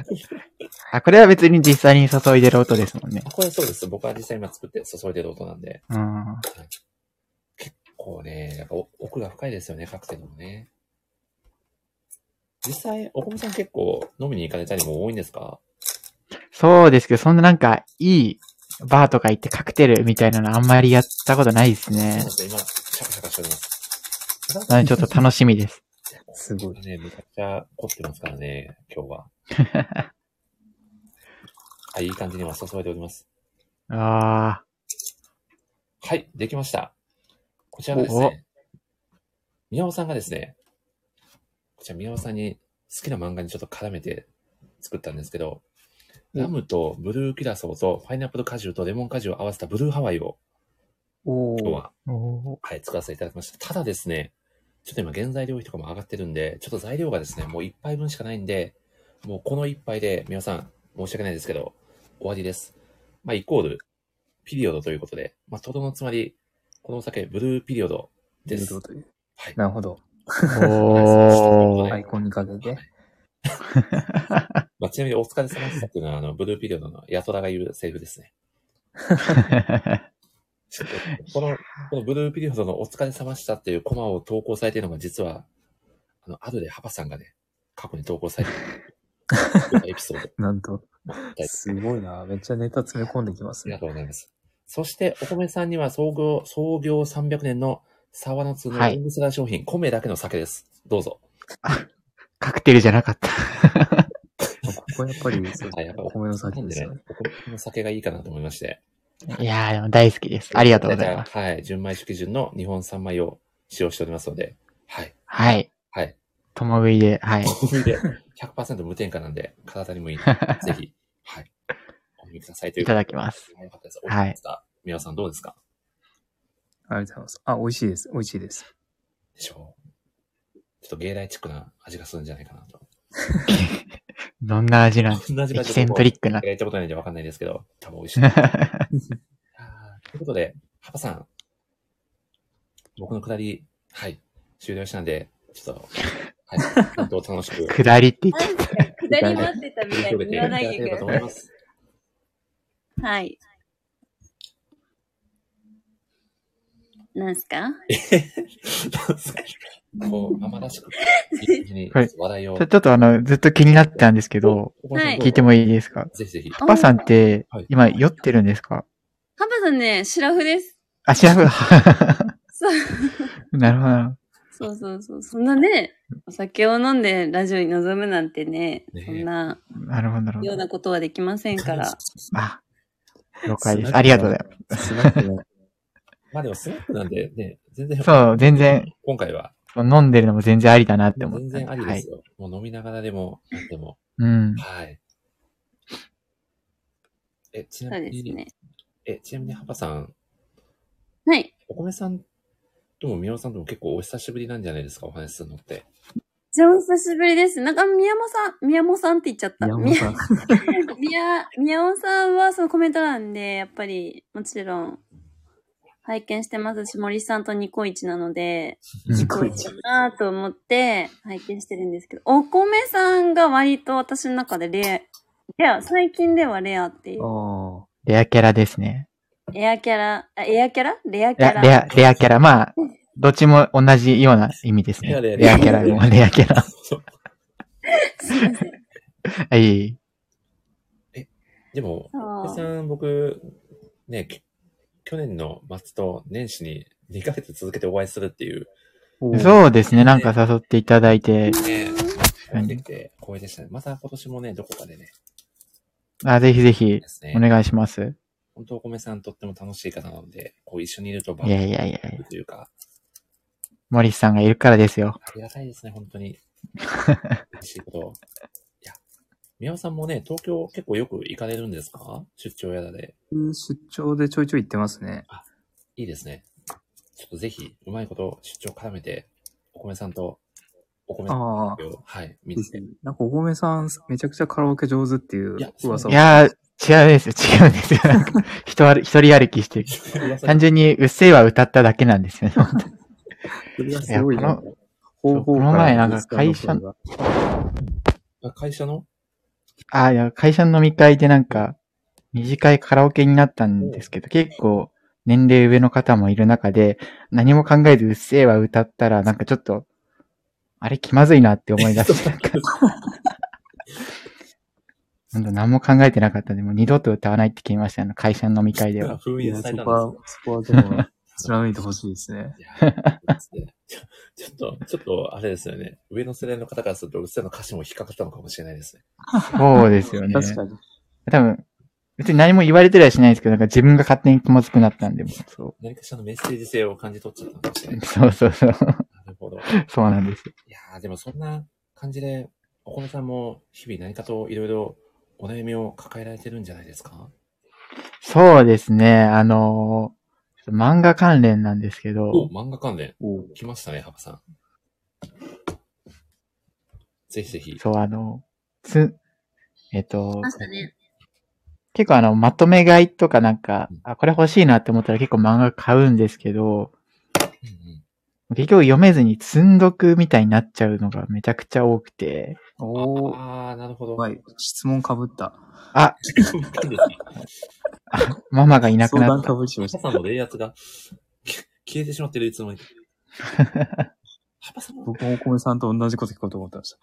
(laughs) あこれは別に実際に注いでる音ですもんね。 (laughs) あこれそうです。僕は実際今作って注いでる音なんで。うん。結構ね、やっぱお奥が深いですよね、カクテルもね。実際、おこみさん結構飲みに行かれたりも多いんですかそうですけど、そんななんか、いいバーとか行ってカクテルみたいなのあんまりやったことないでそすうねで。すね今、シャカシャカしております。なのでちょっと楽しみです。すごい。ね、めちゃくちゃ凝ってますからね、今 (laughs) 日は。はい、いい感じに今注いでおります。あはい、できました。こちらがですね、宮尾さんがですね、こちら宮尾さんに好きな漫画にちょっと絡めて作ったんですけど、うんラムとブルーキラソーとパイナップル果汁とレモン果汁を合わせたブルーハワイをお今日ー。は、ーおはい、作らせていただきました。ただですね、ちょっと今原材料費とかも上がってるんで、ちょっと材料がですね、もう一杯分しかないんで、もうこの一杯で、皆さん、申し訳ないですけど、終わりです。まあ、イコール、ピリオドということで、まあ、とどのつまり、このお酒、ブルーピリオドです。ブルーというはいなるほど。おはー。アイコンにかけて。まあ、ちなみにお疲れ様でしたっていうのは、あの、ブルーピリオドのヤトラが言うセリフです (laughs) ね。ちょっとこの、このブルーピリオドのお疲れ様でしたっていうコマを投稿されているのが、実は、あの、アドでハパさんがね、過去に投稿 (laughs) されているエピソード。なんと、まあすごいな。めっちゃネタ詰め込んできますありがね。とうございます。そして、お米さんには創業、創業300年の沢の津のはいロングセラー商品、米だけの酒です。どうぞ。カクテルじゃなかった。ここやっぱり、そうあやっぱお米の先なんでですねよね。、お米の酒がいいかなと思いまして。 (laughs) いやー、でも大好きです。ありがとうございます。大体はい、純米酒基準の日本三米を使用しておりますので、はい、はい。はい。とも食いで、はい。それで100%無添加なんで、体にもいいので、 (laughs) ぜひ、はい、お飲みくださいといういただきます。よかったです。おいしいですか、皆さんどうですかありがとうございます。あ、美味しいです。美味しいです。でしょうちょっと芸大チックな味がするんじゃないかなと。どんな味なんです同じか感エキじセントリッ (laughs) クな。、やったことないんでわかんないですけど、多分美味しい。あーということで、ハパさん、僕のくだり、はい、終了したんで、ちょっと、はい、本当楽しく (laughs) 下りって言っなんか、 (laughs) 下り待ってたみたいに言わいなただいけれでばと思くだいさます。い。はい。なんす (laughs) か (laughs) こう、甘らしく、いい感じにはい話題をた。。ちょっとあの、ずっと気になってたんですけど、はい聞いてもいいですかぜひぜひ。パパさんってはい、今酔ってるんですかハパさんね、シラフです。あ、シラフ。そう (laughs) なるほどなるほど。そうそうそう。そんなね、お酒を飲んでラジオに臨むなんてね、ねえそんななるほど、なるほようど。なことはできませんから。あ、了解です。ありがとうございスナックのまあでもスナックなんでね、全然、ます。そう、全然、今回は、飲んでるのも全然ありだなって思った全んで。然ありはでいす。よ。もう飲みながらでも、なんでも。うん。はい。え、ちそなうみですに、ね。え、ちなみにハパさん、はい。お米さんともみおさんとも結構お久しぶりなんじゃないですか、お話しするのって。じゃあお久しぶりです。なんか、宮本さん、宮本さんって言っちゃった。宮本さん。宮、宮尾さんはそのコメント欄で、やっぱり、もちろん、拝見してますし、森さんとニコイチなので、うんニコイチだなぁと思って、拝見してるんですけど、お米さんが割と私の中でレア、レア、最近ではレアっていう、あレアキャラですね。エアキャラ、あエアキャラレアキいやャレラ。ア、レアキャラ。まあ、どっちも同じような意味ですレね。アレアレアキャラもレアキャラ。すいません。 (laughs) はい。 (laughs) でも、お米そさ、うん僕、ね、き去年の末と年始に2ヶ月続けてお会いするっていう、あ。う。そうですね。なんか誘っていただいね、て、うんできて光栄でしたね。また今年もね、どこかでね、あぜひぜひで、すねお。願いします。本当お米さんとっても楽しい方なので、こう一緒にいるとバいやいやいやいやというか、森さんがいるからですよ。ありがたいですね、本当 (laughs) に。嬉しいこと。いや、宮尾さんもね、東京結構よく行かれるんですか出張やだで。出張でちょいちょい行ってますね。いいですね。ちょっとぜひ、うまいこと出張絡めて、お米さんと、お米さんああ。を、はい、見ですてね。なんか、お米さん、めちゃくちゃカラオケ上手っていういや噂を。いやー、違うですよ。違うんですよ。なんか、人歩一人歩き (laughs) してる。単純に、うっせぇは歌っただけなんですよね。本当にそれがすごいな。い方こ法の前なんか会社が。あ会社のあー、いや、会社の飲み会でなんか、二次会カラオケになったんですけど、結構、年齢上の方もいる中で、何も考えずうっせぇは歌ったら、なんかちょっと、あれ気まずいなって思い出して、なんか、 (laughs) なんだ何も考えてなかったんで、もう二度と歌わないって決めました、あの会社の飲み会では。封い印や、さ (laughs) それたんですこはよ、そこはでも、 (laughs) 貫いてほしいですね。いやちょちょっと、ちょっと、あれですよね。上の世代の方からすると、うっせぇの歌詞も引っかかったのかもしれないですね。そうですよね。確かに。多分、別に何も言われてりはしないですけど、なんか自分が勝手に気まずくなったんで、もうそ何かしらのメッセージ性を感じ取っちゃったのかもしれ (laughs) なう。い。そうそうそう。なるほど。い (laughs) そうなんですよ。やー、でもそんな感じで、お米さんも日々何かといろいろお悩みを抱えられてるんじゃないですかそうですね。あのーちょっと漫画関連なんですけお、ど、漫画関連。おう来ましたね、ハパさん。ぜひぜひ。そう、あの、つ、えっと、ましたね。結構あの、まとめ買いとかなんか、あ、これ欲しいなって思ったら結構漫画買うんですけど、結局読めずに積んどくみたいになっちゃうのがめちゃくちゃ多くて、おー、ああ、なるほど。は。い。質問かぶった。 (laughs) あ、ママがいなく相な談っかた。ぶりしましパた。さんの冷圧がけ消えてしまってるいつの間に。パパさんも僕もお米さんと同じこと聞こうと思ってまし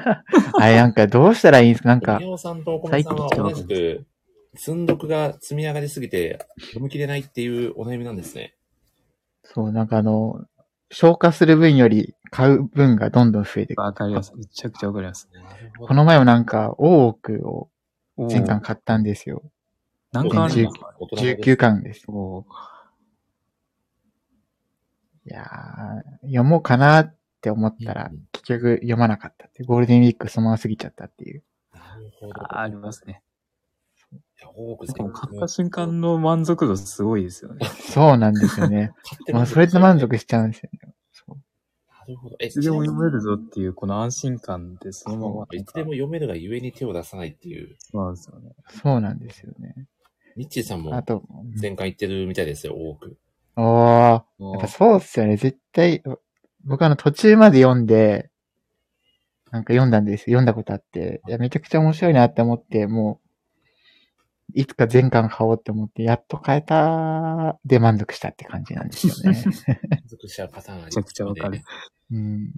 た。あれなんかどうしたらいいんですかなんか宮、尾さんとお米さんは同じく、積んどくが積み上がりすぎて、読み切れないっていうお悩みなんですね。そう、なんかあの、消化する分より買う分がどんどん増えてくるわかります。めちゃくちゃわかります。なるほこの前もなんか、大奥をお全巻ー、買ったんですよ。何巻あるん全で然すか大人です19巻です。おー、いやー、読もうかなって思ったら、結局読まなかったって。ゴールデンウィークそのまま過ぎちゃったっていう。なるほど。あーありますね。いや多くなんかもう買った瞬間の満足度すごいですよね。そうなんです (laughs) よね。買ってまあ、それで満足しちゃうんですよね。そうなるほど。え、いつでも読めるぞっていう、この安心感でそのままいつでも読めるがゆえに手を出さないっていう。そうなんですよね。そうなんですよね。ミッチーさんあもと、前回言ってるみたいですよ、多く。おー、やっぱそうっすよね。絶対、僕あの途中まで読んで、なんか読んだんです。読んだことあって、いや、めちゃくちゃ面白いなって思って、もう、いつか全巻買おうって思って、やっと買えたで満足したって感じなんですよね。 (laughs) 満足しちゃうパターンありめまちゃくちすゃのわでかる。うん。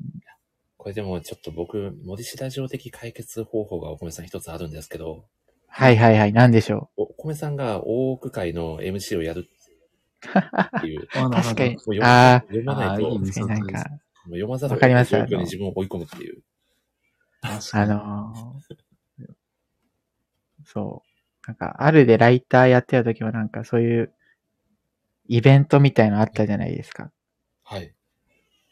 これでもちょっと僕、モディシラジオ的解決方法がお米さん一つあるんですけど、はいはいはい、なんでしょお米さんが大奥会の MC をやるっていう。あう。なるほ (laughs) 確どかもうに読、まあ読あまないあ、と、いいもー、うね、確かそにうで読すねなんか、まざるを得わかりなまいす状あの況に自分を追い込むっていう。確かあに。のーそう。なんか、あるでライターやってた時はなんかそういうイベントみたいのあったじゃないですか。はい。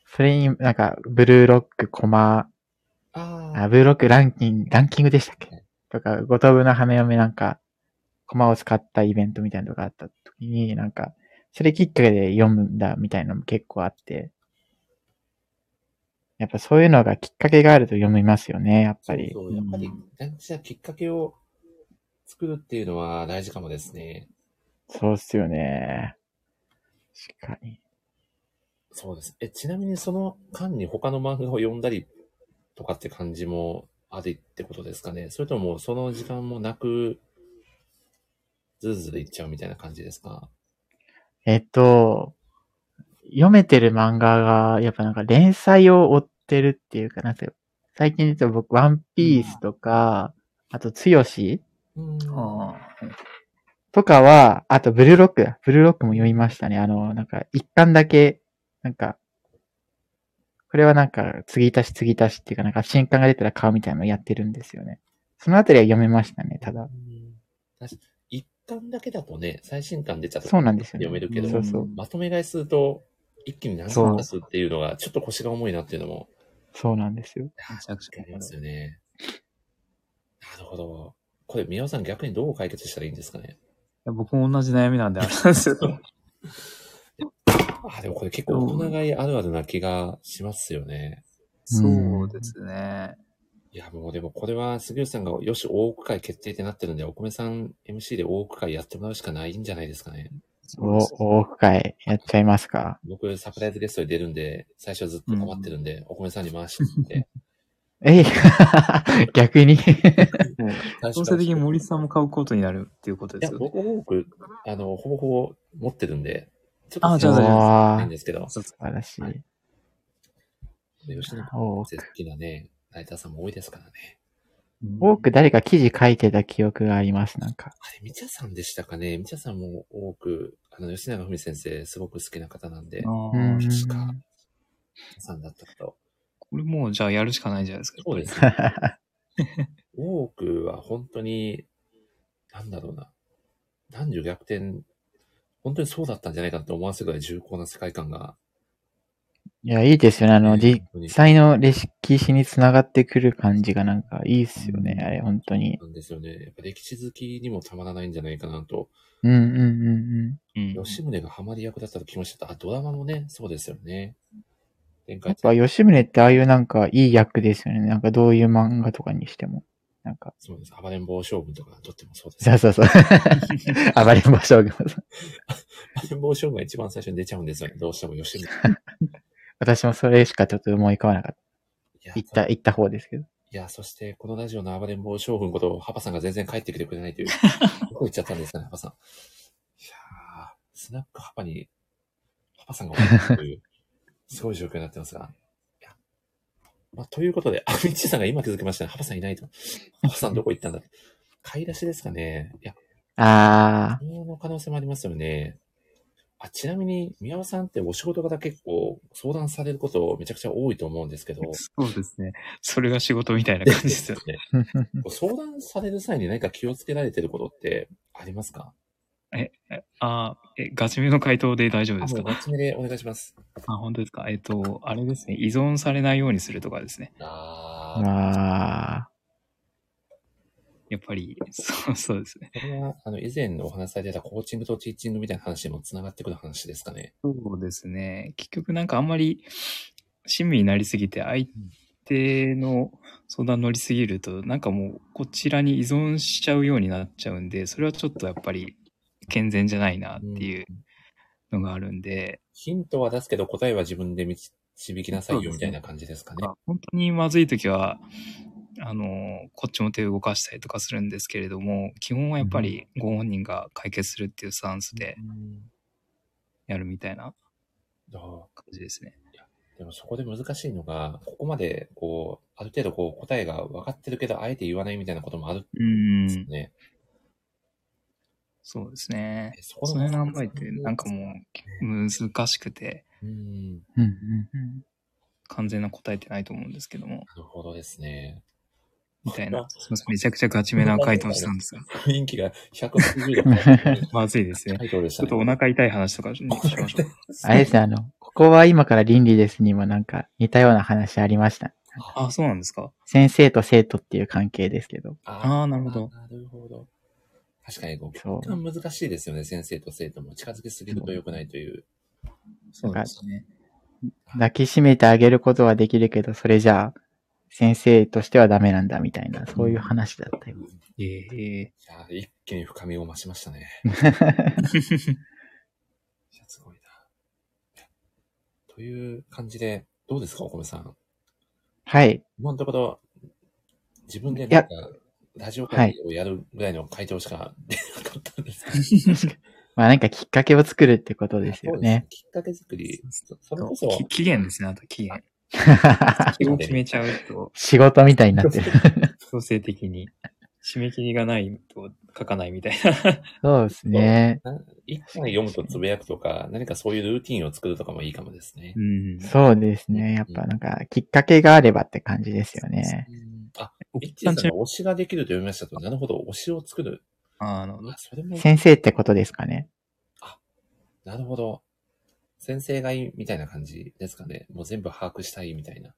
それになんか、ブルーロックコマ、あああ、ブルーロックランキング、ランキングでしたっけとか、五等分のハメ読めなんか、コマを使ったイベントみたいなのがあった時に、なんか、それきっかけで読むんだみたいなのも結構あって、やっぱそういうのがきっかけがあると読みますよね、やっそぱうり。そう。やっぱりうん、何かしらきっかけを作るっていうのは大事かもですね。そうっすよね。確かに。そうです。え、ちなみにその間に他の漫画を読んだりとかって感じもありってことですかね。それとももうその時間もなく、ずるずるいっちゃうみたいな感じですか。えっと、読めてる漫画が、やっぱなんか連載を追ってるっていうかなんていうの最近で言うと僕、ワンピースとか、あと、つよしうーん。ああ、とかは、あと、ブルーロックだ。ブルーロックも読みましたね。あの、なんか、一巻だけ、なんか、これはなんか、継ぎ足し継ぎ足しっていうか、なんか、新刊が出たら買うみたいなのやってるんですよね。そのあたりは読めましたね、ただう。ん確か一巻だけだとね、最新巻出ちゃったそうなんですよね。読めるけど、そうそう。まとめ買いすると、一気に何そう冊出すっていうのが、ちょっと腰が重いなっていうのも、そうなんですよ。めちゃくちゃありわかまる。すよね。なるほど。これ、宮尾さん逆にどう解決したらいいんですかね。いや僕も同じ悩みなんであれなんです (laughs) よ。あ、でもこれ結構大人買いあるあるな気がしますよね。そうですね。いや、もうでもこれは杉内さんが、よし、大奥会決定ってなってるんで、お米さん MC で大奥会やってもらうしかないんじゃないですかね。そうですね。お、大奥会やっちゃいますか。僕、サプライズゲストで出るんで、最初ずっと黙ってるんで、お米さんに回してって、えい (laughs) 逆にも最う、初強から制的に森さんも買うことになるっていうこといでや、すよね。僕多く、あの、ほぼほぼ持ってるん (laughs) で、ちょっ (laughs) あとーじゃあ手大がな丈夫ですわいんーですけど、そう素晴らしい。は吉野大奥先生好きなね、ライターさんも多いですからね。多く誰か記事書いてた記憶があります、なんか。あれ、みちゃさんでしたかねみちゃさんも多く、あの、吉永文先生、すごく好きな方なんで、ああうー、ん。確か、さんだったと。これもうじゃあやるしかないんじゃないですか。そうですね。多くは本当に、なんだろうな。男女逆転、本当にそうだったんじゃないかって思わせるぐらい重厚な世界観が。いや、いいですよね。あの、ね実本当に際のレシキシにつながってくる感じがなんかいいっすよね。うんあれ、本当に。なんですよね。やっぱ歴史好きにもたまらないんじゃないかなと。うんうんうんうん。吉宗がハマり役だったと気もしてた。あ、ドラマもね、そうですよね。前うん。や回っ、ぱ吉宗ってああいうなんかいい役ですよね。なんかどういう漫画とかにしても。なんか。そうです。暴れん坊将軍とかとってもそうです。そうそうそう。 (laughs) 暴れん坊将軍もそう。暴れん坊将軍が一番最初に出ちゃうんですよね。どうしても吉村。私もそれしかちょっと思い浮かばなかった。いや行った、行った方ですけど。いや、そして、このラジオの暴れん坊将軍こと、ハパさんが全然帰ってきてくれないという。どこ行っちゃったんですかね、ハパさん。いやー、スナックハパに、ハパさんがおられるという、すごい状況になってますが。いやまあ、ということで、あ、みちさんが今気づきましたね。ハパさんいないと。ハパさんどこ行ったんだ買い出しですかね。いや、あその可能性もありますよね。あちなみに、宮尾さんってお仕事柄結構相談されることめちゃくちゃ多いと思うんですけど、そうですね。それが仕事みたいな感じ (laughs) ですよね。ねー。ご相談される際に何か気をつけられてることってありますかああ、え、ガチめの回答で大丈夫あですもうかガチめでお願いします。あ、本当ですかえっと、あれですね。依存されないようにするとかですね。ああ、まあ、やっぱり、そう、そうですね。これはあの以前お話しされてたコーチングとティーチングみたいな話にもつながってくる話ですかね。そうですね。結局なんかあんまり、親身になりすぎて、相手の相談乗りすぎると、なんかもう、こちらに依存しちゃうようになっちゃうんで、それはちょっとやっぱり、健全じゃないなっていうのがあるんで、ヒントは出すけど答えは自分で導きなさいよみたいな感じですかね。本当にまずい時は、あの、こっちも手を動かしたりとかするんですけれども、基本はやっぱりご本人が解決するっていうスタンスでうんやるみたいなどう感じですね。でもそこで難しいのが、ここまでこう、ある程度こう答えが分かってるけど、あえて言わないみたいなこともあるんでうすよん。ね。そうですね。えそこのそれの塩梅ってなんかもう難しくて、うん。うんうん完全な答えてないと思うんですけども、なるほどですね。みたいな。すみません、めちゃくちゃガチめな回答したんですが、雰囲気が180度変わってる (laughs) まずいですね。回答でしちたょっとね。お腹痛い話とかに (laughs) しましょう。あれですね、あの、ここは今から倫理ですにもなんか似たような話ありました。あ、そうなんですか。先生と生徒っていう関係ですけど。あああ、なるほどー。なるほど。確かにこう、そう一番難しいですよね。先生と生徒も近づきすぎると良くないという。そうですね。抱きしめてあげることはできるけど、それじゃあ、先生としてはダメなんだみたいな、そういう話だ (laughs) ったよ。ええいやー一気に深みを増しましたね。いや、すごいな。という感じで、どうですか、お米さん。はい。今のところ、自分でいなやんか、ラジオ会をやるぐらいの回答しか出なかったんですけど。まあなんかきっかけを作るってことですよね。。きっかけ作り。そそれこそ、ー。き期限ですね、あと (laughs) 期限。き日を決めちゃうと、仕事みたいになってる。 (laughs) 強制的に、締め切りがないと書かないみたいな。そうですね。な一回読むとつぶやくとか、何かそういうルーティンを作るとかもいいかもですねう。ん。そうですね。やっぱなんかきっかけがあればって感じですよね。うんあ、お一ッさんが推しができると読みましたと、なるほど、推しを作る。あの、あ、それも、先生ってことですかね。なるほど。先生がいいみたいな感じですかね。もう全部把握したいみたいな。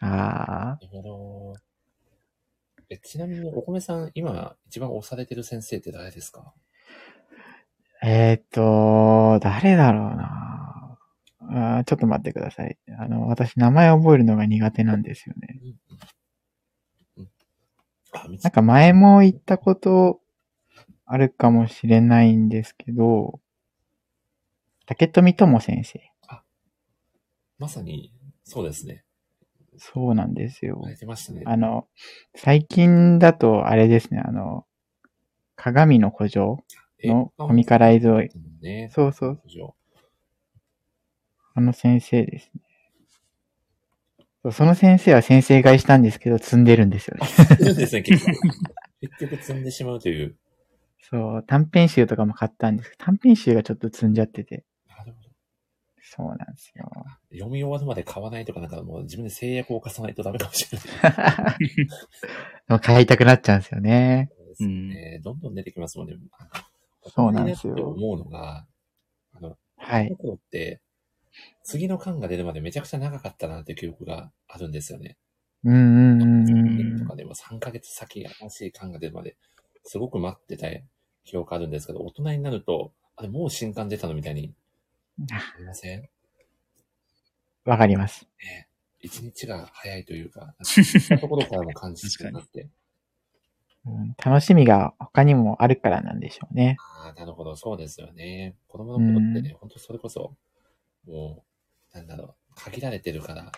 ああ。なるほど。えちなみに、お米さん、今、一番推されてる先生って誰ですかえっ、と、誰だろうなあー。ちょっと待ってください。あの、私名前覚えるのが苦手なんですよね。あ、みつなんか前も言ったことあるかもしれないんですけど、竹富友先生。まさに、そうですね。そうなんですよ言わ。れてましたね。あの、最近だとあれですね、あの、鏡の古城のコミカライズを、ね。そうそう、あの先生ですね。そうその先生は先生買いしたんですけど、積んでるんですよね。そうですね、結局。結局積んでしまうという。 (laughs) そう、短編集とかも買ったんですけど、短編集がちょっと積んじゃってて、なるほど。そうなんですよ。読み終わるまで買わないとか、なんかもう自分で制約を犯さないとダメかもしれない (laughs) でも買いたくなっちゃうんですよね。ですね。どんどん出てきますもんね。そうなんですよ大人になって思うのが、あの、はこのい。頃って、次の巻が出るまでめちゃくちゃ長かったなっていう記憶があるんですよね。うんうんうんう3んとうん。かでも3ヶ月先、新しい巻が出るまで、すごく待ってた記憶あるんですけど、大人になると、あれもう新刊出たのみたいに、ありませんわかります。 (laughs) 一日が早いというか、なんかそういったところからも感じてくるなって。うん楽しみが他にもあるからなんでしょうね。ああ、なるほど、そうですよね。子供の頃ってね、本当それこそ、もう、なんだろう、限られてるから、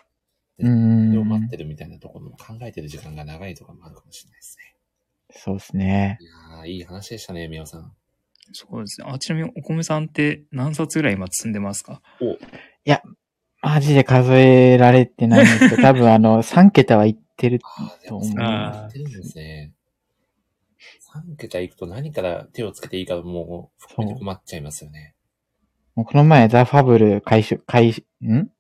うそんれを。待ってるみたいなところも考えてる時間が長いとかもあるかもしれないですね。そうですね。ああ、いい話でしたね、みおさん。そうですね。あ、ちなみにお米さんって何冊ぐらい今積んでますかお、マジで数えられてないんですけど、多分あの、3桁はいってるああ、でとも思そいんまなあってるんですね。3桁いくと何から手をつけていいかもう含めて困っちゃいますよね。す。もうこの前、ザ・ファブル回収、回収、ん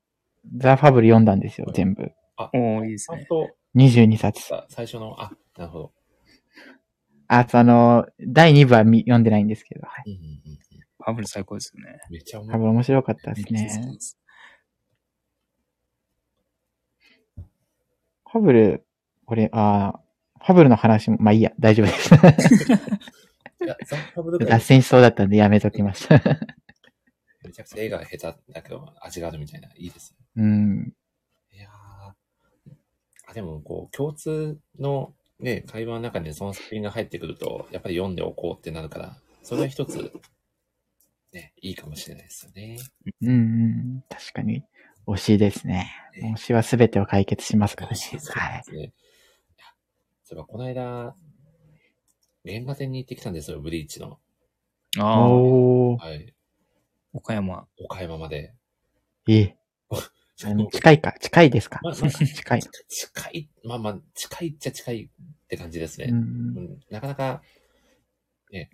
ザ・ファブル読んだんですよ、全部。おおいいですあね。と、 22冊。最初の、あ、なるほど。あとあの、第2部は見読んでないんですけど、はい。うんうんうんうん。ファブル最高ですよね。めっちゃ多面分面白かっためでっすちゃ好きねで。す。ファブル、これ、あーファブルの話も、まあいいや、大丈夫です。いや、ザ・ファブル脱界線しそうだったんでやめときました。めちゃくちゃ絵が下手だけど味があるみたいな、いいですね。うん。いやーあ、でもこう、共通のね、会話の中にその作品が入ってくると、やっぱり読んでおこうってなるから、それは一つ、ね、いいかもしれないですよね。うんうん。確かに、推しですね。推しは全てを解決しますからね。はい。いや。そういえば、この間、原画展に行ってきたんですよ、ブリーチの。ああ、おー。はい。岡山。岡山まで。い (laughs) い。あの近いか近いですか、まあまあ (laughs) 近い。近い、まあまあ、近いっちゃ近いって感じですね。うんううんんなかなか、ね、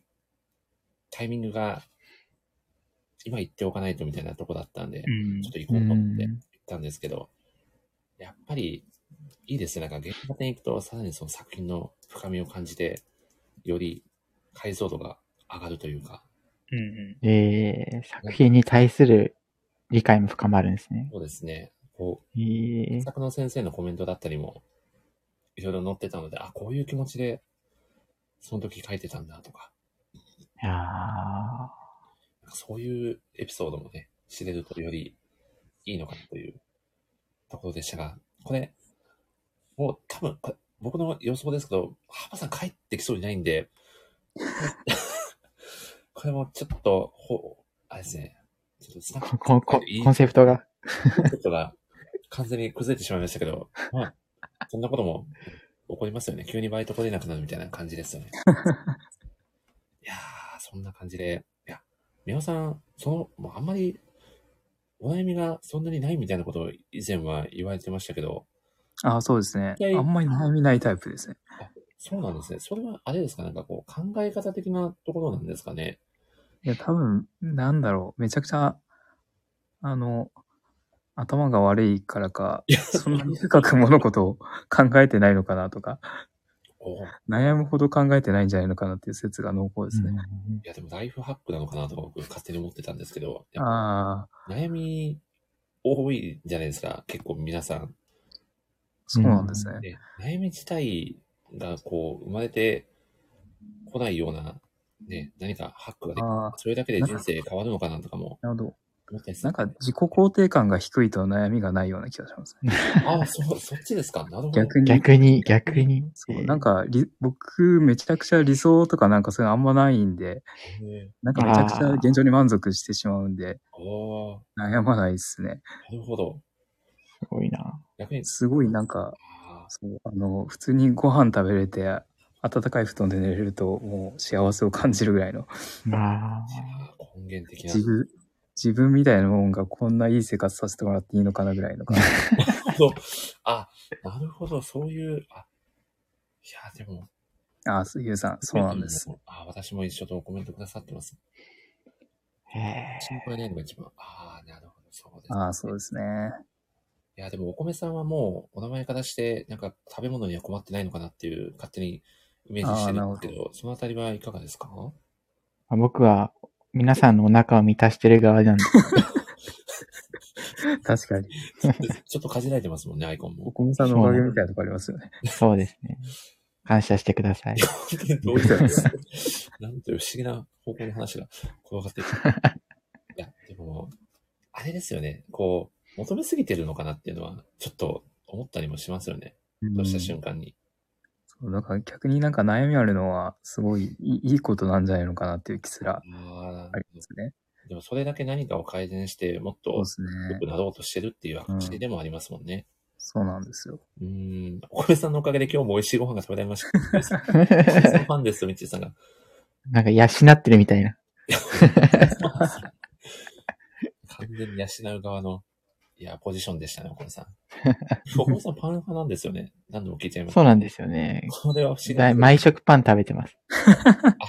タイミングが、今行っておかないとみたいなとこだったんで、うんちょっ。と行うこうと思って行っん。たんですけど、やっぱり、いいですね。なんか、現場展行くと、さらにその作品の深みを感じて、より解像度が上がるというか、うんうん。えー、作品に対する理解も深まるんですね。そうですね。こえう、ー、作の先生のコメントだったりも、いろいろ載ってたので、あ、こういう気持ちで、その時書いてたんだとか、いやーなんかそういうエピソードもね、知れるとよりいいのかなというところでしたが、これ、もう多分、これ僕の予想ですけど、ハマさん帰ってきそうにないんで、 (laughs) これもちょっと、ほ、あれですね、ちょっとスナックここいいコンセプト (laughs) が。コンセプトが完全に崩れてしまいましたけど、まあ、そんなことも起こりますよね。急にバイト来れなくなるみたいな感じですよね。いやー、そんな感じで。いや、みおさん、その、もうあんまり、お悩みがそんなにないみたいなことを以前は言われてましたけど、 (laughs) ああ、そうですねはい。あんまり悩みないタイプですね。そうなんですね。それはあれですかなんかこう、考え方的なところなんですかね。いや、多分、なんだろう。めちゃくちゃ、あの、頭が悪いからか、そんなに深く物事を (laughs) 考えてないのかなとか、おーい悩むほど考えてないんじゃないのかなっていう説が濃厚ですね。や、でもライフハックなのかなとか僕勝手に思ってたんですけど、やっぱああ、悩み多いじゃないですか。結構皆さん。そうなんですね。ね、悩み自体がこう生まれてこないような、ね、何かハックができああ、それだけで人生変わるのかなとかもなるほど。思ったりすなるんか自己肯定感が低いと悩みがないような気がします (laughs) ね。ああ、そう、そっちですか。なるほど。逆うんに。逆に、逆に。そう、なんかり、僕、めちゃくちゃ理想とかなんかそういうのあんまないんで、へえなんかめちゃくちゃあー現状に満足してしまうんで、ああ、悩まないですね。なるほど。すごいな。逆に、すごいなんか、ああ、そうあの、普通にご飯食べれて、暖かい布団で寝れると、もう幸せを感じるぐらいの、まあ、根源的な自。分、自分みたいなもんがこんないい生活させてもらっていいのかなぐらいの感 (laughs) じ。なるほどあ、なるほど。そういう、あ、いや、でも、あ、すゆうさん、そうなんです。。あ私も一緒とコメントくださってます。え心配ないのが一番。ああ、なるほど。そうです。あそうですね。いや、でもお米さんはもうお名前からして、なんか食べ物には困ってないのかなっていう勝手にイメージしてるんですけど、そのあたりはいかがですかー僕は、皆さんのお腹を満たしてる側 (laughs) なんで、確かに。 (laughs) ちょっとかじられてますもんね、アイコンおも。米さんのおかげみたいなとこありますよね。そうですね。感謝してください。 (laughs) どういう (laughs) なんという不思議な方向の話が転がってい (laughs) く。いや、でも、あれですよね、こう、求めすぎてるのかなっていうのは、ちょっと思ったりもしますよね。うんとしたそ瞬間に。そう、だから逆になんか悩みあるのは、すごいいいいいことなんじゃないのかなっていう気すらあありますね。ーでもそれだけ何かを改善して、もっとそうで良すね。くなろうとしてるっていう証でもありますもんね。そうなんですよ。うーん。お米さんのおかげで今日も美味しいご飯が食べられま (laughs) した。お米さんファンですと、みっちーさんが。 (laughs) なんか養ってるみた (laughs) いな。完全に養う側の、いや、ポジションでしたね、お米さん。 (laughs) お米さんパン派なんですよね。何度も聞いちゃいます。そうなんですよね。これは不思議だない毎食パン食べ (laughs) てます。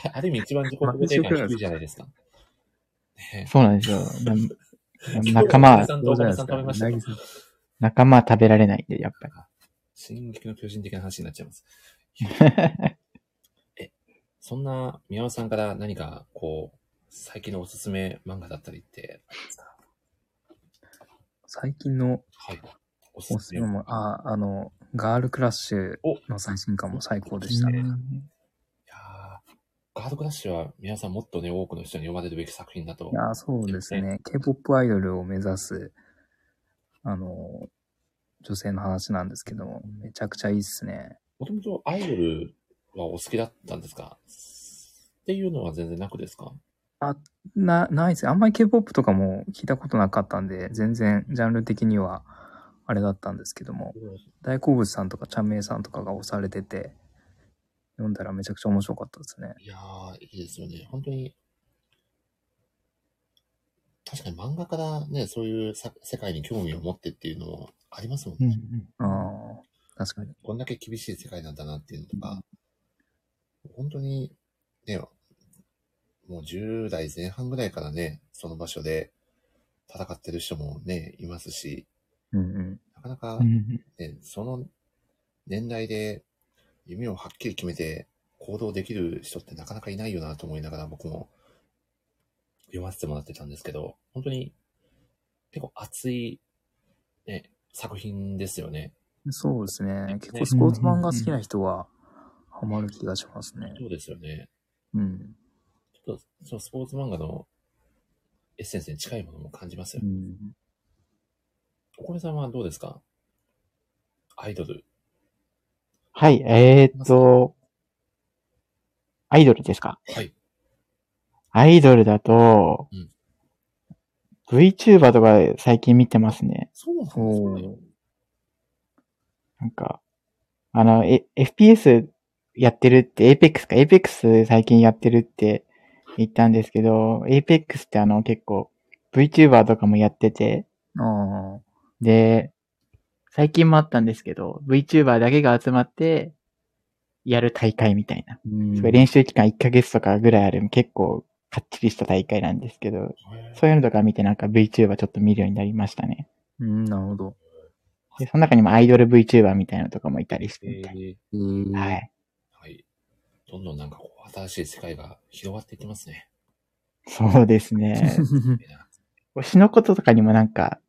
あある意味一番自己肯定感低いじゃないですか。ねそうなんですよ。な (laughs) 仲お米間さ、んとどおうじゃ米さんないです食か。べましたうなぎさん仲間は食べられないんで、やっぱり。進撃の巨人的な話になっちゃい (laughs) ます。え、そんな宮尾さんから何かこう、最近のおすすめ漫画だったりってありますか最近のはい。おすおすすすめめ。も、あ、あの、ガールクラッシュの最新刊も最高でした。うんいやーガードクラッシュは皆さんもっとね、多くの人に読まれるべき作品だとい。やー、そうですね。K-POP アイドルを目指す、あの、女性の話なんですけども、めちゃくちゃいいっすね。もともとアイドルはお好きだったんですかっていうのは全然なくですかな、ないですね。あんまり K-POP とかも聞いたことなかったんで、全然ジャンル的にはあれだったんですけども、大好物さんとかちゃんめいさんとかが押されてて、読んだらめちゃくちゃ面白かったですね。いやー、いいですよね。本当に。確かに漫画からね、そういうさ世界に興味を持ってっていうのもありますもんね。うんうんああ、確かに。こんだけ厳しい世界なんだなっていうのとか、本当に、ね、もう10代前半ぐらいからね、その場所で戦ってる人もね、いますし、うんうん。なかなかうんうんね、その年代で夢をはっきり決めて行動できる人ってなかなかいないよなと思いながら僕も読ませてもらってたんですけど、本当に結構熱い、ね、作品ですよね。そうですね。結構スポーツ漫画好きな人はハマる気がしますね。そうですよね。うん。ちょっとそのスポーツ漫画のエッセンスに近いものも感じますようね。ん、お米さんはどうですかアイドル。はい、えーっと、アイドルですかはい。アイドルだと、うん VTuber とか最近見てますね。そうなんですおね。ーなんか、あの、え FPS やってるって、APEX か、APEX 最近やってるって言ったんですけど、APEX ってあの結構 VTuber とかもやってて、ああ、で、最近もあったんですけど、VTuber だけが集まって、やる大会みたいな。うん。すごい練習期間1ヶ月とかぐらいある、結構かっちりした大会なんですけど、へーそういうのとか見てなんか VTuber ちょっと見るようになりましたね。うん、なるほど。で、その中にもアイドル VTuber みたいなのとかもいたりしてみたい。えーえーはい。はい。どんどんなんかこう、新しい世界が広がっていきますね。そうですね。いや推しのこととかにもなんか、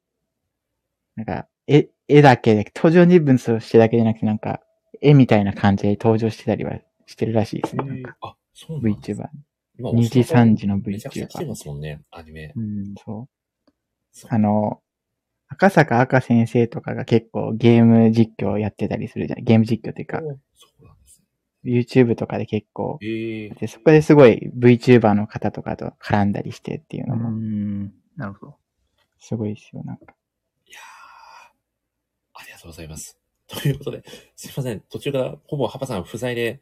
なんか、絵、絵だけで、登場人物としてだけじゃなくて、なんか、絵みたいな感じで登場してたりはしてるらしいですね。なんか、あ、そうなんだ VTuber。今2時3時のめちゃくちゃ来て VTuber ま。すもんね、アニメ。うん。そう。そうあの、赤坂赤先生とかが結構ゲーム実況やってたりするじゃん。ゲーム実況っていうか、おそうなんですね。 YouTube とかで結構ええで、そこですごい VTuber の方とかと絡んだりしてっていううのも、ん。なるほど。すごいですよ、なんか。いやーありがとうございます。ということで、すいません。途中からほぼハパさん不在 (laughs) で、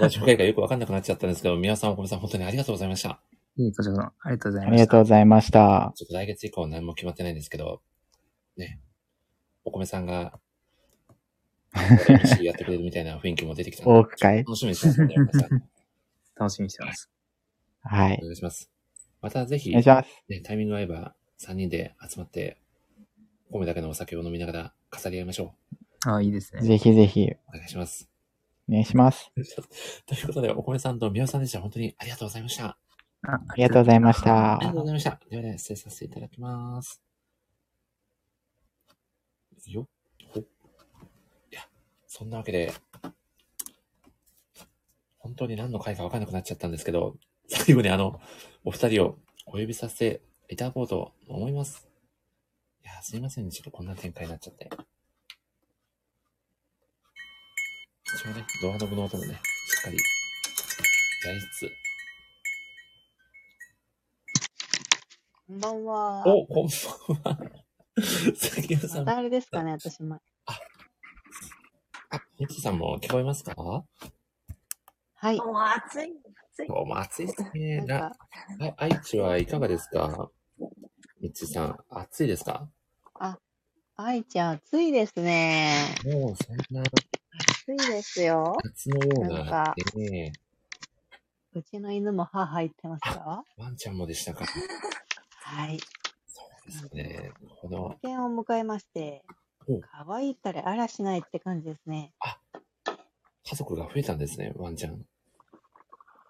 ラジオ会がよくわかんなくなっちゃったんですけど、皆さん、お米さん、本当にありがとうございました。いえ、こちらこそありがとうございあまりしがたとう。ございました。ちょっと来月以降何も決まってないんですけど、ね。お米さんが、MC やってくれるみたいな雰囲気も出てきたの (laughs) 多で、く会。楽しみにしてますね、お米さん。楽しみにしてます。はおい。願いします。またぜひ、お願いします。ね、タイミング合えば3人で集まって、米だけのお酒を飲みながら飾り合いましょああ、いいですね。ぜひぜひ、う。お願いします。お願いします。ということで、お米さんとみおさんでした。本当にありがとうございました。ああありがとうございまし。りがたとう。ございました。ではね、失礼させていただきます。よっほいや、そんなわけで、本当に何の回か分かんなくなっちゃったんですけど、最後にあの、お二人をお呼びさせていただこうと思います。いや、すいません、ちょっとこんな展開になっちゃって。私もね、ドアノブの音もね、しっかり、やりつつ。こんばんは。お、こんばんは。 (laughs) 杉山さまん、たあれですかね、私も。ミキさんも聞こえますか今はい。もう暑い、暑い。日も暑いですね。なんなか、あ愛知はいかがですかミッチーさん、暑いですか愛ちゃん、暑いですね。もうそんな暑いですよ。夏のようなんなか、ねうちの犬も歯入ってますかワンちゃんもでしたかはい。ですね。この、危険を迎えましてお、可愛いったらあらしないって感じですね。家族が増えたんですね、ワンちゃん。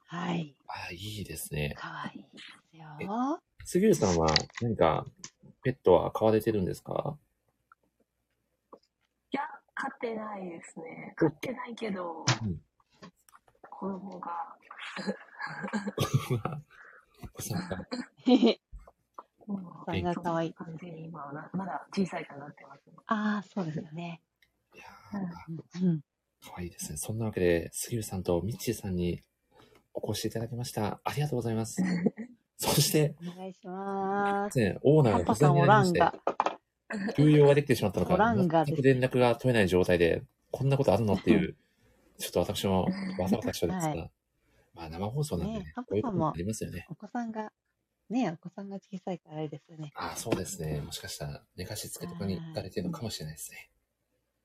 はい。あ、いいですね。可愛いですよ。杉浦さんは何かペットは飼われてるんですかいや、飼ってないですね。飼ってないけど、うん子供が。お子さんが。 (laughs) もそれが可愛い。 (laughs) 完全に今はなまだ小さいかなってます、ね。ああ、そうですよね。いやうん。ー、かわいいですね。そんなわけで、杉浦さんとミッチーさんにお越しいただきました。ありがとうござい (laughs) ます。そして、お願いします。ね、オーナーパがパ不さ在んにおならりましんて、が。 (laughs) 休養ができてしまったのおらか、んがで全く連絡が取れない状態で、こんなことあるのっていう、ちょっと私もわざわざ (laughs) したんですが、はまあ生放送なんでねね、こパういうパことにさんもなりますよね。お子さんが、ねえお子さんが小さいからあれですよね。ああ、そうですね。もしかしたら寝かしつけとかに行かれてるのかもしれないですね。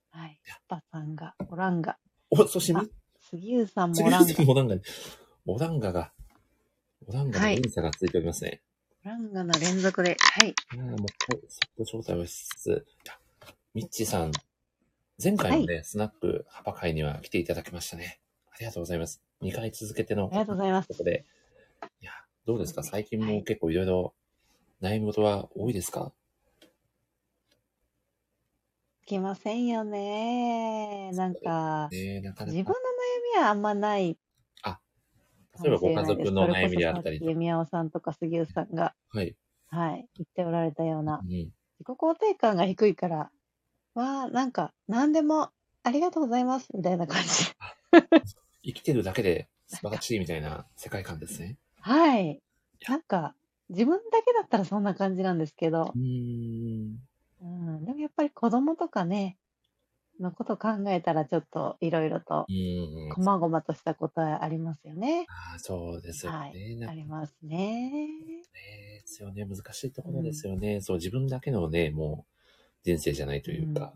はい。パパさんがおらんが。お、そしてミッ杉浦さんも次おらんのが。 (laughs) 次モランガに。モランガが、モランガのはい連鎖が続いておりますね。おらんがの連続で。はい。ああもう、そっと招待をしつつ、いやミッチーさん、前回のね、スナックハパ会には来ていただきましたね。ありがとうございます。2回続けてのありがとうございますこ。とで、いや、どうですか最近も結構いろいろ悩み事は多いですか、きませんよね。なんか、ねえなかな自分のか。悩みはあんまないか例えばもしごれ家ないです。族の悩みであったりそれこそさき宮尾さんとか杉浦さんが、はい。はい、言っておられたようなう、ん。自己肯定感が低いから、わあ、なんか、何でも、ありがとうございます、みたいな (laughs) 感じ。生きてるだけで素晴らしいみたいな世界観ですね。はい。なんか、自分だけだったらそんな感じなんですけどう、ーん。うん、でもやっぱり子供とかね、のこと考えたらちょっといろいろとう、ーん。こまごまとしたことはありますよね。ああ、そうですよね。はいなんあかね、りますね。ですよね。難しいところですよね。そう、自分だけのね、もう人生じゃないというか、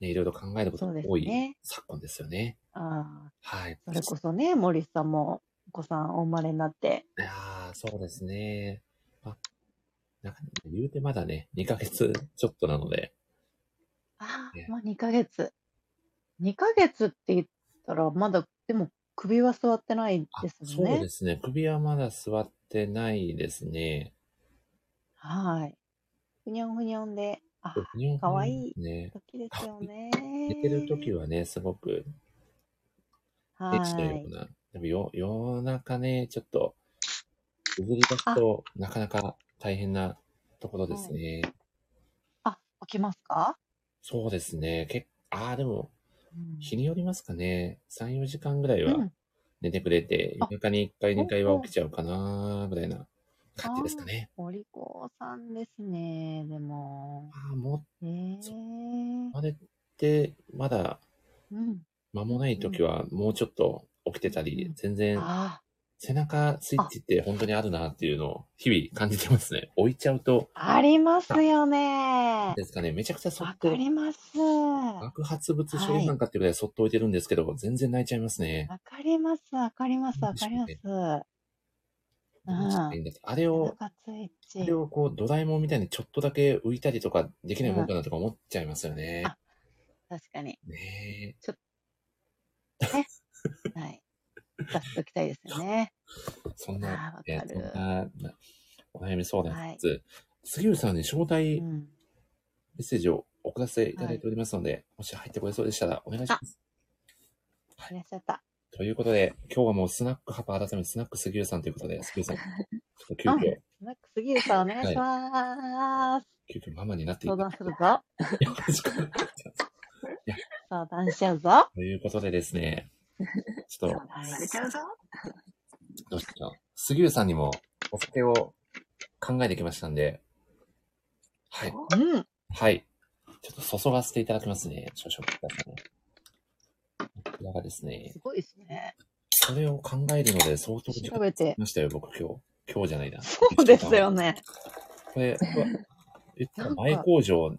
ね、いろいろ考えることそがうです多いね昨今ですよね。ああ、はい。それこそね、森さんもお子さんお生まれになって、いやーそうですね。あ、なんか言うてまだね、2ヶ月ちょっとなので、あねあ、もう2ヶ月。2ヶ月って言ったら、まだ、でも首は座ってないあ、ですそもんうねで。すね。首はまだ座ってないですね。はい。ふにゃんふにゃんで、ああ、日本かわいいですね。時ですよね。寝てる時はね、すごくはできてるよ。いうな。でもよ夜中ね、ちょっと、譲り出すと、なかなか大変なところですね。あ、起きますか、そうですね。けああ、でも、うん日によりますかね。3、4時間ぐらいうはん寝てくれて、あ夜中に1回、ほう2回は起きちゃうかな、ぐらいな感じですかね。お利口さんですね、でも。ああ、もええそまれて、まだうん。間もない時は、もうちょっと起きてたり、うん全然あ背中スイッチって本当にあるなっていうのを日々感じてますね。置いちゃうと、あ、ありますよね。ですかね、めちゃくちゃそわっとか、ります。わ爆発物処理班かっていうぐらいそっと置いてるんですけど、全然泣いちゃいますね。かります、わかります、なんわでしかょりうまねす。あああれ背を、中ついあれち。をこう、ドラえもんみたいにちょっとだけ浮いたりとかできないもんかなとか思っちゃいますよね。あ確かに。ねえ。 (laughs) はい。出しておきたいです (laughs) よね。そんな、ああ、わえかーそんる。な、なお悩み相談はでいす。杉浦さんに招う待メん。ッセージを送らせていただいておりますので、もし入ってこれそうでしたらお願いします。いらっしゃった。ということで、今日はもうスナックハパ改めスナック杉浦さんということで、杉浦さん、ちょっと急 (laughs) あ遽、マックスギルさんお願いします。急遽ママになってい相ただ (laughs) 談いてするぞ。よろしくお願いします。いや、相談しちゃうぞ。ということでです (laughs) ね、ちょっと、されちゃうぞ。どうしよう。杉浦さんにもお酒を考えてきましたんで、はい。はい。ちょっと注がせていただきますね。少々お待ちくださいね。こちらがですね、すごいですね。それを考えるので相当時間調べてましたよ、僕今日。今日じゃないな。そうですよね。これ、言ったら前工場、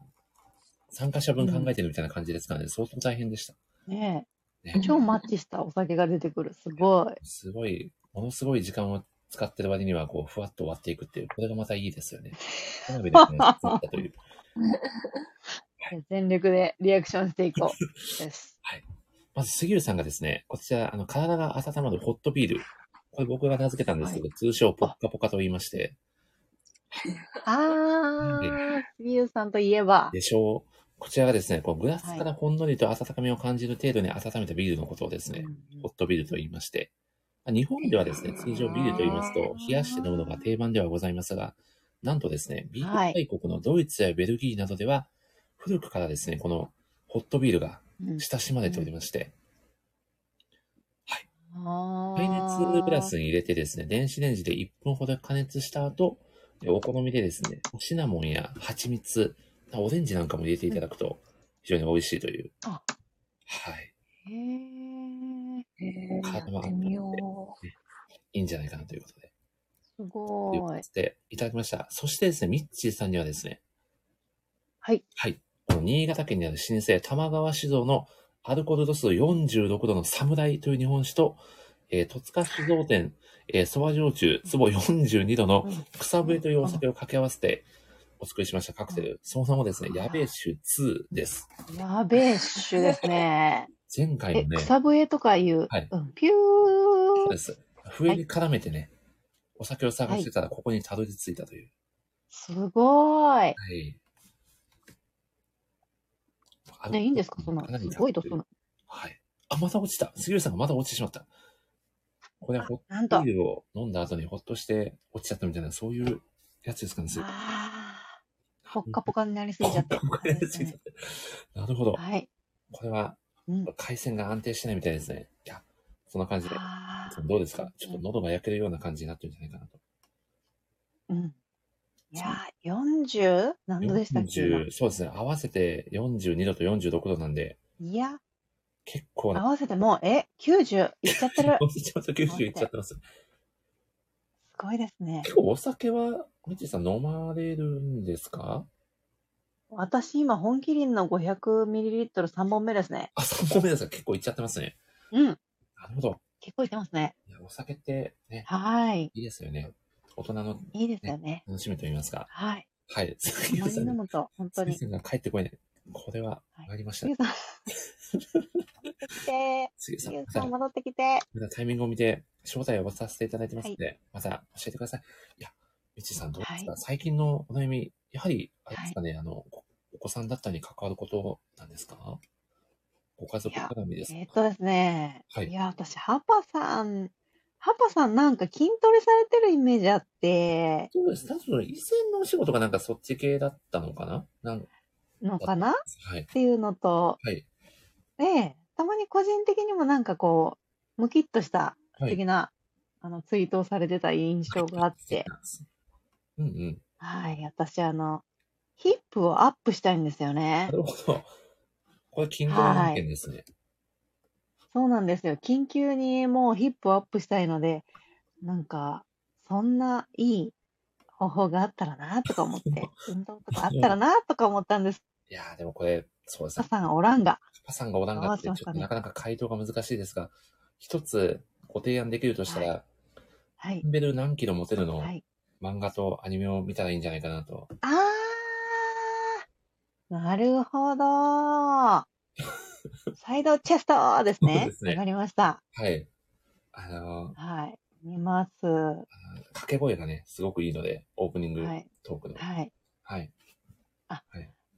参加者分考えてるみたいな感じですからね、相当大変でした。ねえ。超マッチしたお酒が出てくる。すごい。すごい、ものすごい時間を使ってる割には、こう、ふわっと終わっていくっていう、これがまたいいですよね。花火でね、作ったという。全力でリアクションしていこう。よ (laughs) し。まず、杉浦さんがですね、こちら、あの、体が温まるホットビール。これ僕が名付けたんですけど、通称ポッカポカと言いまして、あー、杉浦さんといえば、でしょう。こちらがですね、こうグラスからほんのりと温かみを感じる程度に温めたビールのことをですね、ホットビールと言いまして、まあ日本ではですね、通常ビールと言いますと、冷やして飲むのが定番ではございますが、なんとですね、ビール大国のドイツやベルギーなどでは、古くからですね、このホットビールが親しまれておりまして、耐熱グラスに入れてですね、電子レンジで1分ほど加熱した後、でお好みでですね、シナモンや蜂蜜、オレンジなんかも入れていただくと非常に美味しいという。あはい。へー。体がいいんじゃないかなということで。すごい。で、いただきました。そしてですね、ミッチーさんにはですね、はい。はい。この新潟県にある老舗、玉川酒造のアルコール度数46度の侍という日本酒と、えー、戸塚酒造店、えー、蕎麦焼酎、壺42度の草笛というお酒を掛け合わせてお作りしましたカクテル。その名もですね、やべえ酒2です。やべえっしゅですね。前回え、もね、草笛とかいう、はいうんピューそうです。笛に絡めてね、お酒を探してたらここにたどり着いたという。すごーい。はい。ね、いいんですかそんな、かなりすごい度数の。はい。あ、また落ちた。杉浦さんがまた落ちてしまった。これはホットビールを飲んだ後にほっとして落ちちゃったみたいな、そういうやつですかね。杉浦さんポッカポカになりすぎちゃって。なるほど。はい。これは、回線が安定してないみたいですね。いや、そんな感じで。どうですかちょっと喉が焼けるような感じになってるんじゃないかなと。うん。いやー、40? 何度でしたっけ今40そうですね。合わせて42度と46度なんで、いや、結構合な。わせてもう、え、90いっちゃっ (laughs) てる。おちょっと90いっちゃってます。すごいですね。結構お酒は、みちさん飲まれるんですか私今、本麒麟の 500ml3 本目ですね。あ、3本目ですか結構いっちゃってますね。うん。なるほど。結構いってます (laughs) ね。いやお酒ってね、はい。いいですよね。大人のいいですよね。楽しみと言いますか。はい。はい。 (laughs) 杉たま浦にさん飲むと、本当に。杉浦さんが帰ってこいない。これは、参りました。杉浦さん。来て、杉杉浦浦ささんん、また、戻ってきて。またタイミングを見て、招待を渡させていただいてますので、はまた教えてください。いや、みちさんどうですか、最近のお悩み、やはり、あれですかね、あの、おお子さんだったりに関わることなんですかご家族絡みですかえっとですね、はいいや、私、ハパさん、ハパさんなんか筋トレされてるイメージあって、そうです。多分、以前のお仕事がなんかそっち系だったのかななんのかなっはい。ていうのと、はい。で、たまに個人的にもなんかこう、ムキッとした素敵な、あのツイートをされてた印象があって、うんうん。はい、私、あの、ヒップをアップしたいんですよねな。るほど。これ、筋トレ案件ですね。そうなんですよ。緊急にもうヒップをアップしたいので、なんか、そんないい方法があったらなとか (laughs) 思って、運動とかあったらなとか思ったんです。い、やー、でもこれ、そうですパね。さんおらんが。パパさんがおらんがって、ちどょうっしましとたねなかなか回答が難しいですが、一つご提案できるとしたら、はいダンベル何キロ持てるの、はい漫画とアニメを見たらいいんじゃないかなと。あー、なる (laughs) ほど。サイドチェストですね。そうですねわかりました。はい。あのー、はい。見ます。掛け声がね、すごくいいので、オープニングはいトークの。はい。はい。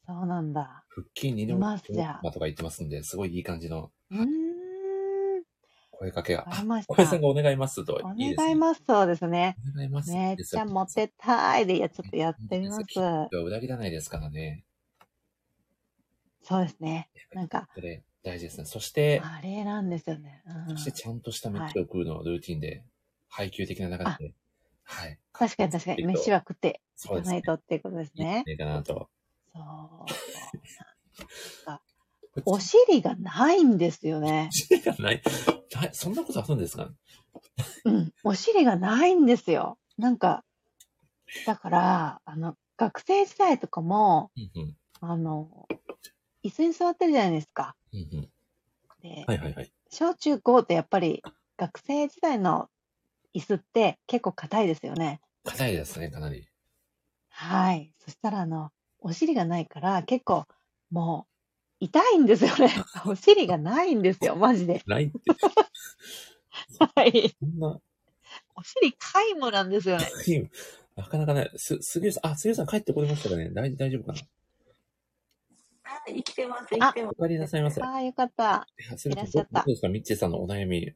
そうなんだ。腹筋二見のますじゃあ馬とか言ってますんで、すごいいい感じのうーん。声かけが。わかりまし小た林さんがお願いますと。いおいです願います。そうですね。お願います。めっちゃモテたいで、いや、ちょっとやってみます。裏切らないですからね。そうですね。なんか、それ、大事ですね。そして、あれなんですよね。うんそしてちゃんとした飯を食うのはルーティンで、配給的な中で、はい。確かに確かに、飯は食っていそうかですなねいとっていうことですね。いいかなと。お尻がないんですよ (laughs) ね。いやない。ないそんなことあるんですかうん、お尻がないんですよ。なんか、だから、あの、学生時代とかも、うんあの、椅子に座ってるじゃないですか。うんうん。で、はいはいはい。小中高ってやっぱり学生時代の椅子って結構硬いですよね。硬いですね、かなり。はい。そしたら、あの、お尻がないから、結構、もう、痛いんですよ (laughs) ね。お尻がないんですよ、マジで。ないって。はい。そんな、お尻皆無なんですよね。なかなかない。す、杉浦さん、あ、杉浦さん帰ってこれましたかね大大丈夫かなはい、生きてます、生きてます。お帰りなさいませ。ああ、よかった。いや杉浦いらっしさんゃっ、どどたうですかミッチーさんのお悩み。え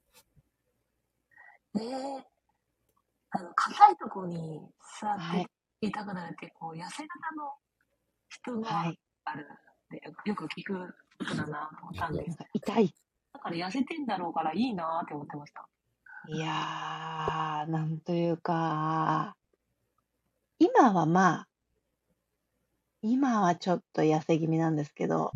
ー、あの、硬いとこに座って痛くなるって、こう、痩せ方の人のあるって、よく聞くことだなと思ったんです。痛い。だから痩せてんだろうからいいなって思ってました。いやー、なんというか、今はまあ、今はちょっと痩せ気味なんですけど、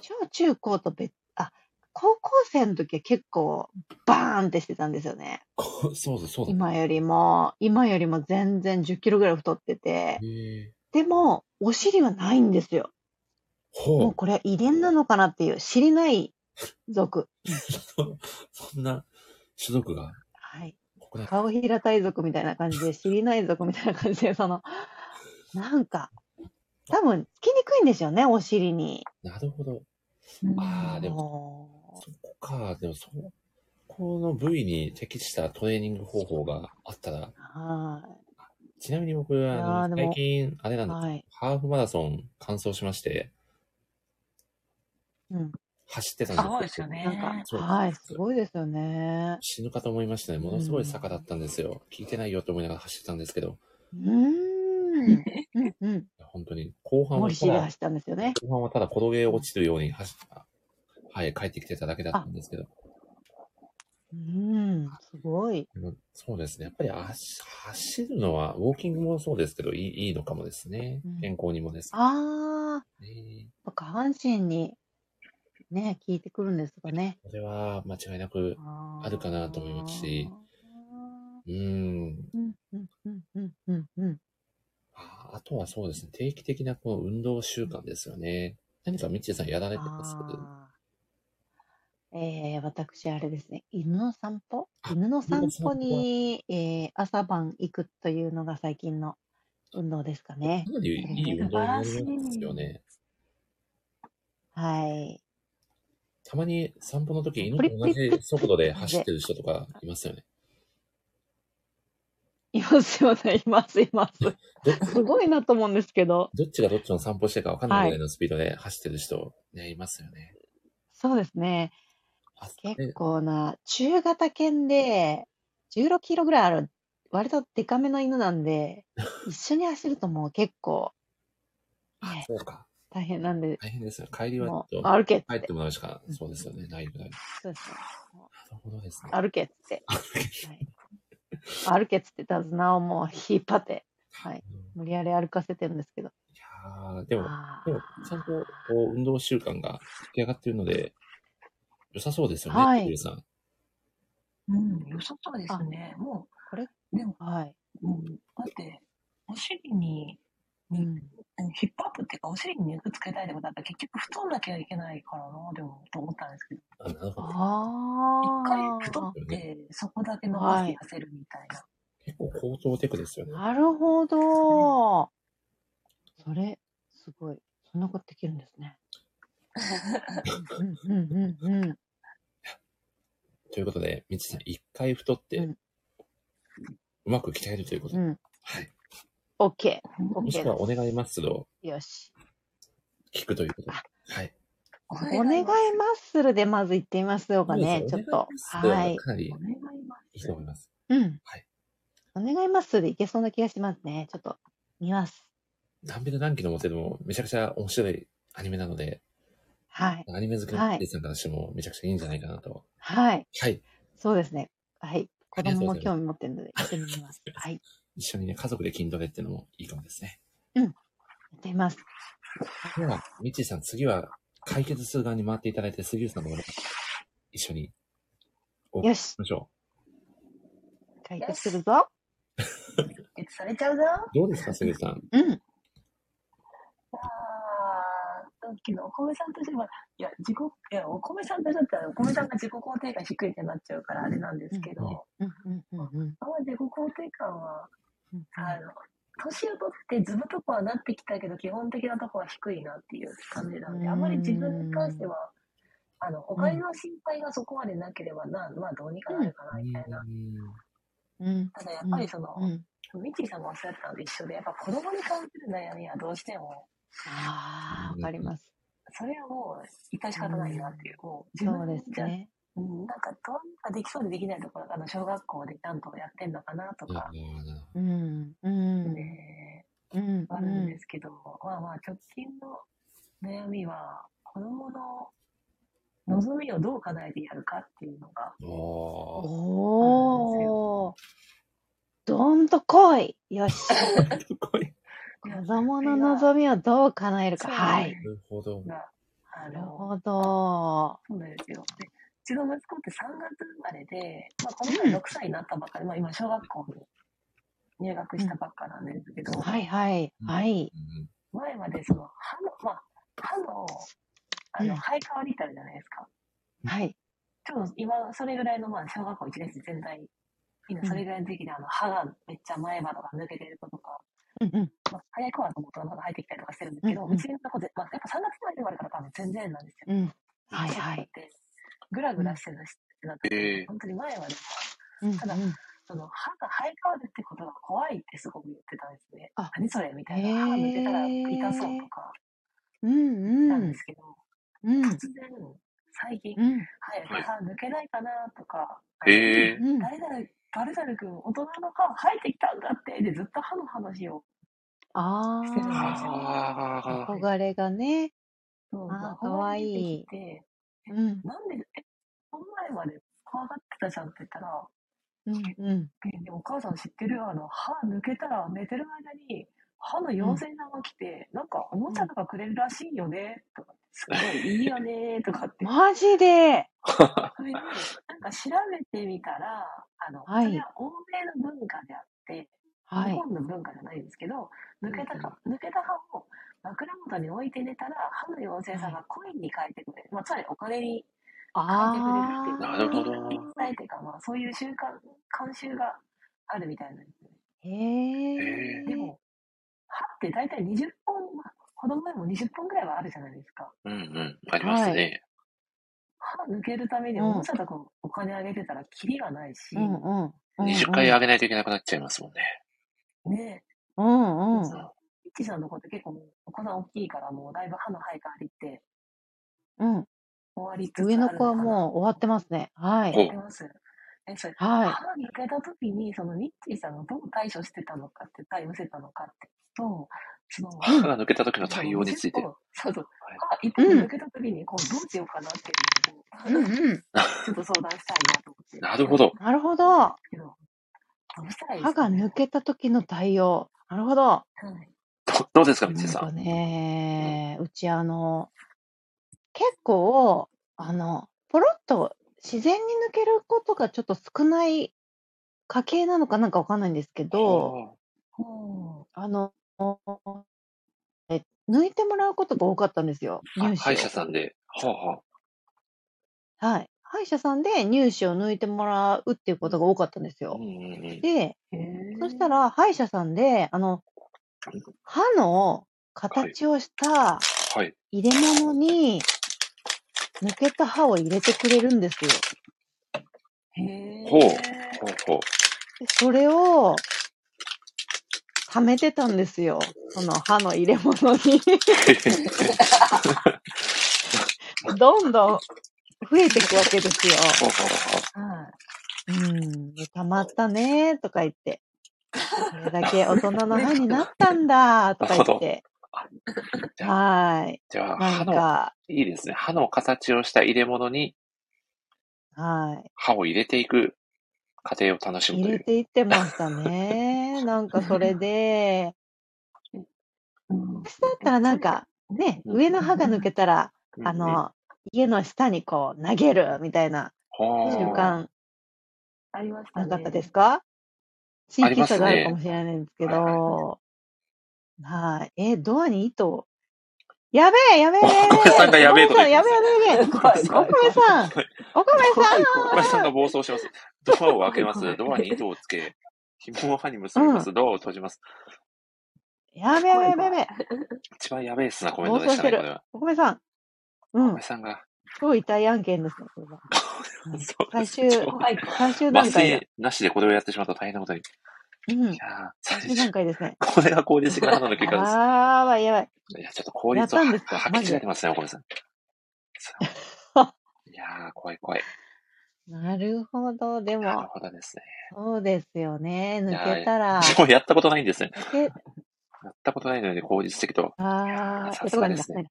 小中高と別、あ、高校生の時は結構バーンってしてたんですよね。こそうだ、そうだ。今よりも、今よりも全然10キロぐらい太ってて、へーでも、お尻はないんですよ。もうほこれは遺伝なのかなっていう、知りない族。う、そんな種族が。はい。これ顔平たい族みたいな感じ (laughs) で、知りない族みたいな感じで、その、なんか、多分、つきにくいんでしょうね、お尻に。なるほど。うんああ、でも、そこか。でも、そこの部位に適したトレーニング方法があったら、はい。ちなみに僕は、あの、いやーで最も近、あれなんです、はいハーフマラソン完走しまして、うん。走ってたんですあよなんか、そうはい、すごいですよね。死ぬかと思いましたね。ものすごい坂だったんですよ。聞いてないよと思いながら走ってたんですけど、(laughs) うーん。うん、うん。本当に、後半は森た尻だ、走ったんですよね。後半はただ転げ落ちるように走った。はい、帰ってきてただけだったんですけど。うん、すごい。でもそうですね。やっぱり足走るのは、ウォーキングもそうですけど、いいいいのかもですね。健康にもです。ああ、ねやっぱ下半身に、ね、効いてくるんですかね。これは間違いなくあるかなと思いますし、うーん。うん、うん、うん、うん、うん、うん。ああとはそうですね、定期的なこの運動習慣ですよね。何かみちさんやられてますえー、私、あれですね、犬の散歩犬の散歩に、えー、朝晩行くというのが最近の運動ですかね。かなりいい運動になりますよね。はい。たまに散歩の時、犬プリとッ同プリップリッじ速度で走ってる人とかいますよね。いますよね、います、い (laughs) ます。すごいなと思うんですけど。どっちがどっちの散歩してるか分かんないぐらいのスピードで走ってる人、ね、いますよね。そうですね。結構な、中型犬で、16キロぐらいある、割とデカめの犬な (laughs) んで、一緒に走るともう結構、ね、そうか。大変なんで、大変ですよ。帰りはちょっともう歩けって帰ってもらうしか、そうですよね。ないぐらい。そうですね。もうなるほどですね。歩けっつ (laughs) って。はい、歩けっつって、手綱をもう引っ張って、はい、無理やり歩かせてるんですけど。あーでも、でも、ちゃんとこう運動習慣が出来上がっているので、良さそうですよね、はいゆりさん。うん、良さそうですね。もう、これでも、はい。うん、だって、お尻に、にヒップアップっていうか、お尻に肉つけたいってことだったら、結局太んなきゃいけないからな、でも、と思ったんですけど。あ、なるほど。一回太あって、そこだけ伸ばして痩せるみたいな。結構高等テクですよあ、ね。なるほど。それ、すごい。そんなことできるんですね。うんうんうんうん。ということで、みちさん、一回太って、うまく鍛えるということで、うん。はい。 OK。OK もしくはお願いマッスルをよし。聞くということで。はい。お願いマッスルでまず行ってみましょうかね、ちそょうっですねと。はい。かなりいいと思います。うん。お願いマッスルでいけそうな気がしますね。ちょっと見ます。ダンベル何キロ持っててもめちゃくちゃ面白いアニメなので、はい。アニメ好きはのいリスさんの話もめちゃくちゃいいんじゃないかなと。はい。はい。そうですね。はい。あ子りがと供うございまもす興味持ってるので、やってみます。はい。一緒にね、家族で筋トレっていうのもいいかもですね。うん。やってみます。では、ミッチーさん、次は解決する側に回っていただいて、杉浦さんの方で一緒にお送りしましょ解決するぞ。解決されちゃうぞ。う。どうですか、杉浦さん。うん。あーさっきのお米さんとしては、いや、自己、いや、お米さんとしては、お米さんが自己肯定感低いってなっちゃうから、あれなんですけど、うんうんうんうん。あんま自己肯定感は、あの、年を取ってずぶとこはなってきたけど、基本的なとこは低いなっていう感じなんで、あんまり自分に関しては、あの、お金の心配がそこまでなければな、まあどうにかなるかな、みたいな。うん。ただやっぱりその、ミッチーさんもおっしゃってたのと一緒で、やっぱ子供に関する悩みはどうしても、ああ、わかります。それはもう、致し方ないなっていう、もう、そうですじゃ、ね。うん、なんか、どうにかできそうでできないところ、あの、小学校でちゃんとやってんのかなとか、うん。うん。うん。あるんですけど、まあまあ、直近の悩みは、子供の望みをどう叶えてやるかっていうのが、おー。どんと来い。 (laughs) よし。子供の望みをどう叶えるか。はい。なるほど。あなるの、ほど。そうなんですよ。でうちの息子って3月生まれで、まあ、この前6歳になったばっかり、まあ、今、小学校に入学したばっかなんですけど、はいはい。はい。前までその歯の、まあ、歯の、あの、生え変わりってあるじゃないですか。はい。ちょうど今、それぐらいの、まあ、小学校1年生全体、みんなそれぐらいの時期で、あの、歯がめっちゃ前歯とか抜けてる子とか、うんうん。まあ、早い子は元の歯が入ってきたりとかしてるんですけうど、うんうんちの子で、まあ、やっぱ3月生まれでもあるから多分全然なんですよ。うん。はいはい。ぐらぐらしてるし、なんか、ええ本当に前はね、うんただ、その歯が生え変わるってことが怖いってすごく言ってたんですね。あ何それみたいな。へえ歯が抜けたら痛そうとか、うんなんですけど、うん。突然、最近、うん早く歯抜けないかなとか、へえあの誰々、誰々君、大人の歯生えてきたんだって、で、ずっと歯の話をしてるんですよ。ああ。憧れがね。そうああ、か憧われい出てきい。て、うん。なんで、え、この前まで怖がってたじゃんって言ったら、うんうん。えでもお母さん知ってるあの、歯抜けたら寝てる間に、歯の妖精さんが来て、なんかおもちゃとかくれるらしいよね、とか、すごいいいよね、とかって。マジでそれで、なんか調べてみたら、あの、はいそれは欧米の文化であって、はい日本の文化じゃないんですけど、抜けたか、抜けた歯を枕元に置いて寝たら、歯の妖精さんがコインに変えてくれる。まあ、つまりお金に変えてくれるっていう。あーなるほど一体っていうか、まあ、そういう習慣、慣習があるみたいなんですね。へえ。でも、歯って大体20本、まあ子供でも20本ぐらいはあるじゃないですか。うんうん。ありますね。歯抜けるためにうんおもちゃとかお金あげてたらキリがないし、うんうん。 20回上げないといけなくなっちゃいますもんね。ねうえ、んうん。さ、いちさんの子って結構もうお子さん大きいからもうだいぶ歯の生え変わりってうん。終わりつつ上のある子はのかな。もう終わってますね。はい。知ってますえ、それ、はい歯抜けた時に、そのミッチーさんがどう対処してたのかって、対応してたのかって聞くと、その、歯が抜けた時の対応について。そうそう。歯一本抜けた時に、こう、どうしようかなっていうのを、 (laughs) ちょっと相談したいなと思って。なるほど。なるほど。どうしたらいいで歯すかがね。抜けた時の対応。なるほど。どどうですか、みちさなんかん。ね、うちあの、結構、あの、ポロッと自然に抜けることがちょっと少ない家系なのかなんかわかんないんですけど、あの、え抜いてもらうことが多かったんですよ、あ歯乳歯医を者さんで。はあははい。歯医者さんで乳歯を抜いてもらうっていうことが多かったんですよ。で、そしたら歯医者さんで、あの、歯の形をしたあ。はい。入れ物に抜けた歯を入れてくれるんですよ。ほう。ほうほう。でそれを、貯めてたんですよ。その歯の入れ物 (laughs) に。どんどん増えていくわけですよ。うん、たまったねーとか言って、これだけ大人の歯になったんだーとか言って、はい。じゃあ、な歯んのか、、いいですね。歯の形をした入れ物には歯を入れていく過程を楽しい。むと入いれう。ていってましたね。なんかそれで、私だったらなんか、ね、上の歯が抜けたら、あの、家の下にこう投げるみたいな習慣ありましたなかったね。ですか地あり域ま差すがあるかねも。しれないんですけど、はい。え、ドアに糸を。やべえ、やべえ、やべ小林え、さやんべがえ、おやべえ米こと言さってまん、やべすね。え、やべえ、やべえ、お怖い怖い怖米い。さん、お米怖い怖小林さんさがん、暴走し (laughs) ます。ドアを開怖けいま怖す。い。ドアに糸をつけ、紐を歯に結びまうん、す。ドアを閉じます。やべえ、やべえ、や怖いべえ、や怖べい。え一番やべえっすなコメン暴トで走ししたてね、こる。れは。お米さん、う小ん、林さんが、超痛い案件ですね、こ (laughs) れは。うん、そうで最す。終、怖い怖い。最終麻段階だ。酔なしでこれをやってしまうと大変なことに。いうやん、ー、最最終終段階ですね。これが効率的な歯の抜けや方です。ばい、やばい。いや、ちょっと効やっ率をたんはですか発マ揮ジされで。てますね、おこ (laughs) さん。そういやー、怖い怖い。なるほど。でなるも、ほどですね。そうですよね。い抜やけー、たら、でもやったことないんですね。抜け、やったことないのに効率的と。いやー、あさあ、やったすことがなでいんだ。すなね。い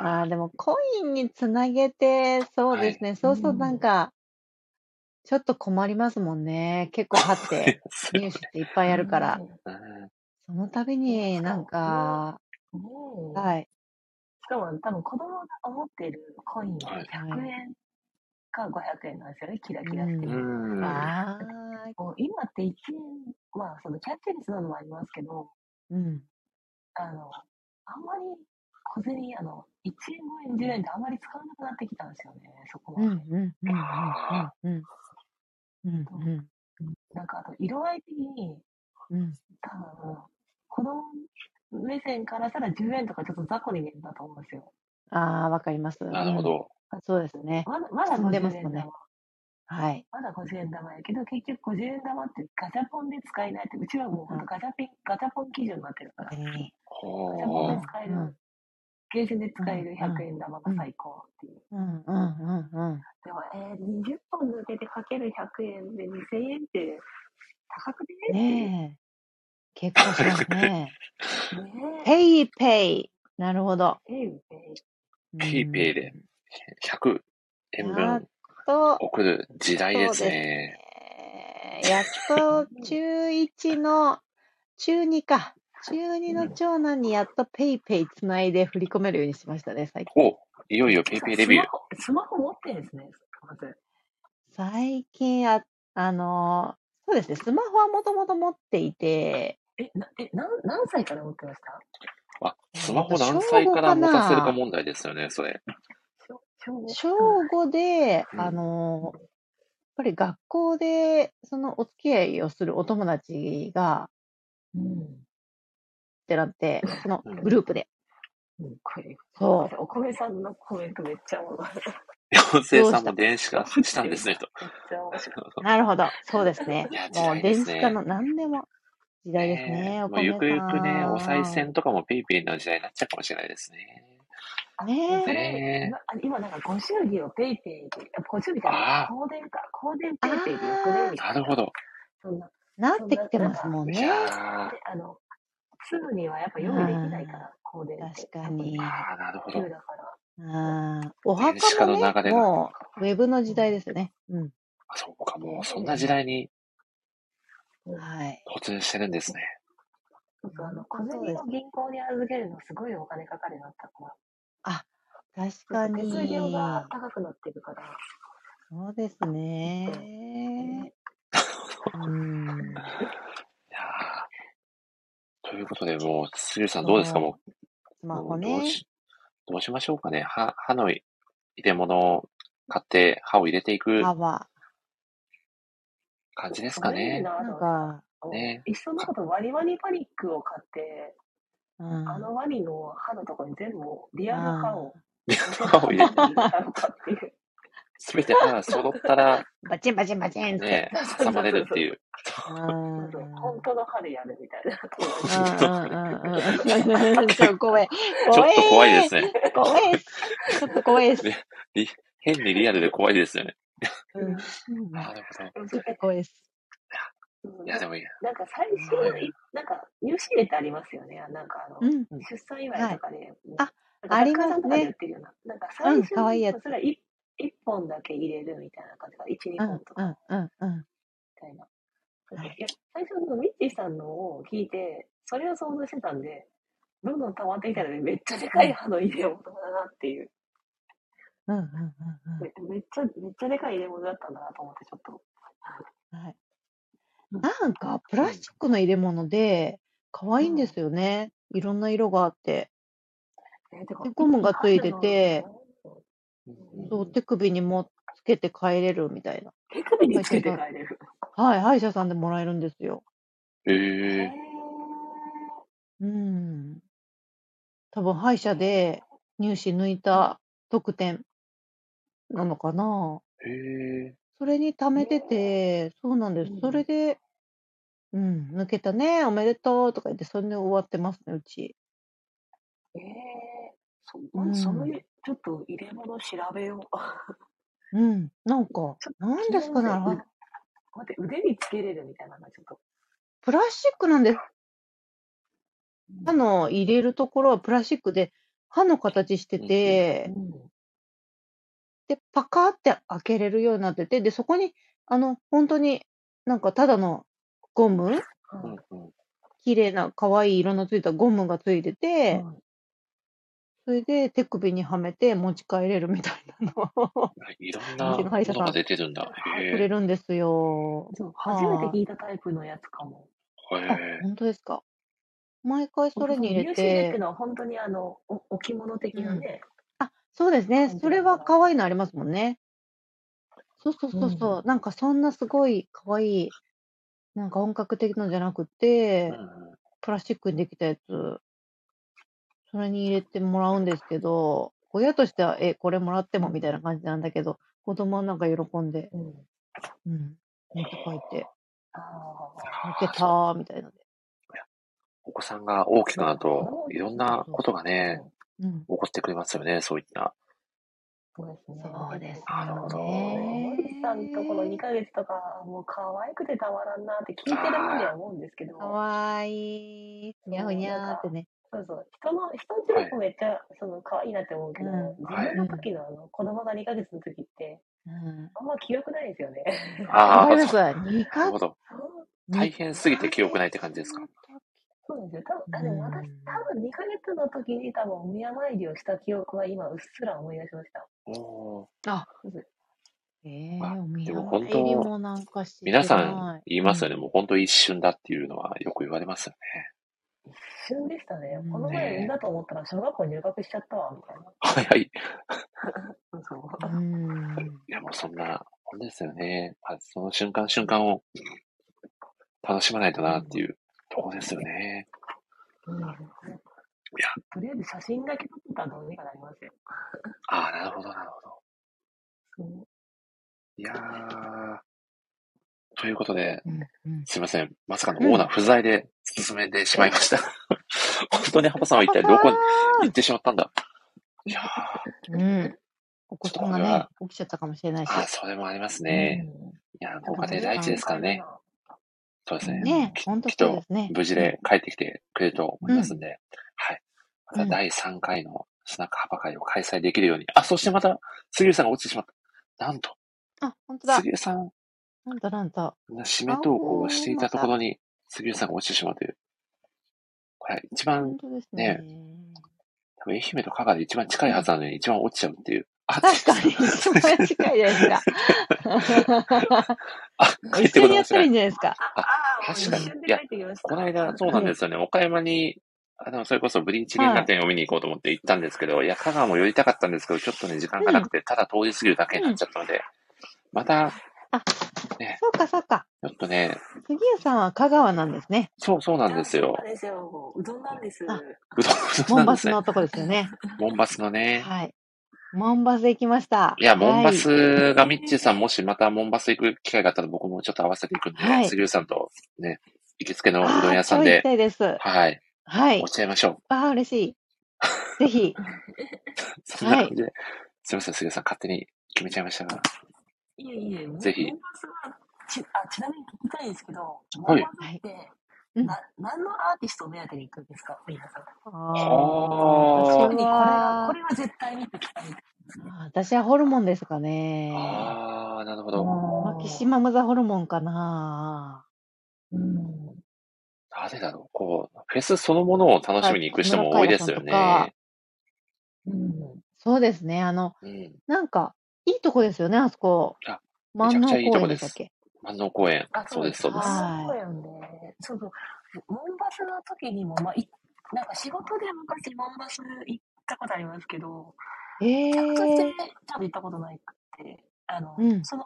な。ああ、でもコインにつなげて、そうはでい。すね。うそうそう、なんん。か、ちょっと困りますもんね。結構こ (laughs) 歯ってれすごい。入試っていっぱいあるから、うんその度うん。ね、にしかなんも、ね、か、ねえ。はい、しかも多分子供が思ってるコインはい。は100い、円か500円なんですよね。キラうキラしてうる。ん、ん。あだってあ、もう今って1円、まあそのキャッチレスなのもありますけど、うん、あの、あんまり小銭、あの、1円、5円、10円ってあんまり使わなくなってきたんですよね、そこうん、うまで。ん、うん、うん、うあん、うん、うん、と、うん、なんかあと色合い的に、うん多分、子供目線からしたら10円とかちょっと雑魚に見えるんだと思うんですよ。ああ、わかります。うーなるほん、ど。だってそうですね。まだ、まだ進んで50ますも円んね。玉、はい。まだ50円玉やけど、結局50円玉ってガチャポンで使えないって、うちはもうほんあ、とガチャピン、ガチャポン基準になってるから、ねガチャポンうでほん、使えうん、る、ゲーセンでう使えん、るう100ん、円玉がうん、最高っていう。うん、うん、うん、うん。でも、えー、20本抜けてかける100円で2000円って高くねっていう。ねえ、結構しますね。ねペイペイ。なるほど。え、ええよね。うペイペイでん。 100円やっ分と、送る時代でそうすですね。ね。やっうと、ん中1の、中2か。中2の長男にやっとペイペイつないで振り込めるようにしましたね、最近。お、いよいよペイさペイレスビュマー。ホ、スマホ持ってんですね、まず。最近、あ、あの、そうですね。スマホはもともと持っていて、え、な、え、なん、何歳から持ってましたあ、スえマっと、ホ小何歳5からか持たせるかな問題ですよね、それ。小、小五小そうなん5で、うあん。の、やっぱり学校で、そのお付き合いをするお友達が、や。ってなって、そのうグん。ループで。うん。うん、これ、そこれ、お米さんのコメントめっちゃおもろい。妖う。精どうさんしもた電子化面したん白でいすね、な。と。めっちゃ面白い。なるほど。そうですね。いや、時もう代で電す子化ね。の何でも時代ですねね。え、おもうゆ米くさゆくね、お賽ん。銭とかもペイペイの時代になっちゃうかもしれないですね。あ、でもねそえ。れ、ねえ。なあ今なんかご祝儀をペイペイで、あご祝儀じゃないか、あ香典か、香典ペイペイでよくねあみあ、なたいるほな。ど。そんな、なそっんてな、きてなんますか、もんいね。やー、で、あの、すぐにはやっぱう用意できないかん。ら、香典っ確て、か多分に。ああ、なるほ急ど。だから。うそん。お電墓子化ものね、流れが。もうウェブの時う。うん。代ですよね。うん。あそうか、もうそんなね時代にえ。うん。はい。突入してるんですね。そうそう、あの、本小当そ銭うです。を銀行に預けるのすごいお金かかるようになったから。あ、確そうそかう、手数料がに。高くなってるから。そうですそう。ね。ねうん。いやー、ということで、もう、すゆさんどうですかそう。もスう、マもホうどうね。し、どうしましょうかね。歯、歯の入れ物を買って、歯を入れていく歯は。感じですあかれいいね。ななんと思って、あか、の、ねいっそのことワニワニパニックを買って、うあん。のワニの歯のとこに全部リアル歯あをえ。乗せた歯を歯入れ、に (laughs) してていったのかっていう。すべて歯が揃ったら、あ。バチンバチンバチンって。ねえ、そう挟そまうれそるうっそてう。いう。うんそうそう。う本ん当の歯でやるみたいな友う達と。 (laughs) んうん (laughs) うん。ちょ、怖い。ちょ怖っと怖いですえ。ね。 (laughs) 怖えし。ちょっと怖えし。ねり変にリアルで怖いですよね。うん。うん。なるほど。ちょっと怖えし。うんいやでもいいなんか最初、なんか、入試入れってありますよね。あなんかあの、出産祝いとかで、あ、ありますねなんか雑貨屋さんとかで売ってるような。なんかう最ん初可愛いやつそれは一一本だけ入れるみたいな感じが、一、二本とかみうん、うん。たいな。いや、最初のミッチーさんのを聞いて、それを想像してたんで、どんどん溜まってきたので、めっちゃでかい歯の入れ物だなっていう。うん、うん、うん。めめっちゃ、めっちゃでかい入れ物だったんだなと思って、ちょっと。はい。なんか、プラスチックの入れ物で、可愛いんですよね。いろんな色があって。で、ゴムがついてて、そう、手首にもつけて帰れるみたいな。手首につけてはい帰れる。はい、歯医者さんでもらえるんですよ。ええうん。多分、歯医者で入試抜いた特典なのかな。へえ。それに貯めてて、そうなんです。それで、うん、抜けたね、おめでとうとか言って、それで終わってますね、うち。ええそ、うまずそういん、う、ちょっと入れ物調べよう。うん、なんか、なん気でにすかなるね、ねあれう待って、腕につけれるみたいなのがちょっと。プラスチックなんです。歯の入れるところはプラスチックで、歯の形してて、で、パカって開けれるようになってて、で、そこに、あの、本当になんかただのゴム綺麗な、可愛い色のついたゴムがついてて、それで手首にはめて持ち帰れるみたいなのを、いろんうなちの歯医者ものがさん出てるんだ。へくれえ。るんですよ。初めては聞いたタイプのやつかも。い。あ、本当ですか。毎回それに入れ入試でってて、のは本当にあの、お置物的なね。そうですね。それは可愛いのありますもんね。そうそうそうそう。なんかそんなすごい可愛い、なんか本格的のじゃなくて、プラスチックにできたやつ、それに入れてもらうんですけど、親としては、え、これもらってもみたいな感じなんだけど、子供はなんか喜んで、うん、持って帰って、抜けたーみたいな。お子さんが大きくなると、いろんなことがね、うん起こってくれますよね、そういった。そうですなるほど。森さんとこの2ヶ月とか、もう可愛くてたまらんなって聞いてる分には思うんですけど。かわいい。にゃふにゃーってね。そうそう。人の、人んちの子めっちゃ、その、可愛いなって思うけど、うん自分の時のあの、子供が2ヶ月の時って、あんま記憶ないですよね。ああ、わかります。そう2なる回ほど。大変すぎて記憶ないって感じですか。そうなんですよ。多分、あ、でも私、多分2ヶ月の時に多分お宮参りをした記憶は今うっすら思い出しました。おあ、ええあー、おで宮も本参り当、もなんかして皆さんない。言いますよね。もう本当一瞬だっていうのはよく言われますよ (laughs) 一瞬でしたね。この前産んだと思ったら小学校入学しちゃったわ、みたいな。ね。早い。そう。いや、もうそんな、本当ですよね。まあその瞬間瞬間を楽しまないとなっていうところですよね。いや、とりあえず写真だけ撮ってたらどうにかなりますよ。ああ、なるほど、なるほど。そういやー、ということで、すいません。まさかのうんオーナー不在で進めてしまいました。本当にハパさんは一体どこに行ってしまったんだ。いやー、うん。お子さんがこれねは、起きちゃったかもしれないし。あーそれもありますね。いやー、ご家庭第一ですからね。そうですね。ねえ、ほんときっそうでとすね。無事で帰ってきてくれると思いますんで、はい。またうん第3回のスナックハパ会を開催できるように。あ、そしてまた、杉浦さんが落ちてしまった。なんと、あ、ほんとだ。杉浦さん。なんだなんだ。締め投稿をしていたところに、杉浦さんが落ちてしまうという。これ、一番本当ですね。ね、多分愛媛と香川で一番近いはずなのに、一番落ちちゃうっていう。確かに、一番近いじゃないです (laughs) か。帰って一こ緒れにもやしったならいいいんじゃないですか。あ、確かに。いや、この間、そうなんですよね。岡山に、あの、それこそブリーチ銀河店を見に行こうと思って行ったんですけど、い、や、香川も寄りたかったんですけど、ちょっとね、時間がなくて、ただ通り過ぎるだけになっちゃったので、また、ね、そうか、そうか。ちょっとね、杉谷さんは香川なんですね。そう、そうなんですよ。ですよ。うどんなんです。うどん、うどモんンなんバでスすねの。男ですよね。モンバスのね。はい。モンバス行きました。いや、モンバはい。スがミッチーさん、もしまたモンバス行く機会があったら僕もちょっと合わせていくんで、はい杉浦さんとね、行きつけのうどんああ、屋さん超行で、きたいです。はい、はい落。ち合いましょああ、嬉し (laughs) い。ぜひ。う。そんなは感い。じで、すいません、杉浦さん勝手に決めちゃいましたが、いえいえ、ぜひ、モンバスはちあちなみに聞きたいんですけど、はいモンマズって、な何のアーティストを目当てに行くんですか、皆さん。あー特にこれは、これは絶対見てきたい。私はホルモンですかね。ああ、なるほど。マキシマムザホルモンかな。誰だろうこう、フェスそのものを楽しみに行く人も多いですよね。そうですね。あの、うん。なんか、いいとこですよね、あそこ。めち万ゃくちゃ能いいと公こ園ででしたっすけ。万能公園。そうです、そうです。はい。そうだよね。そうそう。モンバスの時にも、まあ、いなんか仕事で昔モンバス行ったことありますけど、え客として多分行ったことないくて、あの、その、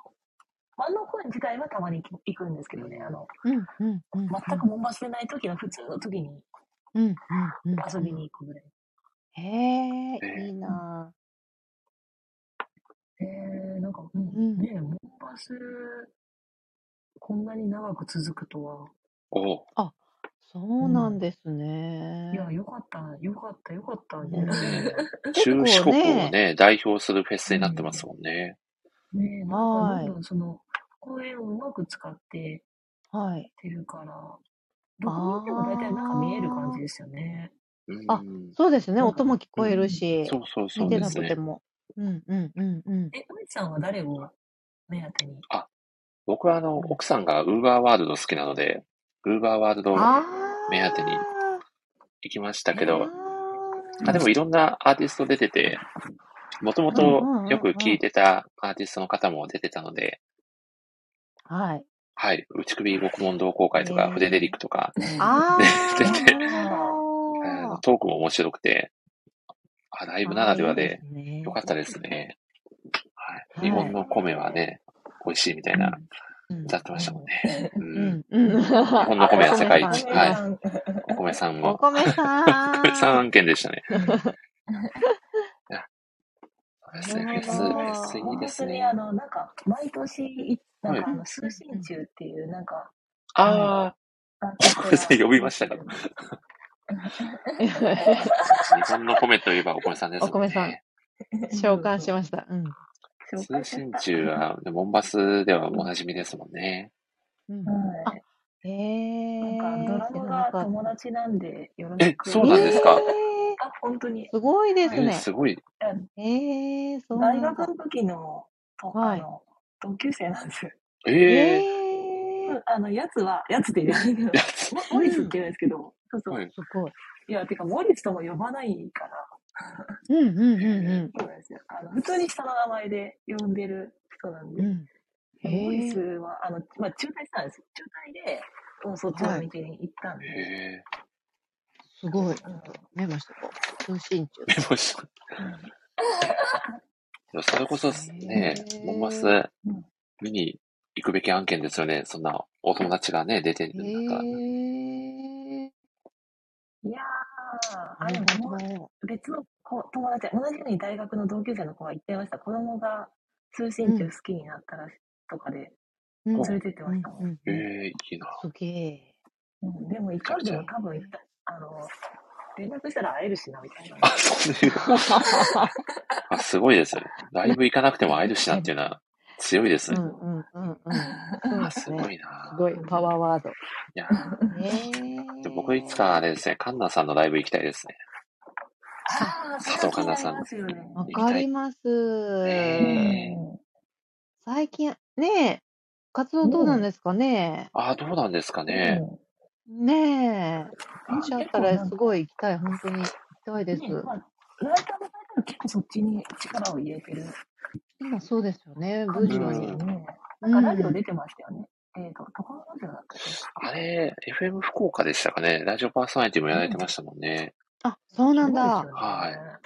万能公園自体はたまに行くんですけどね、あの、うん、うん、うん。全くモンバスでない時の普通の時にうん、うん、うん。遊びに行くぐらい。へえ、いいなえー、なんか、うん、ねえモンバス、こんなに長く続くとは。おあ、そうなんですね。いや、よかった、よかった、よかった、 (laughs) みたいな。中四国をねね、代表するフェスになってますもんね。ねえ、なんかどんどんその公園をうまく使ってはいてるから、どこにいても大体なんか見える感じですよね。あ、そうですね。音も聞こえるし、そうそうそう見てでなすくねて。も。うん、うん、うん、うん。え、梅さんは誰を目当てにあ、僕はあの、奥さんがウーバーワールド好きなので、ウーバーワールド目当てに行きましたけど、あ、でもいろんなアーティスト出てて、もともとよく聴いてたアーティストの方も出てたので、はい。はい、内首獄門同好会とか、フレデリックとか、あ (laughs) 出ー、て、なるほあのど。トークも面白くて、あライブならではで、良かったですね。はい。日本の米はね、美味しいみたいな、歌ってましたもんね。うんうん、うん。日日本の米は世界一。はい。い。お米さんおも。米 (laughs) お米さんさん。案件でしたね。なるほどフェスフェスいいですねにあの、なんか、毎年、なんかあはの、通信中っていう、なんか、あああ、お米さん呼びました (laughs) か。日本の米といえばお米さんです (laughs) おもん米ね。さん。召喚しました。うん。通信中は、モンバスではおなじみですもんね。うんあ、へえ。なんかドラムが友達なんで、よろえし、く。そうなんですか。あ、本当に。すごいですえ、すごい。ええ、そう大学の時の、とあの、同級生なんですよ。ええうんあの、やつは、やつっ (laughs) て言わないけど、モモリスって言うんですけど、そうそう。はいすごい。いや、てか、モリスとも呼ばないから、うんうんうんうん。そうなんですよ。あの、普通に下の名前で呼んでる人なんで。へえモリスは、あの、まあ、中退したんですよ。中退で、うん、そっちの道に行ったんで。 (laughs) えすごい。メモしとこう。通信中。メモしとでもそれこそね、モンバス見に行くべき案件ですよね。そんなお友達がね、出てるんだったら。いやー、あれも、別の子友達、同じように大学の同級生の子が言ってました。子供が通信中好きになったらしとかで、うん連れてってましたもん。ええいいな。すげえ。うん、でも、いかんでも多分、あの、連絡したら会えるしな、みたいな。あ、そういう。あ、 (laughs) すごいですね。ライブ行かなくても会えるしなっていうのは強いですうね。んうんうんうん。そうあ、ですすごね。いな。すごい。パワーワード。いや、へでも僕いつかあれですね、カンナさんのライブ行きたいですね。ああ、佐藤カンナさんの。え。わかります。ね最近、ねえ、活動どうなんですかねあ、どうなんですかね。ねえ。もしあったらすごい行きたい。本当に行きたいです。ライターのタイトル結構そっちに力を入れてる今そうですよね。感文じ章ですよに。ね。なんかラジオ出てましたよね。えっ、と、どこのラジオだったっあれ、FM 福岡でしたかね。ラジオパーソナリティもやられてましたもんね。あ、そうなんだ。は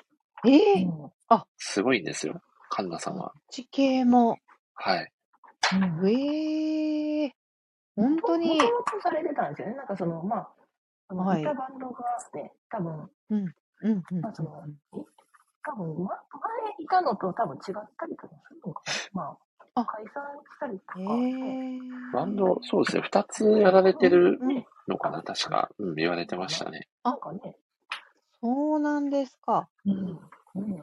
い。ええあ、すごいんですよ、カンナさんは。地形も。はい。ええ本当けもに。ともとされてたんですよね。なんかその、まあ、そのはいいたバンドがね、多分、うん、うん、うん。まあその、え多分、ま、前いたのと多分違ったりとかするのかな。まあ、解散したりとか。バンド、そうですね、二つやられてるのかな、確か。うん、言われてましたね。あ、そうなんですか。うん。ね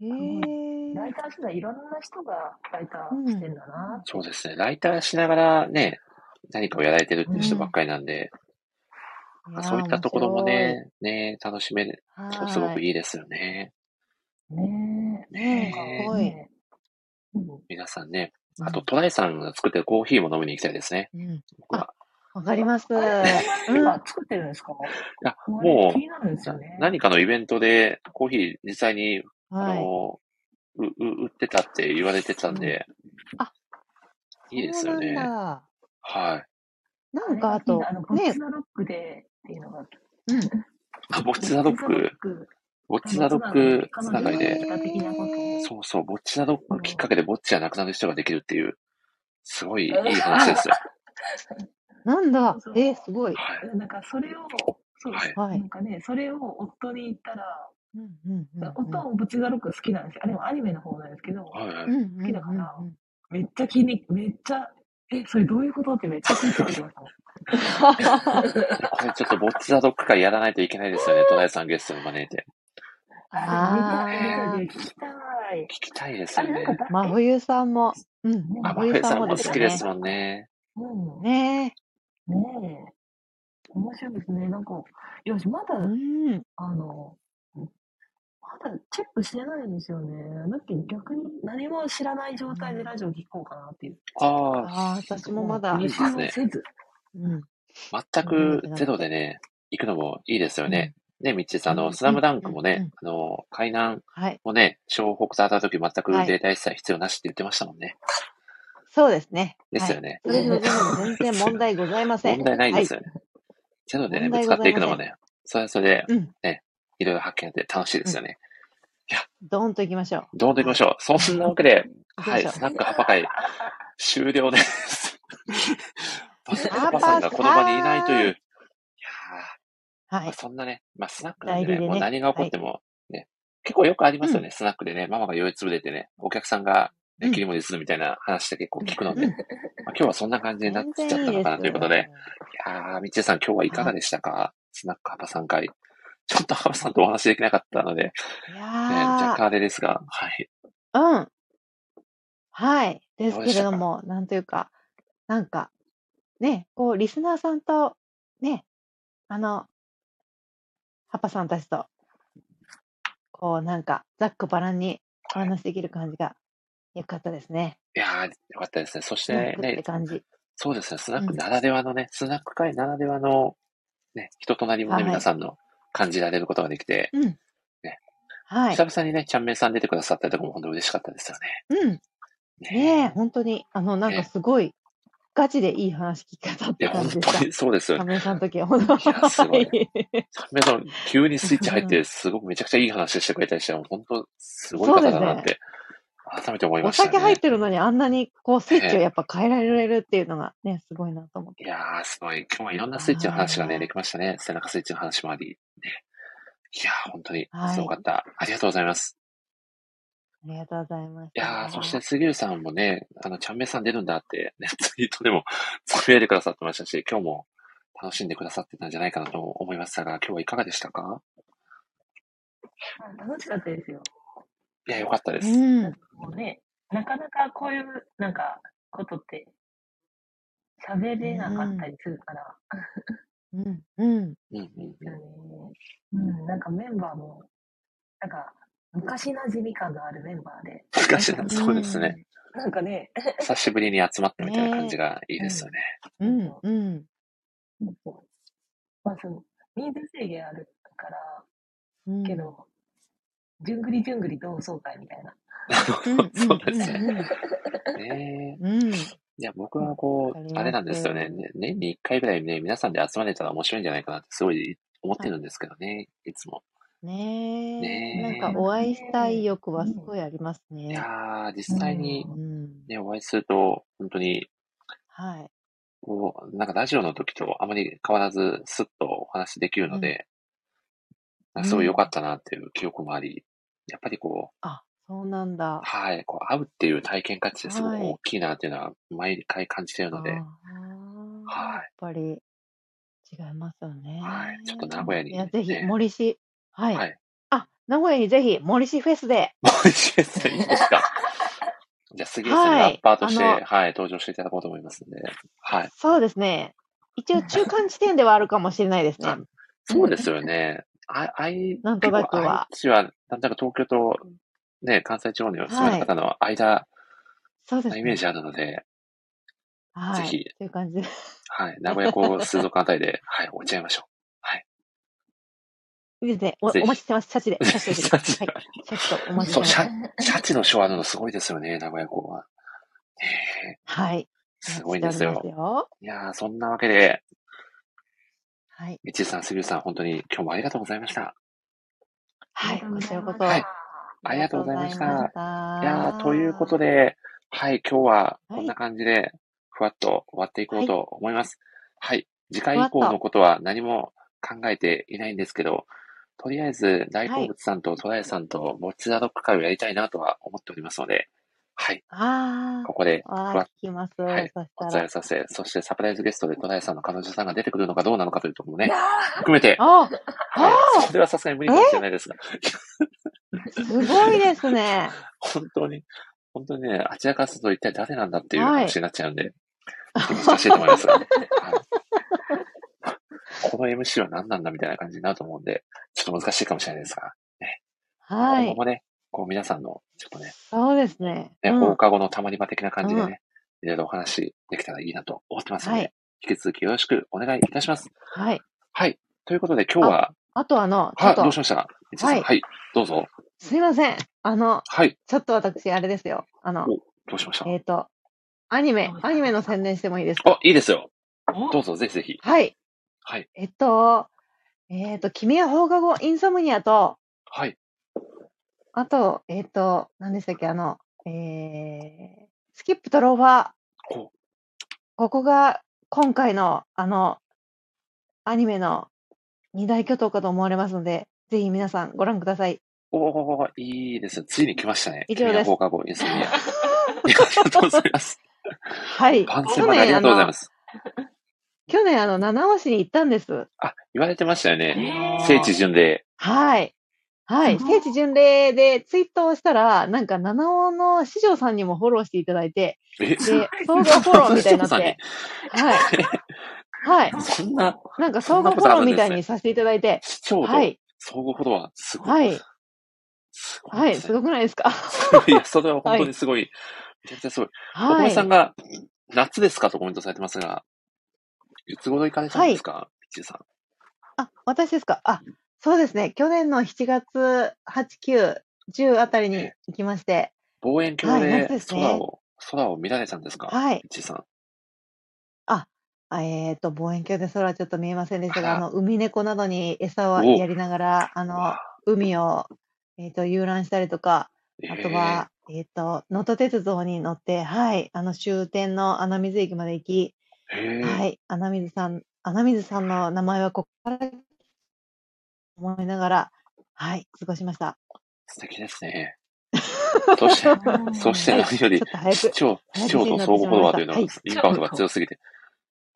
えうんライター時代いろんな人がライターしてんだな。そうですね。ライターしながらね、何かをやられてるって人ばっかりなんで、やーそういったところもね、ね、楽しめるとすごくいいですよね。ねえ。ねごい。皆さんね。あと、トライさんが作ってるコーヒーも飲みに行きたいですね。わかります。今作ってるんですかいや、も気になるんですよう、ね。何かのイベントでコーヒー実際に、あはい。の、う、う、売ってたって言われてたんで、いいですよね。あはい。なんかあと、あの、ボッツナロックでっていうのが、あ、ボッチザドッグ。ボッチザドッグつながりで。そうそう、ボッチザドッグきっかけでボッチじゃなくなる人ができるっていう、すごいいい話ですよ。なんだ、えー、すごい。なんかそれを、そうです。なんかね、それを夫に言ったら、夫はボッチザロック好きなんですよ。あ、でもアニメの方なんですけど、はいはい好きだから、めっちゃ気に、めっちゃ、え、それどういうことってめっちゃ気にかけてました。これちょっとボッチザドッグ会やらないといけないですよね。トライさんゲストに招いて。 (laughs) あああ、聞きたい。聞きたいですよね。真冬さんも、うん、あ、真真冬冬ささんんもも好ですよきでねす。もんね。うん。ねえ。ねえ。面白いですね。なんか、よし、まだ、あの、まだチェックしてないんですよね。だって逆に何も知らない状態でラジオ聞こうかなっていう。ああ、ああ、私もまだ。いいですね。せず。全くゼロでね、行くのもいいですよね。ね、ミッチーさん、あの、スラムダンクもね、あの、海南はい。もね、小北と当たった時全はくいデータ一切必要なしって言ってましたもんね。そうですね。ですよね。それぞれも全然問題ございません。問題ないですよね。ゼロでね、ぶつかっていくのもね、それはそれで、ね、いろいろ発見で楽しいですよね。ドーンと行きましょう。どんどん行きましょう。そんなわけで、行きはまい、しょうスナックハパ会、終了 (laughs) です。まさかハパさんがこの場にいないという、まあそんなね、まあスナックなんでね、代理でねもう何が起こっても、ね、結構よくありますよね、スナックでね、ママが酔いつぶれてね、お客さんが、ね、切り盛りするみたいな話って結構聞く (laughs) ので、まあ、今日はそんな感じになっちゃったのかなということで、いやー、みちえさん今日はいかがでしたか、スナックハパさん会。ちょっとハパさんとお話できなかったので、いね、若や干あれですが、はい。ー、うん。はい。ですどうでけしれたども、なんというか、なんか、ね、こう、リスナーさんと、ね、あの、ハパさんたちと、こう、なんか、ざっくばらんにお話できる感じが、よかったですね。いやー、よかったですね。そしスナッてクってね、感 (laughs) じ。そうですね、スナうックん。ならではのね、スナック会ならではの、ね、人となりもね、はい皆さんの感じられることができて、うん。ね、はい。久々にね、ちゃんめいさん出てくださったとこも本当に嬉しかったですよね。うん。ねえ、本当に、あの、なんかすごい、ガチでいい話聞き方いってや、感本じでした。当にそうですよカね。メさんの時は、ほんと。いやすごいそ皆さん、急にスイッチ入って、すごくめちゃくちゃいい話してくれたりして、本当、すごいう方ですだなっね。て、改めて思いおました酒入っね。てるのにあんなにこうスイッチをねやっぱ変えられるっていうのがね、すごいなと思って。いやー、すごい。今日はいろんなスイッチの話がね、できましたね。背中スイッチの話もあり。ね、いやー、本当に、すごかった、ありがとうございます。ありがとうございましいやー、そしてた。杉浦さんもね、あの、ちゃんめいさん出るんだって、ね、 (laughs) ツイートでもつぶやいてくださってましたし、今日も楽しんでくださってたんじゃないかなと思いましたが、今日はいかがでしたか楽しかったですよ。いや、よかったでうす。ん。もうね、なかなかこういう、なんか、ことって喋れなかったりするから、うん。うん。うんうんうんうん、なんかメンバーも、なんか、昔馴染み感のあるメンバーで、 (laughs) 難しいな、そうですね。なんかね、 (laughs) 久しぶりに集まったみたいな感じねがいいですよね。え。 (laughs) うん。うん。まあその、人数制限あるから、うん。けど、じゅんぐりじゅんぐり同窓会みたいな。 (laughs) そうですね。ねえ。うん。いや、僕はこあう、りあれなまんす。ですよね。ね年に1回ぐらいね、皆さんで集まれたら面白いんじゃないかなってすごい思ってるんですけどね、いつも。ねえ。なんねかえ。お会いしたい欲はすごいありますいね。やー、う実際にん。うんね、お会いすると、本当に、はい。こう、なんかラジオの時とあまり変わらず、スッとお話できるので、うすごい良ん。かったなっていう記憶もあり、やっぱりこう、あ、そうなんだ。はい、こう、会うっていう体験価値ですごくはい。大きいなっていうのは、毎回感じているので、ああ、やっぱり違いますよね。はい、ちょっと名古屋いにや、ぜひ、ね、森市。はい。はい、あ、名古屋にぜひ、森市フェスで。いい (laughs) ですか。じゃあ、杉谷さんにラはいッパーとして、あはい、の登場していただこうと思いますんで。はい。そうですね。一応、中間地点ではあるかもしれないですね。そうですよね。あ、あい、なんとなくあは。っちは、なんとなく東京と、ね、関西地方にお住まいの方の間そうですなイメージあるので、はい。ぜひという感じで。はい、名古屋港水族館あたり (laughs) で、はい、置いちゃいましょいいですね。おぜひお待ちしてます。シャチで。シャチでぜひ。はい。シャチとおう。待ちしてそまう、すシャ、シャチのショーあるのすごいですよね、名古屋港は。ねえはい。すごいんですお待ちしておりよ。まいやー、そんなわけで、すよ。はい。みちさん、杉内さん、本当に今日もありがとうございました。はい。こちらこそ。はい。ありがとうございました。ありがとうございましいやーということで、はい、今日はこんな感じで、ふわっと終わっていこうと思います。はい、次回以降のことは何も考えていないんですけど、とりあえず、大好物さんとトライさんと、モッチザドッグ会をやりたいなとは思っておりますので、はい、あここで、あ、ふあわあ、っ聞きます。はいそしおた伝らえ。させ、そしてサプライズゲストでトライさんの彼女さんが出てくるのかどうなのかというところもね、含めて、あはい、それはさすがに無理かもしれないですが、すごいですね。本当に、本当にね、あちらからすると一体誰なんだっていうはい話になっちゃうんで、難しいと思い (laughs) ますが、ね、はいこの MC は何なんだみたいな感じになると思うんで、ちょっと難しいかもしれないですが、は今後い。もね、こう皆さんの、ちょっとね、そうですね。ねうん放課後のたまり場的な感じでうんね、いろいろお話できたらいいなと思ってますのはで、い。引き続きよろしくお願いいたします。はい。はい。ということで今日は、あとあの、ちょはっどうとし、ましたみちさん、ははいい、どうぞ。すいません。あの、はい。ちょっと私、あれですよ。あの、どうしましたえっ、と、アニメ、アニメの宣伝してもいいですかあ、いいですよ。どうぞ、ぜひぜひ。はい。はい。えっと、えっ、と、君は放課後、インソムニアと、はい。あと、えっ、と、何でしたっけ、あの、えー、スキップとローファー。ここが、今回の、あの、アニメの二大巨頭かと思われますので、ぜひ皆さんご覧ください。おー、いいですね。ついに来ましたね。以君上はです放課後、インスミ (laughs) ア。ありがとうございます。はい。番宣去まであり年、があとうございのま、す。去年、あの、七尾市に行ったんです。言われてましたよね。聖地巡礼。はい。はい。聖地巡礼でツイートをしたら、なんか、七尾の市長さんにもフォローしていただいて、 (laughs) えで、総合フォローみたいになっそんなて、はい。はい。そんな、なんか、そ総んな合こフォとあローるんみですたいねに。させていただいて、市長はとい。相互フォロワー、すごい。はい。すごいはでい。すすね。ごくないですか (laughs) いや、それは本当はにいすごい。めちゃくちゃすごい。おは米さんい。が、夏ですかとコメントされてますが、いつ頃行かれたんはですい。か一さん。あ、私ですかあ、そうですね。去年の7月8、9、10あたりに行きまして、望遠鏡はい、夏でです空ね。を、空を見られたんですかはい。一さん。あ、あえっと、望遠鏡で空はちょっと見えませんでしたが、ああら、の、ウミネコなどに餌をおやりながら、あの、海を、えっと、遊覧したりとか、あとえは、えっと、能登鉄道に乗って、はい、あの、終点の穴水駅まで行き、えへはえい、穴水さん、穴水さんの名前はここから思いながら、はい、過ごしました。素敵ですね。そして、そして (laughs) はい、何よちり、ょっと早市く、長、市早長口とになっ相て互しフォまいロまワーしというた。のはが、い、インパクトが強すぎて、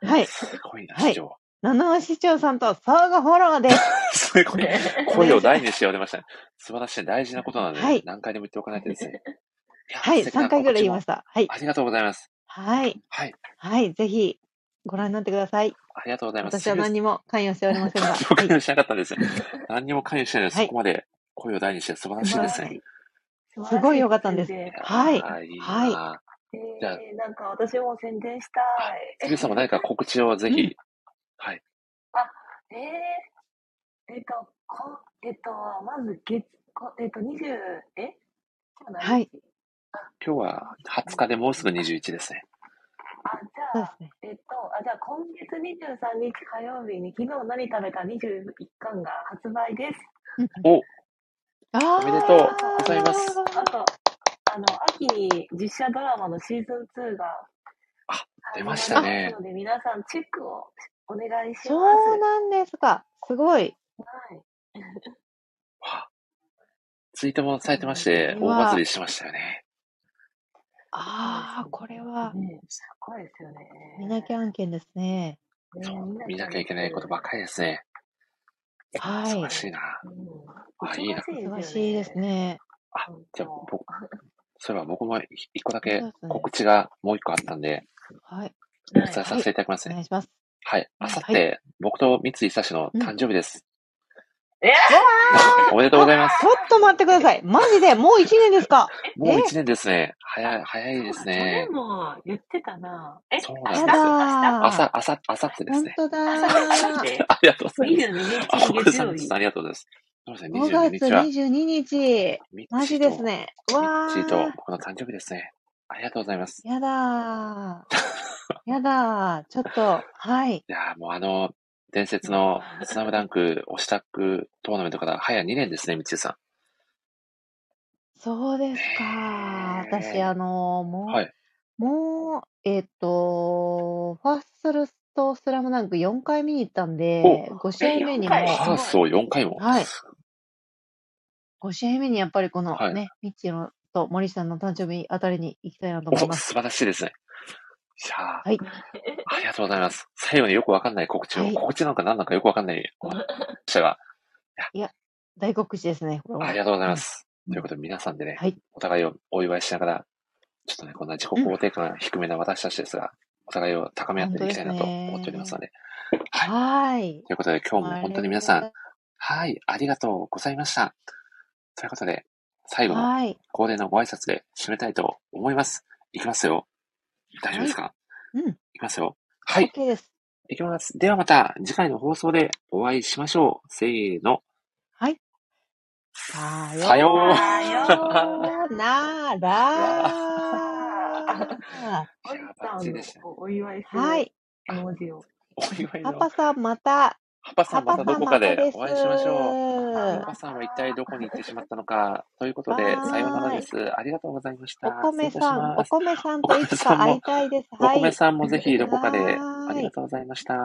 はい、すごいな、は市い。長。七尾市長さんと相互フォローです。すごい。お声願いをしま大す。にして言われましたね。素晴らしい、大事なことなのではね、い、何回でも言っておかないとですね。いやー、は素い、敵3な回ぐ告らい知言いまもした。はい、ありがとうございます。はい、はい、はい、ぜひ、ご覧になってください。ありがとうございます。私杉内さは何んにも関与しておりません (laughs) 何が、もは関い、与しなかったんですね。何にも関与してないのに、はそこい、まで声を大にして素晴ら素しい晴でらすね。しい。素晴すらごいしい良かったんで宣す。伝。はい、ああ、いいはい、なーじゃあ、えー、なんか私も宣伝した杉内さんも何か告知をぜうん、ひ、はい。い。えー、えっ、と、こえっ、と、まず月、こえっ、と、20、え今日何はい、日今日は20日でもうすぐ21ですね。あ、じゃそうですあ、ね。えっ、と、あ、じゃあ今月23日火曜日に昨日何食べた21巻が発売です。うんうん、お、おめでとうあございます。あと、あと、あの、秋に実写ドラマのシーズン2があ、出始まましりたあ、ますね。ので、皆さんチェックをお願いしまそうす。なんですか。すごい。はい。わあツイートもされてましこて、れ大バズは、りしてましたよね。そうでああ、すこれは、ね。ねすごいですよね。見なきゃ案件ですね。ねそう、見な見きなゃきゃでいけす。ないことばっかりですね。はい。素晴らしいな。あ、いいな。忙しいですね。じゃあ、僕、それは僕も一個だけ告知がもう一個あったんで、はい。お伝えさせていただきますおね。願いします。はい。あさって、僕と三井久志の誕生日です。えおめでとうございます。ちょっと待ってください。マジで、もう一年ですか。もう一年ですね。早い、早いですね。もう言ってたな。え、そう明なん日ですよ。あ明さ、あさ、あさってですね。本当だー。 (laughs) ありがとうございます。 22日あ、小暮さん月曜日ありがとうございます。そうですね、22 5月日は、 22日。マジですね。わちーとー。僕の誕生日ですね。ありがとうございます。やだー。やだー。ちょっと、はい。いやーもうあの、伝説のスラムダンク、オシタックトーナメントから早2年ですね、みちさん。そうですか。私、あのー、もう、はいもう、えっ、と、ファーストルスとスラムダンク4回見に行ったんで、5試合目にもう、ハースを4回も。はい。5試合目にやっぱりこのはいね、ミッチーのと森下の誕生日あたりに行きたいなとお、思います。素晴らしいですね。いやーはい。ありがとうございます。最後によくわかんない告知を、告知なんか何なんかよくわかんないお話でしたが、いや、大告知ですね、これは。ありがとうございます。ということで皆さんでね、お互いをお祝いしながら、ちょっとね、こんな自己肯定感が低めな私たちですが、お互いを高め合っていきたいなと思っておりますので、はい。ということで今日も本当に皆さん、はい、ありがとうございました。ということで、最後のはい。恒例のご挨拶で締めたいと思います。いきますよ。大丈夫ですか、うん。いきますよ。はい。 OK です。いきます。ではまた次回の放送でお会いしましょう。せーの。はい。さようななら。さんのおお祝いするはい。絵文字を。お祝いパパさんまた。ハッパさんまたどこかでお会いしましょう。ハッパさんは一体どこに行ってしまったのか。ということではー、いさようならです。ありがとうございました。お米失礼いたしさん、まおす米さんといつか会いたいです。おはい。米さんもぜひどこかで、ありがとうございました。